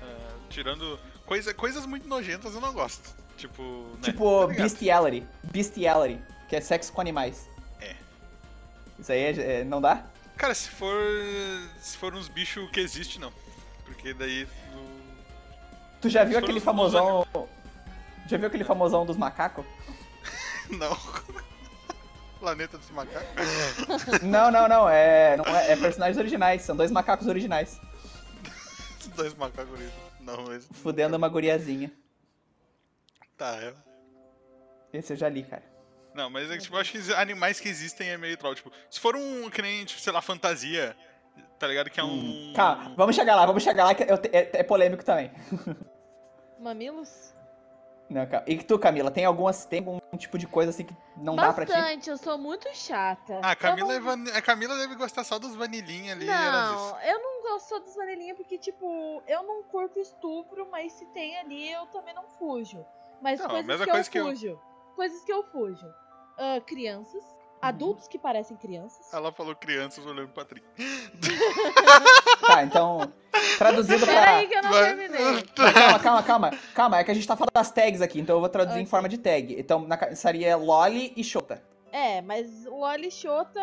[SPEAKER 2] Ah, tirando. Coisa, coisas muito nojentas eu não gosto. Tipo. Né?
[SPEAKER 1] Tipo,
[SPEAKER 2] tá ligado?
[SPEAKER 1] bestiality. Bestiality, que é sexo com animais.
[SPEAKER 2] É.
[SPEAKER 1] Isso aí é- é- não dá?
[SPEAKER 2] Cara, se for. Se for uns bichos que existe, não. Porque daí. no-
[SPEAKER 1] Tu já viu
[SPEAKER 2] Sou
[SPEAKER 1] aquele
[SPEAKER 2] dos
[SPEAKER 1] famosão. Já viu aquele famosão dos macacos?
[SPEAKER 2] Não. Planeta dos macacos.
[SPEAKER 1] não, não, não. É, não é, é personagens originais. São dois macacos originais.
[SPEAKER 2] Esses Dois macacos ali. Não, mas.
[SPEAKER 1] Fudendo uma guriazinha.
[SPEAKER 2] Tá, é.
[SPEAKER 1] Esse eu já li, cara.
[SPEAKER 2] Não, mas é que, tipo, eu acho que animais que existem é meio troll. Tipo, se for um que nem, tipo, sei lá, fantasia, tá ligado? Que é um.
[SPEAKER 1] Uhum. Calma, vamos chegar lá, vamos chegar lá, que eu te- é, é polêmico também.
[SPEAKER 3] Mamilos?
[SPEAKER 1] Não, calma. E tu, Camila, tem algumas. Tem algum tipo de coisa assim que não dá pra ti?
[SPEAKER 3] Bastante, eu sou muito chata.
[SPEAKER 2] Ah, a Camila,
[SPEAKER 3] eu
[SPEAKER 2] é van- a Camila deve gostar só dos vanilhinhos ali.
[SPEAKER 3] não...
[SPEAKER 2] era isso.
[SPEAKER 3] Não, eu não gosto só dos maneirinhos porque, tipo, eu não curto estupro, mas se tem ali, eu também não fujo. Mas
[SPEAKER 2] Não, a
[SPEAKER 3] coisas
[SPEAKER 2] mesma
[SPEAKER 3] que,
[SPEAKER 2] coisa
[SPEAKER 3] eu
[SPEAKER 2] que eu.
[SPEAKER 3] fujo. Coisas que eu fujo. Ah, crianças. Adultos que parecem crianças.
[SPEAKER 2] Ela falou crianças olhando pra Tri.
[SPEAKER 1] Tá, então. Traduzido pra.
[SPEAKER 3] Peraí que eu não
[SPEAKER 2] Vai.
[SPEAKER 3] terminei.
[SPEAKER 1] Calma, calma, calma. Calma, é que a gente tá falando das tags aqui, então eu vou traduzir em
[SPEAKER 3] Ok.
[SPEAKER 1] forma de tag. Então, na ca- seria Loli e Shota.
[SPEAKER 3] É, mas o Oli Xota,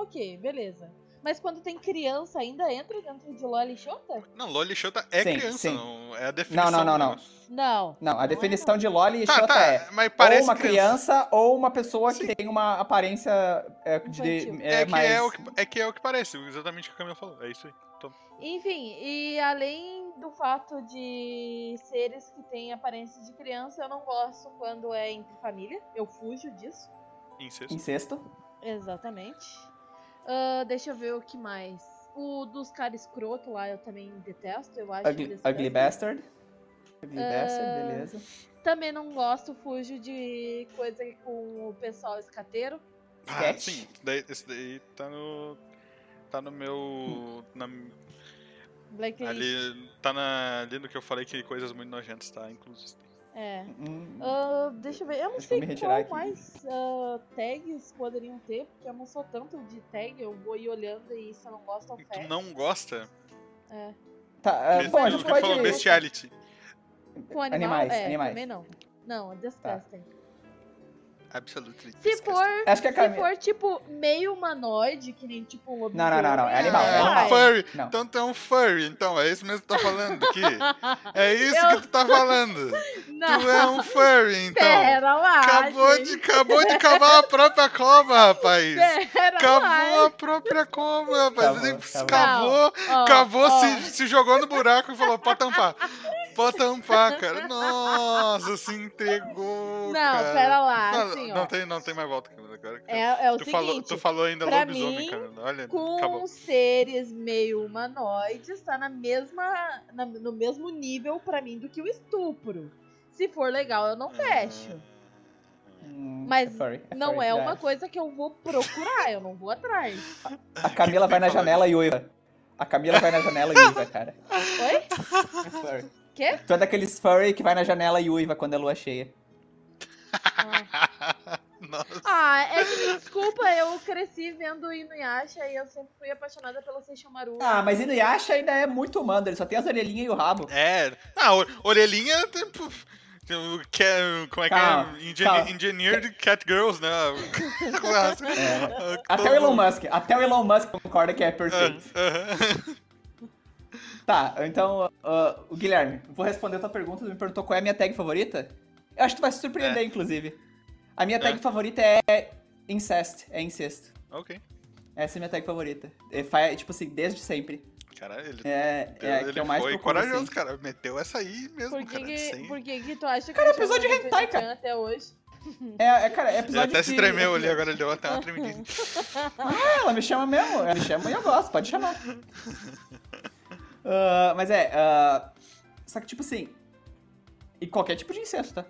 [SPEAKER 3] ok, beleza. Mas quando tem criança ainda entra dentro de Loli Xota?
[SPEAKER 2] Não, Loli Xota é
[SPEAKER 1] Sim,
[SPEAKER 2] criança,
[SPEAKER 1] sim.
[SPEAKER 2] não. É a definição.
[SPEAKER 1] Não, não, não,
[SPEAKER 2] do
[SPEAKER 1] não.
[SPEAKER 2] negócio.
[SPEAKER 3] Não.
[SPEAKER 1] Não, a definição de Loli e
[SPEAKER 2] Tá,
[SPEAKER 1] Shota
[SPEAKER 2] tá,
[SPEAKER 1] é.
[SPEAKER 2] mas
[SPEAKER 1] Ou
[SPEAKER 2] parece
[SPEAKER 1] uma criança, ou uma pessoa que tem uma aparência é, de,
[SPEAKER 3] Infantil.
[SPEAKER 1] é,
[SPEAKER 2] É, que
[SPEAKER 1] mais...
[SPEAKER 2] é, o que, é que é o que parece, exatamente o que a Camila falou. É isso aí. Toma.
[SPEAKER 3] Enfim, e além do fato de seres que têm aparência de criança, eu não gosto quando é entre família. Eu fujo disso.
[SPEAKER 2] Incesto.
[SPEAKER 1] Incesto.
[SPEAKER 3] Exatamente. Ah, deixa eu ver o que mais. O dos caras escroto lá eu também detesto, eu acho. é
[SPEAKER 1] Ugly,
[SPEAKER 3] detesto.
[SPEAKER 1] ugly Bastard. Ugly
[SPEAKER 3] Ah.
[SPEAKER 1] Bastard, beleza.
[SPEAKER 3] Também não gosto, fujo de coisa com o pessoal escateiro.
[SPEAKER 2] Ah,
[SPEAKER 1] Sketch.
[SPEAKER 2] sim. Isso daí, esse daí tá no. Tá no meu. Na,
[SPEAKER 3] Blacklist.
[SPEAKER 2] ali. Tá na, ali no que eu falei que coisas muito nojentas, tá? Inclusive.
[SPEAKER 3] É.
[SPEAKER 1] Hum,
[SPEAKER 3] Ah, deixa eu ver. Eu não
[SPEAKER 1] Deixa eu
[SPEAKER 3] sei
[SPEAKER 1] me retirar
[SPEAKER 3] qual
[SPEAKER 1] aqui.
[SPEAKER 3] mais ah, tags poderiam ter, porque eu não sou tanto de tag, eu vou ir olhando e se eu não gosto, eu
[SPEAKER 2] Tu
[SPEAKER 3] fecho.
[SPEAKER 2] não gosta?
[SPEAKER 1] Tá, é,
[SPEAKER 2] Best-
[SPEAKER 1] bom, a
[SPEAKER 2] o
[SPEAKER 1] gente
[SPEAKER 2] que falou
[SPEAKER 1] pode...
[SPEAKER 2] bestiality.
[SPEAKER 3] Com animal,
[SPEAKER 1] Animais,
[SPEAKER 3] é,
[SPEAKER 1] animais. Tá.
[SPEAKER 3] também não. Não, disgusting.
[SPEAKER 2] Absolutely.
[SPEAKER 3] Se
[SPEAKER 2] disgusting.
[SPEAKER 3] for,
[SPEAKER 1] Acho que a
[SPEAKER 3] se
[SPEAKER 1] Camila...
[SPEAKER 3] for tipo meio humanoide, que nem tipo um
[SPEAKER 1] não, não, não,
[SPEAKER 3] lobisomem,
[SPEAKER 1] é animal, é
[SPEAKER 2] É um
[SPEAKER 3] vai.
[SPEAKER 2] furry.
[SPEAKER 1] Não.
[SPEAKER 2] Então tu é um furry, então. É isso mesmo que tu tá falando aqui. É isso
[SPEAKER 3] Eu-
[SPEAKER 2] que tu tá falando. Tu é
[SPEAKER 3] Não,
[SPEAKER 2] um furry, então.
[SPEAKER 3] pera lá.
[SPEAKER 2] Acabou de,
[SPEAKER 3] gente.
[SPEAKER 2] acabou de cavar a própria cova, rapaz.
[SPEAKER 3] Pera
[SPEAKER 2] Cavou
[SPEAKER 3] lá.
[SPEAKER 2] a própria cova, rapaz.
[SPEAKER 1] Cavou,
[SPEAKER 2] Ele
[SPEAKER 1] cavou.
[SPEAKER 2] Cavou,
[SPEAKER 3] Ó,
[SPEAKER 2] cavou,
[SPEAKER 3] ó,
[SPEAKER 2] se, se jogou no buraco e falou: pode tampar. Pode tampar, cara. Nossa, se entregou.
[SPEAKER 3] Não,
[SPEAKER 2] cara.
[SPEAKER 3] pera lá.
[SPEAKER 2] Não,
[SPEAKER 3] assim,
[SPEAKER 2] não
[SPEAKER 3] ó.
[SPEAKER 2] tem, não tem mais volta, Camila. Agora,
[SPEAKER 3] É, é o
[SPEAKER 2] tu,
[SPEAKER 3] seguinte.
[SPEAKER 2] falou, tu falou ainda
[SPEAKER 3] pra
[SPEAKER 2] lobisomem,
[SPEAKER 3] mim,
[SPEAKER 2] cara. Olha,
[SPEAKER 3] com
[SPEAKER 2] acabou.
[SPEAKER 3] seres meio humanoides tá na mesma na- no mesmo nível pra mim do que o estupro. Se for legal, eu não um fecho.
[SPEAKER 1] Hum,
[SPEAKER 3] Mas
[SPEAKER 1] furry,
[SPEAKER 3] Não
[SPEAKER 1] furry,
[SPEAKER 3] é
[SPEAKER 1] já
[SPEAKER 3] uma
[SPEAKER 1] Ah, é.
[SPEAKER 3] coisa que eu vou procurar, eu não vou atrás.
[SPEAKER 1] A Camila vai na
[SPEAKER 2] Falou.
[SPEAKER 1] janela e uiva. A Camila vai na janela e uiva, cara.
[SPEAKER 3] Oi?
[SPEAKER 1] É furry.
[SPEAKER 3] Quê?
[SPEAKER 1] Tu é daqueles furry que vai na janela e uiva quando é lua cheia.
[SPEAKER 3] Ah.
[SPEAKER 2] Nossa.
[SPEAKER 3] Ah, é que me desculpa, eu cresci vendo Inuyasha e eu sempre fui apaixonada pela Seixamaru.
[SPEAKER 1] Ah, mas Inuyasha ainda é muito humano, ele só tem as orelhinhas e o rabo.
[SPEAKER 2] É. Ah, o- orelhinha tem. pô, tem o que é- Como é que
[SPEAKER 1] Calma,
[SPEAKER 2] é? Engen-
[SPEAKER 1] calma.
[SPEAKER 2] Engineered Cat Girls, né?
[SPEAKER 1] É. Até o Elon Musk, até o Elon Musk concorda que é perfeito. Tá, então, ah, o Guilherme, vou responder a tua pergunta, tu me perguntou qual é a minha tag favorita? Eu acho que tu vai se surpreender, inclusive. A minha tag
[SPEAKER 2] É.
[SPEAKER 1] favorita é incest, é incesto.
[SPEAKER 2] Ok.
[SPEAKER 1] Essa é a minha tag favorita. É, fa- tipo assim, é, desde sempre.
[SPEAKER 2] Cara, ele,
[SPEAKER 1] É, é a que
[SPEAKER 2] ele
[SPEAKER 1] eu mais
[SPEAKER 2] foi
[SPEAKER 1] procuro,
[SPEAKER 2] corajoso,
[SPEAKER 1] assim.
[SPEAKER 2] cara. Meteu essa aí mesmo,
[SPEAKER 3] Por que
[SPEAKER 2] cara.
[SPEAKER 3] que,
[SPEAKER 2] sem-
[SPEAKER 3] por que que tu acha que
[SPEAKER 1] Cara, é um
[SPEAKER 3] eu chamo
[SPEAKER 1] episódio de
[SPEAKER 3] Jujutsu
[SPEAKER 1] hentai, cara.
[SPEAKER 3] Kaisen até hoje?
[SPEAKER 1] É, é, cara, é
[SPEAKER 2] Ele
[SPEAKER 1] episódio
[SPEAKER 2] até se
[SPEAKER 1] que-
[SPEAKER 2] tremeu ali, agora ele deu até uma tremidinha.
[SPEAKER 1] Ah, ela me chama mesmo. Ela me chama e eu gosto, pode chamar. Ah, mas é. ah, só que, tipo assim. E qualquer tipo de incesto, tá?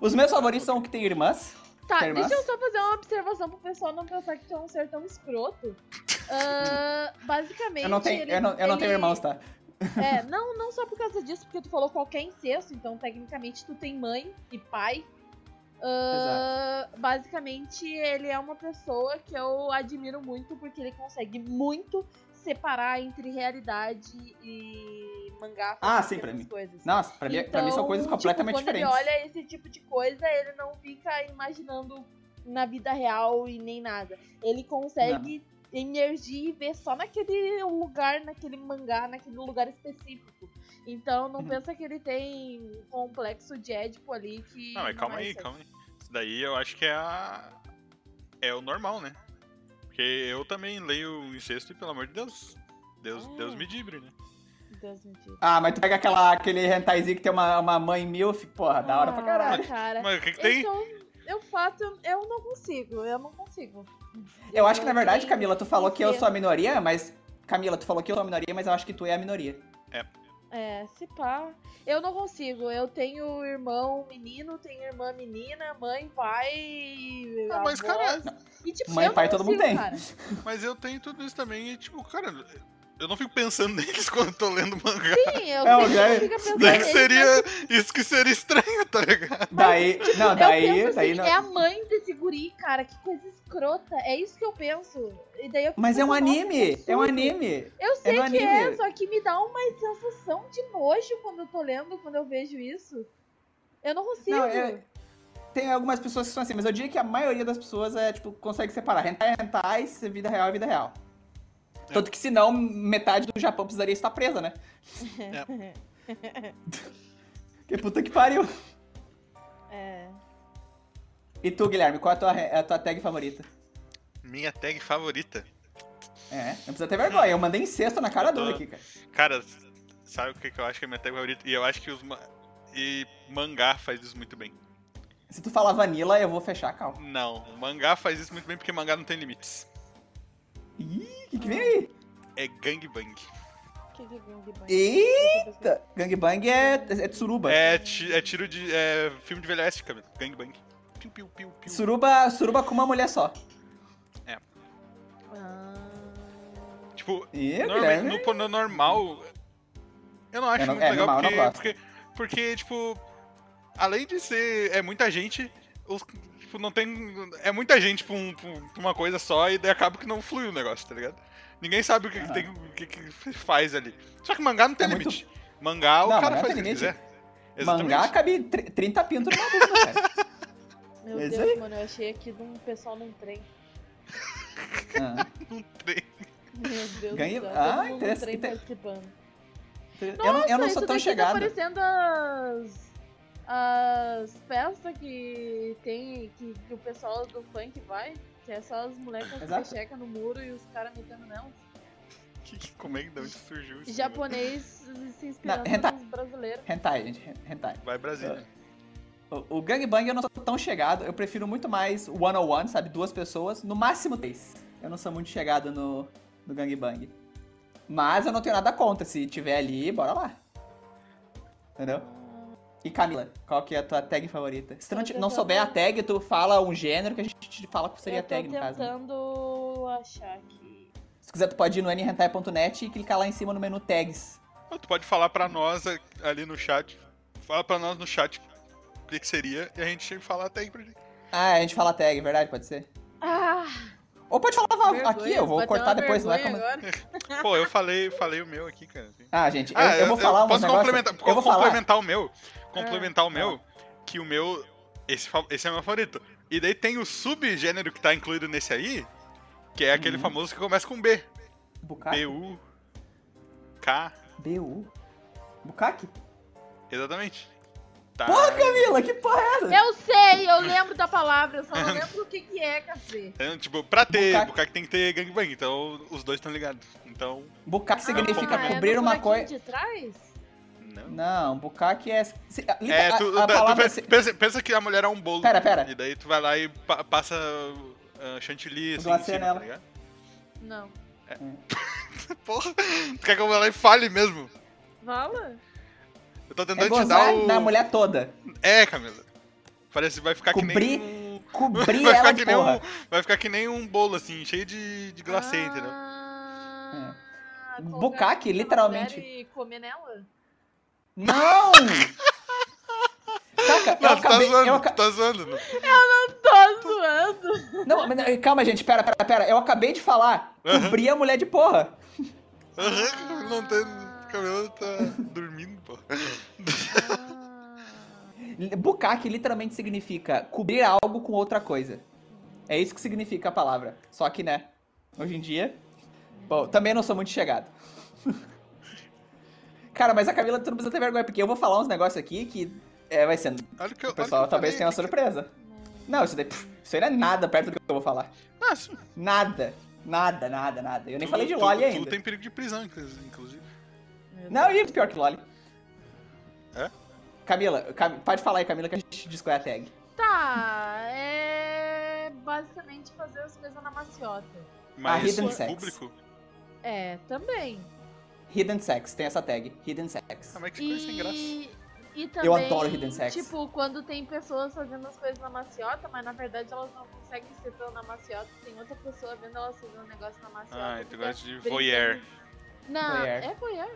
[SPEAKER 1] Os meus favoritos são o que tem irmãs.
[SPEAKER 3] Tá,
[SPEAKER 1] Quer mais?
[SPEAKER 3] deixa eu só fazer uma observação pro pessoal não pensar que tu é um ser tão escroto. Ah, basicamente.
[SPEAKER 1] Eu não tenho,
[SPEAKER 3] ele-
[SPEAKER 1] eu não, eu não tenho
[SPEAKER 3] ele-
[SPEAKER 1] irmãos, tá?
[SPEAKER 3] É, não, não só por causa disso, porque tu falou qualquer incesto, então tecnicamente tu tem mãe e pai. Ah, basicamente, ele é uma pessoa que eu admiro muito porque ele consegue muito separar entre realidade e mangá.
[SPEAKER 1] Ah,
[SPEAKER 3] fazer
[SPEAKER 1] sim, pra
[SPEAKER 3] essas
[SPEAKER 1] mim.
[SPEAKER 3] Coisas.
[SPEAKER 1] Nossa, pra, mim, pra mim são
[SPEAKER 3] Então,
[SPEAKER 1] coisas
[SPEAKER 3] tipo,
[SPEAKER 1] completamente
[SPEAKER 3] quando
[SPEAKER 1] diferentes.
[SPEAKER 3] Ele olha esse tipo de coisa, ele não fica imaginando na vida real e nem nada. Ele consegue emergir e ver só naquele lugar, naquele mangá, naquele lugar específico. Então não
[SPEAKER 1] Uhum.
[SPEAKER 3] pensa que ele tem um complexo de Édipo ali que.
[SPEAKER 2] Não, mas calma
[SPEAKER 3] é
[SPEAKER 2] aí,
[SPEAKER 3] isso.
[SPEAKER 2] calma aí. Isso daí eu acho que é a. É o normal, né? Porque eu também leio o incesto e, pelo amor de Deus. Deus,
[SPEAKER 3] Ah.
[SPEAKER 2] Deus me dibre, né?
[SPEAKER 3] Deus me livre.
[SPEAKER 1] Ah, mas tu pega aquela, aquele hentaizinho que tem uma, uma mãe milf, porra, da hora pra
[SPEAKER 3] Ah,
[SPEAKER 1] caralho.
[SPEAKER 3] Cara.
[SPEAKER 2] Mas o que, que tem?
[SPEAKER 3] Então, eu fato, eu não consigo, eu não consigo.
[SPEAKER 1] Eu acho que, na
[SPEAKER 3] não
[SPEAKER 1] verdade,
[SPEAKER 3] tenho
[SPEAKER 1] Camila, tu falou que eu
[SPEAKER 3] certeza.
[SPEAKER 1] sou a minoria, mas... Camila, tu falou que eu sou a minoria, mas eu acho que tu é a minoria.
[SPEAKER 3] É, se pá. Eu não consigo. Eu tenho irmão menino, tenho irmã menina, mãe, pai.
[SPEAKER 2] Ah,
[SPEAKER 3] avós.
[SPEAKER 2] mas, cara,
[SPEAKER 3] E, tipo,
[SPEAKER 1] mãe,
[SPEAKER 3] eu não
[SPEAKER 1] pai, todo mundo
[SPEAKER 3] consigo,
[SPEAKER 1] tem.
[SPEAKER 3] cara.
[SPEAKER 2] Mas eu tenho tudo isso também e, tipo, cara, eu não fico pensando neles quando eu tô lendo mangá.
[SPEAKER 3] Sim, eu
[SPEAKER 1] É, o
[SPEAKER 3] sempre
[SPEAKER 1] Guilherme-
[SPEAKER 3] fico pensando
[SPEAKER 2] Daí
[SPEAKER 3] nele, mas,
[SPEAKER 2] seria. Isso que seria estranho, tá ligado?
[SPEAKER 1] Daí, não,
[SPEAKER 3] eu
[SPEAKER 1] daí,
[SPEAKER 3] penso assim,
[SPEAKER 1] daí... não-
[SPEAKER 3] É a mãe desse guri, cara. Que coisa escrota. É isso que eu penso. E daí eu fico
[SPEAKER 1] Mas é um
[SPEAKER 3] pensando, nossa, que
[SPEAKER 1] anime, é um
[SPEAKER 3] absurdo.
[SPEAKER 1] anime.
[SPEAKER 3] Eu sei
[SPEAKER 1] no
[SPEAKER 3] que é,
[SPEAKER 1] anime.
[SPEAKER 3] só que me dá uma sensação de nojo quando eu tô lendo, quando eu vejo isso. Eu não consigo.
[SPEAKER 1] Não, é- Tem algumas pessoas que são assim, mas eu diria que a maioria das pessoas é, tipo, consegue separar. Hentai é hentai, se vida real é vida real.
[SPEAKER 2] É.
[SPEAKER 1] Tanto que senão metade do Japão precisaria estar presa, né?
[SPEAKER 2] É.
[SPEAKER 1] Que puta que pariu.
[SPEAKER 3] é.
[SPEAKER 1] E tu, Guilherme, qual é a tua, re- a tua tag favorita?
[SPEAKER 2] Minha tag favorita.
[SPEAKER 1] É, não precisa ter vergonha, eu mandei incesto na cara
[SPEAKER 2] Eu tô-
[SPEAKER 1] dura aqui, cara.
[SPEAKER 2] Cara, sabe o que que eu acho que é minha tag favorita? E eu acho que os. ma- E mangá faz isso muito bem.
[SPEAKER 1] Se tu falar vanilla, eu vou fechar, calma.
[SPEAKER 2] Não, mangá faz isso muito bem porque mangá não tem limites.
[SPEAKER 1] Ih, que que vem aí?
[SPEAKER 2] É gangbang.
[SPEAKER 3] Que que vem de banho?
[SPEAKER 1] Eita! Gangbang é, é Tsuruba.
[SPEAKER 2] É, ti- é tiro de. É filme de velho oeste, Camilo. Gangbang. Piu, piu, piu, piu.
[SPEAKER 1] Suruba, suruba com uma mulher só.
[SPEAKER 3] Ah.
[SPEAKER 2] Tipo,
[SPEAKER 1] Ih,
[SPEAKER 2] normalmente,
[SPEAKER 1] Guilherme.
[SPEAKER 2] no, no normal. Eu não acho
[SPEAKER 1] Eu não-
[SPEAKER 2] muito
[SPEAKER 1] é,
[SPEAKER 2] legal
[SPEAKER 1] normal eu não
[SPEAKER 2] porque, porque. Porque, tipo. Além de ser. É muita gente. os- tipo, não tem. É muita gente pra, um- pra um- pra uma coisa só e daí acaba que não flui o negócio, tá ligado? Ninguém sabe o que, que
[SPEAKER 1] Aham.
[SPEAKER 2] tem, o que, que faz ali. Só que mangá não tem
[SPEAKER 1] Ah. É muito-
[SPEAKER 2] limite. Mangá o
[SPEAKER 1] Não,
[SPEAKER 2] cara
[SPEAKER 1] mangá
[SPEAKER 2] faz o
[SPEAKER 1] tem
[SPEAKER 2] que
[SPEAKER 1] limite.
[SPEAKER 2] quiser. Exatamente.
[SPEAKER 1] Mangá cabe tr- 30 pintos numa bunda, cara.
[SPEAKER 3] Meu
[SPEAKER 1] É isso
[SPEAKER 3] Deus,
[SPEAKER 1] aí?
[SPEAKER 3] mano, eu achei aqui de um pessoal num trem.
[SPEAKER 1] Ah.
[SPEAKER 2] Não tem.
[SPEAKER 3] Meu Deus
[SPEAKER 1] Ganhei-
[SPEAKER 3] do céu,
[SPEAKER 1] Ah,
[SPEAKER 3] todo mundo num
[SPEAKER 1] interessa-
[SPEAKER 3] trem
[SPEAKER 1] inter-
[SPEAKER 3] participando.
[SPEAKER 1] Eu não, eu não
[SPEAKER 3] Nossa,
[SPEAKER 1] sou
[SPEAKER 3] isso
[SPEAKER 1] tão
[SPEAKER 3] daqui Tá
[SPEAKER 1] chegado.
[SPEAKER 3] parecendo as... As festas que tem, que, que o pessoal do funk vai, que é só as moleques com
[SPEAKER 1] Exato.
[SPEAKER 3] pecheca no muro e os caras metendo nelas.
[SPEAKER 2] Que- que- Como é que de onde surgiu isso? Japão.
[SPEAKER 3] Japonês se inspirando
[SPEAKER 1] hentai.
[SPEAKER 3] nos brasileiros.
[SPEAKER 1] Hentai, gente, hen- hentai.
[SPEAKER 2] Vai Brasília.
[SPEAKER 1] É. O, o gangbang eu não sou tão chegado, eu prefiro muito mais one on one, sabe? Duas pessoas, no máximo três. Eu não sou muito chegado no, no gangbang. Mas eu não tenho nada contra, se tiver ali, bora lá. Entendeu? E Camila, qual que é a tua tag favorita? Se tu não,
[SPEAKER 3] Eu
[SPEAKER 1] te-
[SPEAKER 3] tô
[SPEAKER 1] não souber a
[SPEAKER 3] tentando-
[SPEAKER 1] tag, tu fala um gênero que a gente te fala que seria
[SPEAKER 3] eu
[SPEAKER 1] a
[SPEAKER 3] tô
[SPEAKER 1] tag, no caso. né?
[SPEAKER 3] tentando achar aqui.
[SPEAKER 1] Se quiser, tu pode ir no nhentai.net e clicar lá em cima no menu tags.
[SPEAKER 2] Ou Tu pode falar pra nós a- ali no chat. Fala pra nós no chat o que, que seria e a gente fala até aí pra gente.
[SPEAKER 1] Ah, a gente fala tag, verdade, pode ser.
[SPEAKER 3] Ah,
[SPEAKER 1] Ou pode falar
[SPEAKER 3] vergonha,
[SPEAKER 1] aqui, eu vou
[SPEAKER 3] bateu
[SPEAKER 1] cortar
[SPEAKER 3] uma
[SPEAKER 1] depois, não é
[SPEAKER 3] vergonha
[SPEAKER 1] como...
[SPEAKER 3] agora.
[SPEAKER 2] Pô, eu falei, falei o meu aqui, cara. assim.
[SPEAKER 1] Ah, gente, eu, eu vou falar um
[SPEAKER 2] posso
[SPEAKER 1] negócio.
[SPEAKER 2] complementar,
[SPEAKER 1] eu vou falar. É.
[SPEAKER 2] complementar o meu. Complementar o meu, que o meu. Esse, fa- esse é o meu favorito. E daí tem o subgênero que tá incluído nesse aí, que é aquele
[SPEAKER 1] Uhum. Tá.
[SPEAKER 2] famoso que começa com B.
[SPEAKER 1] Bucaque?
[SPEAKER 2] B-U. K.
[SPEAKER 1] BU. Bucaque?
[SPEAKER 2] Exatamente. Tá.
[SPEAKER 1] Porra, Camila, que porra é essa?
[SPEAKER 3] Eu sei, eu lembro da palavra, eu só não lembro o que que é, cacete.
[SPEAKER 2] É, tipo, pra ter,
[SPEAKER 1] Bukkake.
[SPEAKER 2] Bukak tem que ter gangbang, então os dois estão ligados. Então,
[SPEAKER 1] Bukak significa
[SPEAKER 2] Ah, é
[SPEAKER 1] cobrir
[SPEAKER 3] do
[SPEAKER 1] uma
[SPEAKER 3] buraquinho
[SPEAKER 1] coisa.
[SPEAKER 3] de trás?
[SPEAKER 2] não.
[SPEAKER 1] Não, Bukak é. se- a- liter-
[SPEAKER 2] É,
[SPEAKER 1] a-
[SPEAKER 2] tu,
[SPEAKER 1] a,
[SPEAKER 2] da- tu
[SPEAKER 1] palavra.
[SPEAKER 2] pe-
[SPEAKER 1] se-
[SPEAKER 2] pensa, pensa que a mulher é um bolo.
[SPEAKER 1] Pera, pera.
[SPEAKER 2] E daí tu vai lá e pa- passa ah, chantilly, assim, em
[SPEAKER 1] glacê
[SPEAKER 2] cima,
[SPEAKER 1] nela.
[SPEAKER 2] tá ligado?
[SPEAKER 3] Não.
[SPEAKER 2] Porra, tu quer que eu vá lá e fale mesmo?
[SPEAKER 3] Fala?
[SPEAKER 2] Eu tô tentando
[SPEAKER 1] É
[SPEAKER 2] te dar
[SPEAKER 1] gozar
[SPEAKER 2] o...
[SPEAKER 1] da mulher toda.
[SPEAKER 2] É, Camila. Parece que vai ficar que
[SPEAKER 1] Cobrir-
[SPEAKER 2] nem um...
[SPEAKER 1] Cobrir
[SPEAKER 2] Vai
[SPEAKER 1] ela
[SPEAKER 2] ficar,
[SPEAKER 1] de
[SPEAKER 2] que nem
[SPEAKER 1] porra. Ah,
[SPEAKER 2] um, vai ficar que nem um bolo, assim, cheio de, de glacê, entendeu?
[SPEAKER 3] Ah,
[SPEAKER 1] É.
[SPEAKER 3] colocar
[SPEAKER 1] Bukkake,
[SPEAKER 3] aquela
[SPEAKER 1] literalmente.
[SPEAKER 3] mulher E comer nela?
[SPEAKER 1] Não! Saca, eu
[SPEAKER 2] Não, tu tá
[SPEAKER 1] acabei.
[SPEAKER 2] zoando,
[SPEAKER 1] eu
[SPEAKER 2] tu
[SPEAKER 1] aca-
[SPEAKER 2] tá zoando. não.
[SPEAKER 3] Tô zoando.
[SPEAKER 1] Não, mas não, calma, gente, pera, pera, pera. Eu acabei de falar.
[SPEAKER 2] Aham.
[SPEAKER 1] Cobrir a mulher de porra.
[SPEAKER 2] Aham, não tá... Camila tá dormindo, pô.
[SPEAKER 3] Ah,
[SPEAKER 1] Bukak literalmente significa cobrir algo com outra coisa. É isso que significa a palavra. Só que, né, hoje em dia. Bom, também não sou muito chegado. Cara, mas a Camila, tu não precisa ter vergonha, porque eu vou falar uns negócios aqui que é, vai sendo.
[SPEAKER 2] Olha que eu,
[SPEAKER 1] O
[SPEAKER 2] olha que
[SPEAKER 1] pessoal
[SPEAKER 2] eu
[SPEAKER 1] talvez
[SPEAKER 2] falei.
[SPEAKER 1] tenha uma surpresa. Não, isso daí. pff, Isso aí não é nada perto do que eu vou falar.
[SPEAKER 2] Ah, sim.
[SPEAKER 1] Nada. Nada, nada, nada. Eu nem
[SPEAKER 2] Tu-
[SPEAKER 1] falei de
[SPEAKER 2] tu-
[SPEAKER 1] Loli
[SPEAKER 2] tu
[SPEAKER 1] ainda. Ah,
[SPEAKER 2] tem perigo de prisão, inclu- inclusive.
[SPEAKER 1] Não, e pior que Loli.
[SPEAKER 2] É?
[SPEAKER 1] Camila, Cam- pode falar aí, Camila, que a gente diz qual é a tag.
[SPEAKER 3] Tá, é basicamente fazer as coisas na maciota.
[SPEAKER 1] Ah,
[SPEAKER 2] Mas
[SPEAKER 1] hidden
[SPEAKER 2] o
[SPEAKER 1] sex.
[SPEAKER 2] público.
[SPEAKER 3] É, também.
[SPEAKER 1] Hidden Sex, tem essa tag. Hidden Sex.
[SPEAKER 2] Ah, mas que
[SPEAKER 3] E...
[SPEAKER 2] coisa sem graça.
[SPEAKER 3] E também,
[SPEAKER 1] adoro hidden sex.
[SPEAKER 3] Tipo, quando tem pessoas fazendo as coisas na maciota, mas na verdade elas não conseguem ser tão na maciota, tem outra pessoa vendo elas fazendo um negócio na maciota.
[SPEAKER 2] Ah, tu
[SPEAKER 3] fica
[SPEAKER 2] gosta de
[SPEAKER 3] brincando.
[SPEAKER 2] voyeur.
[SPEAKER 3] Não,
[SPEAKER 1] Voyeur.
[SPEAKER 3] é voyeur.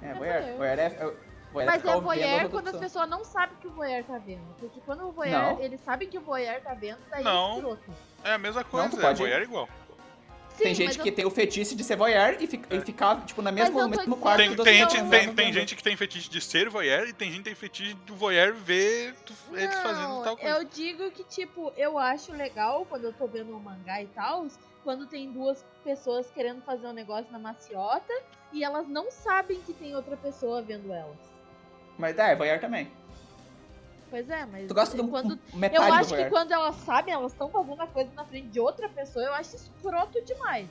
[SPEAKER 1] É,
[SPEAKER 3] é
[SPEAKER 1] voyeur.
[SPEAKER 3] voyeur.
[SPEAKER 1] Voyeur é... é- voyeur
[SPEAKER 3] Mas
[SPEAKER 1] ficar
[SPEAKER 3] é
[SPEAKER 1] vendo
[SPEAKER 3] voyeur
[SPEAKER 1] outra
[SPEAKER 3] quando as
[SPEAKER 1] pessoa.
[SPEAKER 3] pessoas não sabem que o voyeur tá vendo. Porque quando o voyeur,
[SPEAKER 1] Não.
[SPEAKER 3] eles sabem que o voyeur tá vendo, daí
[SPEAKER 2] Não.
[SPEAKER 3] é escroto.
[SPEAKER 2] É a mesma coisa,
[SPEAKER 1] tu pode-
[SPEAKER 2] é voyeur igual.
[SPEAKER 3] Sim,
[SPEAKER 1] Tem
[SPEAKER 3] mas
[SPEAKER 1] gente
[SPEAKER 3] eu
[SPEAKER 1] que tem o fetiche de ser voyeur e, fica- e ficar, tipo, na
[SPEAKER 3] Mas
[SPEAKER 1] mesmo,
[SPEAKER 3] eu
[SPEAKER 1] no
[SPEAKER 3] tô
[SPEAKER 1] mesmo
[SPEAKER 3] dizendo-
[SPEAKER 1] quarto
[SPEAKER 2] É. Tem,
[SPEAKER 1] do
[SPEAKER 2] tem,
[SPEAKER 3] pessoas
[SPEAKER 2] gente,
[SPEAKER 3] não
[SPEAKER 2] tem,
[SPEAKER 1] né?
[SPEAKER 2] tem gente que tem fetiche de ser voyeur e tem gente que tem fetiche do voyeur ver tu- eles fazendo
[SPEAKER 3] Não,
[SPEAKER 2] tal coisa.
[SPEAKER 3] Eu digo que, tipo, eu acho legal quando eu tô vendo um mangá e tal, quando tem duas pessoas querendo fazer um negócio na maciota e elas não sabem que tem outra pessoa vendo elas.
[SPEAKER 1] Mas é, voyeur também.
[SPEAKER 3] Pois é, mas
[SPEAKER 1] Tu gosta do
[SPEAKER 3] quando. Eu
[SPEAKER 1] metade do
[SPEAKER 3] acho que
[SPEAKER 1] voyeur.
[SPEAKER 3] quando elas sabem, elas estão fazendo a coisa na frente de outra pessoa, eu acho escroto demais.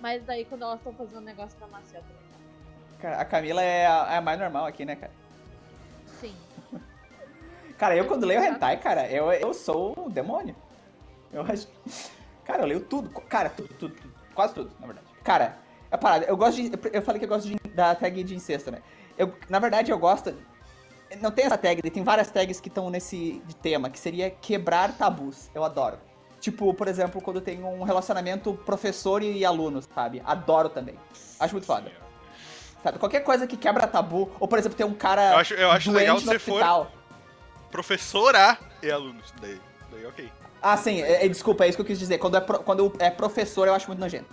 [SPEAKER 3] Mas daí quando elas estão fazendo um negócio na maciota. é legal.
[SPEAKER 1] Cara, a Camila é a, é a mais normal aqui, né, cara?
[SPEAKER 3] Sim.
[SPEAKER 1] Cara, eu quando leio hentai, cara, eu, eu sou o demônio. Eu acho. Cara, eu leio tudo. co- Cara, tudo, tudo, tudo. Quase tudo, na verdade. Cara, a parada, eu gosto de. Eu falei que eu gosto de, da tag de incesto, né? Eu, na verdade, eu gosto. Não tem essa tag, tem várias tags que estão nesse de tema, que seria quebrar tabus. Eu adoro. Tipo, por exemplo, quando tem um relacionamento professor e aluno, sabe? Adoro também. Acho muito foda. Sabe? Qualquer coisa que quebra tabu. Ou, por exemplo, tem um cara.
[SPEAKER 2] Eu acho, eu acho
[SPEAKER 1] doente
[SPEAKER 2] legal
[SPEAKER 1] no
[SPEAKER 2] se for
[SPEAKER 1] hospital.
[SPEAKER 2] professora e alunos. Daí, daí ok.
[SPEAKER 1] Ah, sim, é- é- desculpa, é isso que eu quis dizer. Quando é, pro- quando é professor, eu acho muito nojento.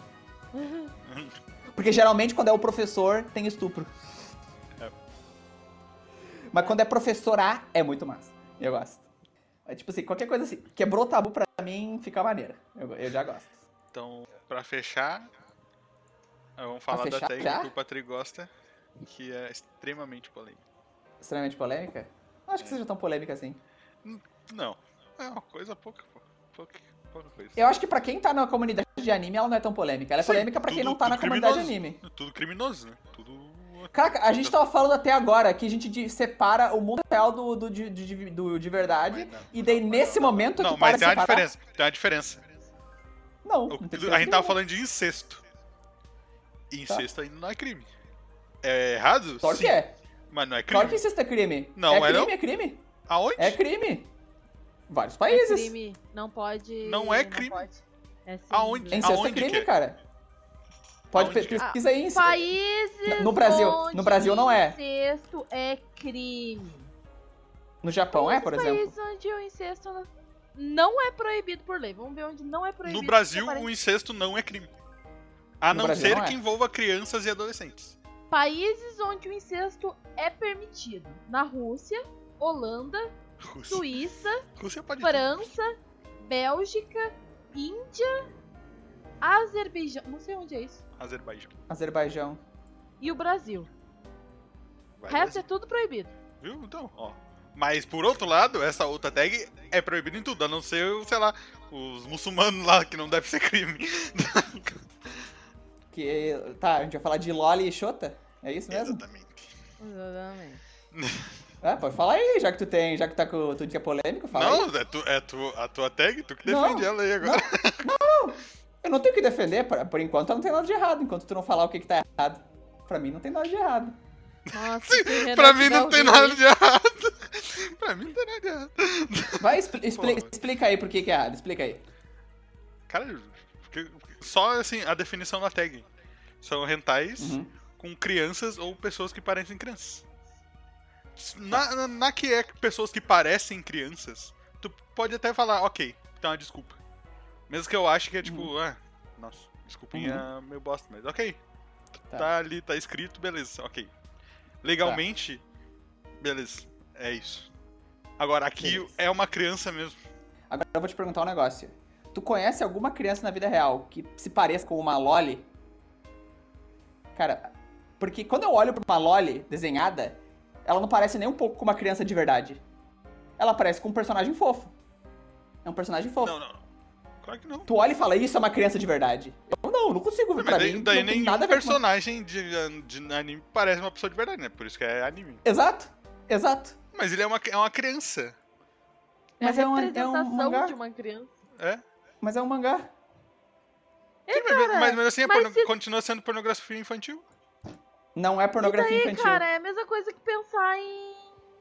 [SPEAKER 1] Porque geralmente quando é o professor, tem estupro.
[SPEAKER 2] É.
[SPEAKER 1] Mas quando é professorá, é muito massa. Eu gosto. É tipo assim, qualquer coisa assim. Quebrou o tabu pra mim, fica maneira. Eu, eu já gosto.
[SPEAKER 2] Então, pra fechar, vamos falar
[SPEAKER 1] fechar
[SPEAKER 2] da tag
[SPEAKER 1] já?
[SPEAKER 2] que o Patrick gosta, que é extremamente polêmica.
[SPEAKER 1] Extremamente polêmica? Não
[SPEAKER 2] É.
[SPEAKER 1] acho que seja tão polêmica assim.
[SPEAKER 2] Não, é uma coisa pouca, pô. Pouca, pouca coisa.
[SPEAKER 1] Eu acho que pra quem tá na comunidade de anime, ela não é tão polêmica. Ela é
[SPEAKER 2] Sim,
[SPEAKER 1] polêmica pra quem
[SPEAKER 2] tudo-
[SPEAKER 1] não tá na
[SPEAKER 2] tudo
[SPEAKER 1] comunidade de
[SPEAKER 2] criminoso.
[SPEAKER 1] anime.
[SPEAKER 2] Tudo criminoso, né? Tudo.
[SPEAKER 1] Caraca, a gente tava falando até agora que a gente de- separa o mundo real do, do de, de- do- de verdade.
[SPEAKER 2] Mas não,
[SPEAKER 1] e daí,
[SPEAKER 2] não,
[SPEAKER 1] nesse
[SPEAKER 2] não,
[SPEAKER 1] momento,
[SPEAKER 2] Não,
[SPEAKER 1] que para
[SPEAKER 2] mas tem uma
[SPEAKER 1] separar-
[SPEAKER 2] diferença. Tem uma diferença.
[SPEAKER 1] Não,
[SPEAKER 2] O-
[SPEAKER 1] não tem
[SPEAKER 2] a gente tava
[SPEAKER 1] diferença.
[SPEAKER 2] falando de incesto. E incesto ainda não é crime. É errado?
[SPEAKER 1] Claro
[SPEAKER 2] Sim.
[SPEAKER 1] que é.
[SPEAKER 2] Mas não é crime.
[SPEAKER 1] Claro que incesto é crime.
[SPEAKER 2] Não,
[SPEAKER 1] é
[SPEAKER 2] é
[SPEAKER 1] crime,
[SPEAKER 2] não?
[SPEAKER 1] é crime.
[SPEAKER 2] Aonde?
[SPEAKER 1] É crime. Vários
[SPEAKER 3] É
[SPEAKER 1] países.
[SPEAKER 3] crime. Não pode.
[SPEAKER 2] Não é crime.
[SPEAKER 3] pode. É sim.
[SPEAKER 2] Aonde?
[SPEAKER 1] Incesto
[SPEAKER 2] Aonde
[SPEAKER 1] é
[SPEAKER 2] que
[SPEAKER 1] crime,
[SPEAKER 2] é?
[SPEAKER 1] cara. Pode
[SPEAKER 2] Aonde
[SPEAKER 1] pe-
[SPEAKER 2] que é?
[SPEAKER 1] pesquisa aí. incesto.
[SPEAKER 3] Países.
[SPEAKER 1] No Brasil-
[SPEAKER 3] onde
[SPEAKER 1] no Brasil não é.
[SPEAKER 3] Incesto é crime.
[SPEAKER 1] No Japão é, por
[SPEAKER 3] Os
[SPEAKER 1] exemplo.
[SPEAKER 3] países onde o incesto não- não é proibido por lei. Vamos ver onde não é proibido.
[SPEAKER 2] No Brasil,
[SPEAKER 3] separar-
[SPEAKER 2] o incesto não é crime. A
[SPEAKER 1] No
[SPEAKER 2] não
[SPEAKER 1] Brasil
[SPEAKER 2] ser
[SPEAKER 1] não é.
[SPEAKER 2] que envolva crianças e adolescentes.
[SPEAKER 3] países onde o incesto é permitido. Na Rússia, Holanda,
[SPEAKER 2] Rússia,
[SPEAKER 3] Suíça,
[SPEAKER 2] Rússia pode ter.
[SPEAKER 3] França, Bélgica, Índia, Azerbaijão, não sei onde é isso.
[SPEAKER 2] Azerbaijão.
[SPEAKER 1] Azerbaijão.
[SPEAKER 3] E o Brasil. O
[SPEAKER 2] Vai,
[SPEAKER 3] resto
[SPEAKER 2] Brasil.
[SPEAKER 3] é tudo proibido.
[SPEAKER 2] Viu? Então, ó. Mas por outro lado, essa outra tag é proibida em tudo, a não ser, sei lá, os muçulmanos lá, que não deve ser crime.
[SPEAKER 1] Que, tá, a gente vai falar de Loli e Xota? É isso mesmo?
[SPEAKER 2] Exatamente.
[SPEAKER 3] Exatamente.
[SPEAKER 1] É, pode falar aí, já que tu tem, já que tá com tudo que é polêmico, fala aí.
[SPEAKER 2] Não, é, tu, é tu, a tua tag, tu que defende
[SPEAKER 1] Não.
[SPEAKER 2] ela aí agora.
[SPEAKER 1] Eu não tenho o que defender, por, por enquanto não tem nada de errado, enquanto tu não falar o que, que tá errado. Pra mim não tem nada de errado.
[SPEAKER 3] Nossa, se o Renan
[SPEAKER 2] pra mim
[SPEAKER 3] tiver
[SPEAKER 2] não tem
[SPEAKER 3] ouvindo
[SPEAKER 2] nada
[SPEAKER 3] isso-
[SPEAKER 2] de errado. pra mim não tem nada de errado.
[SPEAKER 1] Vai, expli- expli-
[SPEAKER 2] Pô.
[SPEAKER 1] explica aí por que, que é errado, explica aí.
[SPEAKER 2] Cara, porque- só assim, a definição da tag. São hentais
[SPEAKER 1] Uhum.
[SPEAKER 2] com crianças ou pessoas que parecem crianças.
[SPEAKER 1] Tá.
[SPEAKER 2] Na, na, na que é pessoas que parecem crianças, tu pode até falar, ok, então uma desculpa. Mesmo que eu ache que é tipo,
[SPEAKER 1] Uhum.
[SPEAKER 2] ah, nossa, desculpinha meu bosta, mas ok.
[SPEAKER 1] Tá.
[SPEAKER 2] Tá. ali, tá escrito, beleza, ok. Legalmente, beleza, é isso. Agora, aqui
[SPEAKER 1] Beleza.
[SPEAKER 2] é uma criança mesmo.
[SPEAKER 1] Agora eu vou te perguntar um negócio. Tu conhece alguma criança na vida real que se pareça com uma Loli? Cara, porque quando eu olho pra uma Loli desenhada, ela não parece nem um pouco com uma criança de verdade. Ela parece com um personagem fofo. É um personagem fofo.
[SPEAKER 2] Não, não, não. Claro que não.
[SPEAKER 1] Tu olha e fala, isso é uma criança de verdade. Eu não, não consigo ver
[SPEAKER 2] Não,
[SPEAKER 1] pra
[SPEAKER 2] mas daí,
[SPEAKER 1] mim.
[SPEAKER 2] daí
[SPEAKER 1] não tem
[SPEAKER 2] nenhum
[SPEAKER 1] nada a ver com...
[SPEAKER 2] personagem de, de anime parece uma pessoa de verdade, né? Por isso que é anime.
[SPEAKER 1] Exato, exato.
[SPEAKER 2] Mas ele é uma, é uma criança.
[SPEAKER 1] Mas
[SPEAKER 3] é
[SPEAKER 1] é
[SPEAKER 3] a
[SPEAKER 1] um- é um
[SPEAKER 3] representação
[SPEAKER 1] mangá.
[SPEAKER 3] de uma criança.
[SPEAKER 2] É?
[SPEAKER 1] Mas é um mangá.
[SPEAKER 3] É,
[SPEAKER 2] Mas-
[SPEAKER 3] cara,
[SPEAKER 2] mas, mas assim, é
[SPEAKER 3] mas
[SPEAKER 2] porno-
[SPEAKER 3] se-
[SPEAKER 2] continua sendo pornografia infantil.
[SPEAKER 1] Não é pornografia
[SPEAKER 3] e
[SPEAKER 1] infantil.
[SPEAKER 3] cara, é a mesma coisa que pensar em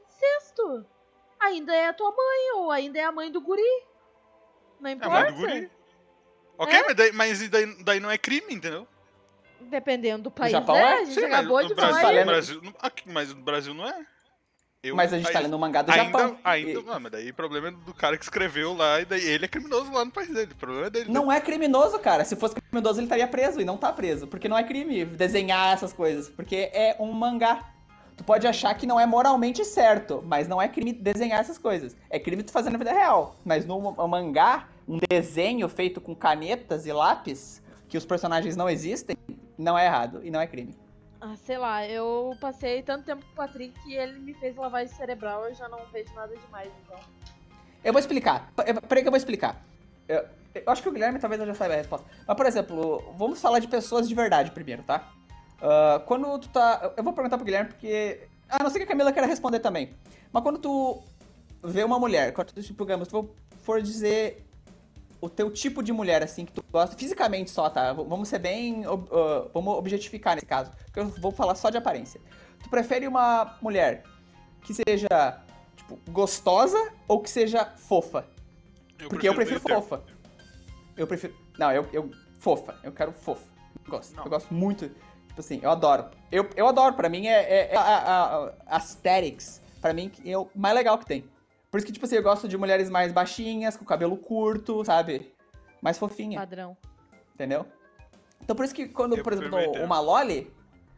[SPEAKER 3] sexto. Ainda é a tua mãe, ou ainda é a mãe do guri. Não
[SPEAKER 2] É
[SPEAKER 3] importa.
[SPEAKER 2] mãe do guri. Ok,
[SPEAKER 3] É?
[SPEAKER 2] mas, daí, mas e daí, daí não é crime, entendeu?
[SPEAKER 3] Dependendo do país,
[SPEAKER 1] Japão
[SPEAKER 3] né?
[SPEAKER 1] é?
[SPEAKER 3] A gente
[SPEAKER 2] mas
[SPEAKER 3] acabou
[SPEAKER 2] no
[SPEAKER 3] de
[SPEAKER 2] Brasil,
[SPEAKER 3] falar
[SPEAKER 1] Tá
[SPEAKER 2] no
[SPEAKER 1] lendo-
[SPEAKER 3] isso.
[SPEAKER 2] Brasil, no- aqui, mas no Brasil não é. Eu-
[SPEAKER 1] Mas a gente tá
[SPEAKER 2] aí-
[SPEAKER 1] lendo um mangá do Japão.
[SPEAKER 2] ainda,
[SPEAKER 1] E-
[SPEAKER 2] ainda, não, mas daí o problema é do cara que escreveu lá, e daí ele é criminoso lá no país dele. O problema é dele. né?
[SPEAKER 1] Não é criminoso, cara. Se fosse criminoso, ele estaria preso e não tá preso. Porque não é crime desenhar essas coisas. Porque é um mangá. Tu pode achar que não é moralmente certo, mas não é crime desenhar essas coisas. É crime tu fazer na vida real. Mas no ma- mangá, um desenho feito com canetas e lápis, que os personagens não existem, não é errado e não é crime.
[SPEAKER 3] Ah, sei lá, eu passei tanto tempo com o Patrick que ele me fez lavagem cerebral, eu já não vejo nada demais, então.
[SPEAKER 1] Eu vou explicar. P- eu- Peraí que eu vou explicar. Eu, eu acho que o Guilherme talvez eu já saiba a resposta. Mas, por exemplo, vamos falar de pessoas de verdade primeiro, tá? Ah, quando tu tá. eu- Eu vou perguntar pro Guilherme porque. A não ser que a Camila queira responder também. Mas quando tu vê uma mulher, quando tu, tipo, digamos, tu for dizer o teu tipo de mulher, assim, que tu gosta, fisicamente só, tá? V- Vamos ser bem. ob- ah, vamos objetificar nesse caso. Porque eu vou falar só de aparência. Tu prefere uma mulher que seja, tipo, gostosa ou que seja fofa? Porque eu prefiro
[SPEAKER 2] meio
[SPEAKER 1] fofa. Eu prefiro. Não, eu, eu. Fofa. Eu quero fofa. Eu gosto.
[SPEAKER 2] Não.
[SPEAKER 1] Eu gosto muito. Tipo assim, eu adoro. Eu, eu adoro. Pra mim é, é- é a, a, a aesthetics. Pra mim é o mais legal que tem. Por isso que, tipo assim, eu gosto de mulheres mais baixinhas, com cabelo curto, sabe? Mais fofinha.
[SPEAKER 3] Padrão.
[SPEAKER 1] Entendeu? Então por isso que quando,
[SPEAKER 2] Eu
[SPEAKER 1] por exemplo,
[SPEAKER 2] prefiro meio
[SPEAKER 1] uma Loli,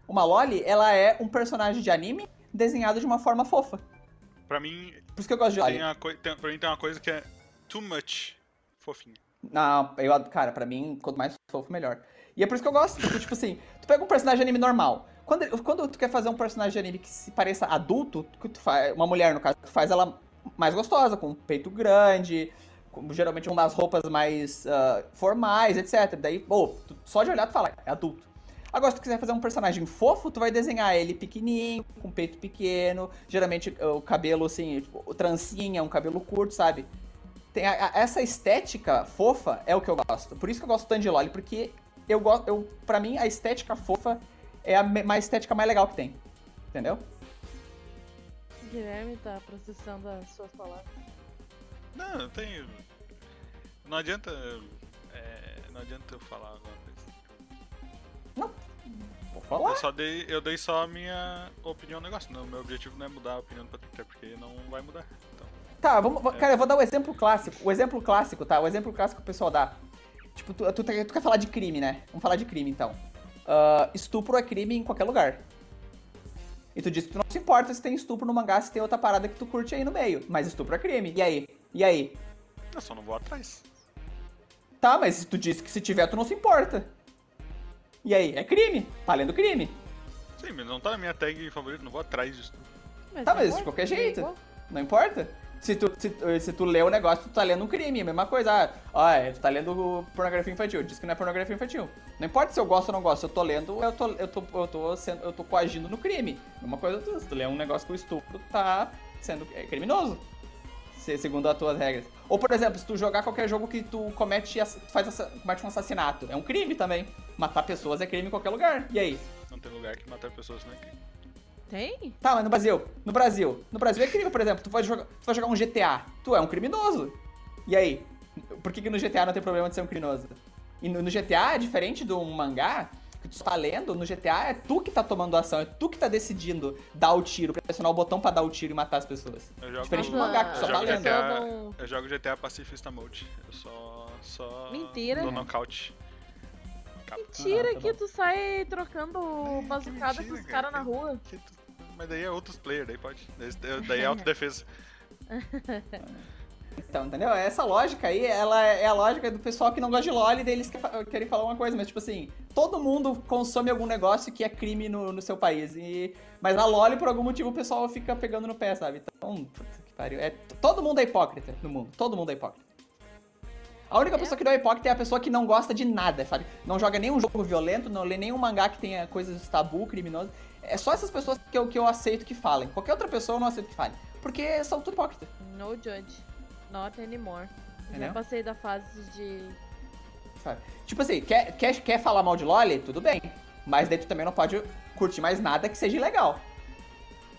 [SPEAKER 1] uma Loli, ela é um personagem de anime desenhado de uma forma fofa.
[SPEAKER 2] termo. Pra mim,
[SPEAKER 1] Por isso que eu gosto de Loli.
[SPEAKER 2] tem uma coi- tem- pra mim tem uma coisa que é too much fofinho.
[SPEAKER 1] Não, eu, ad- cara, pra mim, quanto mais fofo, melhor. E é por isso que eu gosto, porque, tipo assim, tu pega um personagem de anime normal. Quando, ele- quando tu quer fazer um personagem de anime que se pareça adulto, que tu faz, uma mulher, no caso, tu faz ela mais gostosa, com um peito grande, com, geralmente com umas roupas mais ah, formais, etc. Daí, pô, tu- só de olhar tu fala, é adulto. Agora, se tu quiser fazer um personagem fofo, tu vai desenhar ele pequenininho, com peito pequeno, geralmente ah, o cabelo, assim, tipo, trancinha, um cabelo curto, sabe? Tem a- a- essa estética fofa é o que eu gosto. Por isso que eu gosto tanto de Loli, porque eu gosto. Eu, pra mim, a estética fofa é a me- mais estética mais legal que tem. Entendeu?
[SPEAKER 3] Guilherme tá processando as suas palavras.
[SPEAKER 2] Não, não tem. Não adianta. é, não adianta eu falar alguma coisa.
[SPEAKER 1] Vou
[SPEAKER 2] Eu
[SPEAKER 1] falar.
[SPEAKER 2] só dei, eu dei só a minha opinião no negócio. Não, meu objetivo não é mudar a opinião do Patrick, até porque não vai mudar. Então,
[SPEAKER 1] Tá, vamos. vou- Cara, eu vou dar o exemplo clássico. O exemplo clássico, tá? O exemplo clássico que o pessoal dá. Tipo, tu, tu te- tu quer falar de crime, né? Vamos falar de crime então. Ah, estupro é crime em qualquer lugar. E tu diz que tu não se importa se tem estupro no mangá, se tem outra parada que tu curte aí no meio. Mas estupro é crime. E aí? E aí?
[SPEAKER 2] eu só não vou atrás.
[SPEAKER 1] Tá, mas tu disse que se tiver, tu não se importa. E aí, é crime. Tá lendo crime.
[SPEAKER 2] Sim, mas não tá na minha tag favorita, não vou atrás disso.
[SPEAKER 1] Tá,
[SPEAKER 3] não
[SPEAKER 1] mas de
[SPEAKER 3] pode,
[SPEAKER 1] qualquer
[SPEAKER 3] porque é
[SPEAKER 1] jeito.
[SPEAKER 3] igual.
[SPEAKER 1] Não importa. Se tu, se, se tu lê o negócio, tu tá lendo um crime, a mesma coisa. Ah, ah, é, tu tá lendo pornografia infantil. Diz que não é pornografia infantil. Não importa se eu gosto ou não gosto, se eu tô lendo, eu tô, eu tô, eu tô, sendo, eu tô coagindo no crime. Uma coisa, tu- se tu lê um negócio com estupro, tá sendo é, criminoso. Se- segundo as tuas regras. Ou, por exemplo, se tu jogar qualquer jogo que tu comete, ass- faz, assa- comete um assassinato, é um crime também. Matar pessoas é crime em qualquer lugar. E aí?
[SPEAKER 2] Não tem lugar que matar pessoas, né?
[SPEAKER 3] Tem?
[SPEAKER 1] Tá, mas no Brasil, no Brasil, no Brasil é crime, por exemplo, tu vai jogar, tu vai jogar um GTA, tu é um criminoso. E aí, por que, que no GTA não tem problema de ser um criminoso? E no, no GTA, diferente de um mangá, que tu tá lendo, no GTA é tu que tá tomando ação, é tu que tá decidindo dar o tiro, pressionar o botão pra dar o tiro e matar as pessoas.
[SPEAKER 2] Eu jogo,
[SPEAKER 1] Diferente do
[SPEAKER 3] Nossa,
[SPEAKER 1] mangá, que tu só
[SPEAKER 2] eu
[SPEAKER 1] tá
[SPEAKER 2] jogo
[SPEAKER 1] lendo.
[SPEAKER 2] GTA,
[SPEAKER 3] não-
[SPEAKER 2] eu jogo GTA Pacifista Mode. Eu só. só
[SPEAKER 3] Mentira.
[SPEAKER 2] Dou nocaute.
[SPEAKER 3] Mentira
[SPEAKER 1] Ah, tá
[SPEAKER 3] que
[SPEAKER 1] bom.
[SPEAKER 3] tu sai trocando
[SPEAKER 2] que
[SPEAKER 3] bazucada com
[SPEAKER 2] mentira,
[SPEAKER 3] os caras na
[SPEAKER 2] cara.
[SPEAKER 3] rua.
[SPEAKER 2] Que tu- Mas daí é outros players, daí pode. Daí- Daí é autodefesa.
[SPEAKER 1] Então, entendeu? Essa lógica aí, ela é a lógica do pessoal que não gosta de LOL e deles querem falar uma coisa, mas tipo assim, todo mundo consome algum negócio que é crime no, no seu país. E, mas na LOL, por algum motivo, o pessoal fica pegando no pé, sabe? Então, puta que pariu. É, todo mundo é hipócrita no mundo. Todo mundo é hipócrita. A única
[SPEAKER 3] É.
[SPEAKER 1] pessoa que não é hipócrita é a pessoa que não gosta de nada, sabe? Não joga nenhum jogo violento, não lê nenhum mangá que tenha coisas tabu, criminosas. É só essas pessoas que eu, que eu aceito que falem. Qualquer outra pessoa eu não aceito que fale. Porque são tudo hipócrita.
[SPEAKER 3] No judge. Not anymore. Já
[SPEAKER 1] Entendeu?
[SPEAKER 3] passei da fase de.
[SPEAKER 1] Sabe? Tipo assim, quer, quer, quer falar mal de LOL? Tudo bem. Mas daí tu também não pode curtir mais nada que seja ilegal.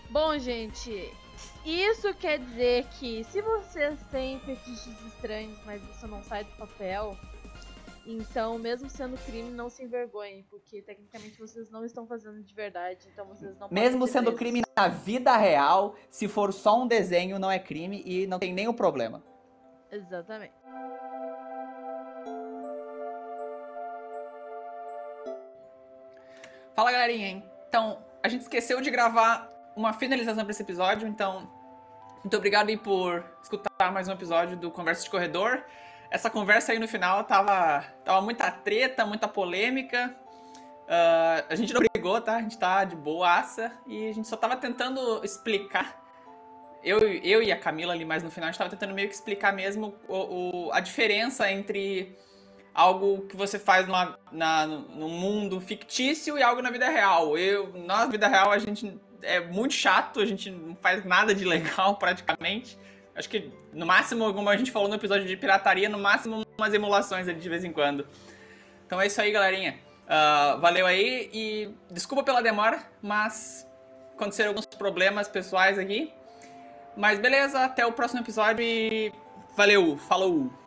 [SPEAKER 3] Bom, gente, isso quer dizer que se vocês têm fetiches estranhos, mas isso não sai do papel, então, mesmo sendo crime, não se envergonhem, porque tecnicamente vocês não estão fazendo de verdade, então vocês não podem
[SPEAKER 1] Mesmo
[SPEAKER 3] ser
[SPEAKER 1] sendo
[SPEAKER 3] presos.
[SPEAKER 1] crime na vida real, se for só um desenho, não é crime e não tem nenhum problema.
[SPEAKER 3] Exatamente.
[SPEAKER 1] Fala galerinha, então a gente esqueceu de gravar uma finalização para esse episódio, então muito obrigado aí por escutar mais um episódio do Conversa de Corredor. Essa conversa aí no final tava, tava muita treta, muita polêmica. Ah, a gente não brigou, tá? A gente tá de boaça e a gente só tava tentando explicar. Eu, eu e a Camila ali mais no final, a gente tava tentando meio que explicar mesmo o- o- a diferença entre algo que você faz numa, na, num mundo fictício e algo na vida real. Eu, na vida real, a gente é muito chato, a gente não faz nada de legal praticamente. Acho que, no máximo, como a gente falou no episódio de pirataria, no máximo umas emulações ali de vez em quando. Então é isso aí, galerinha. Ah, valeu aí e desculpa pela demora, mas aconteceram alguns problemas pessoais aqui. Mas beleza, até o próximo episódio e valeu, falou!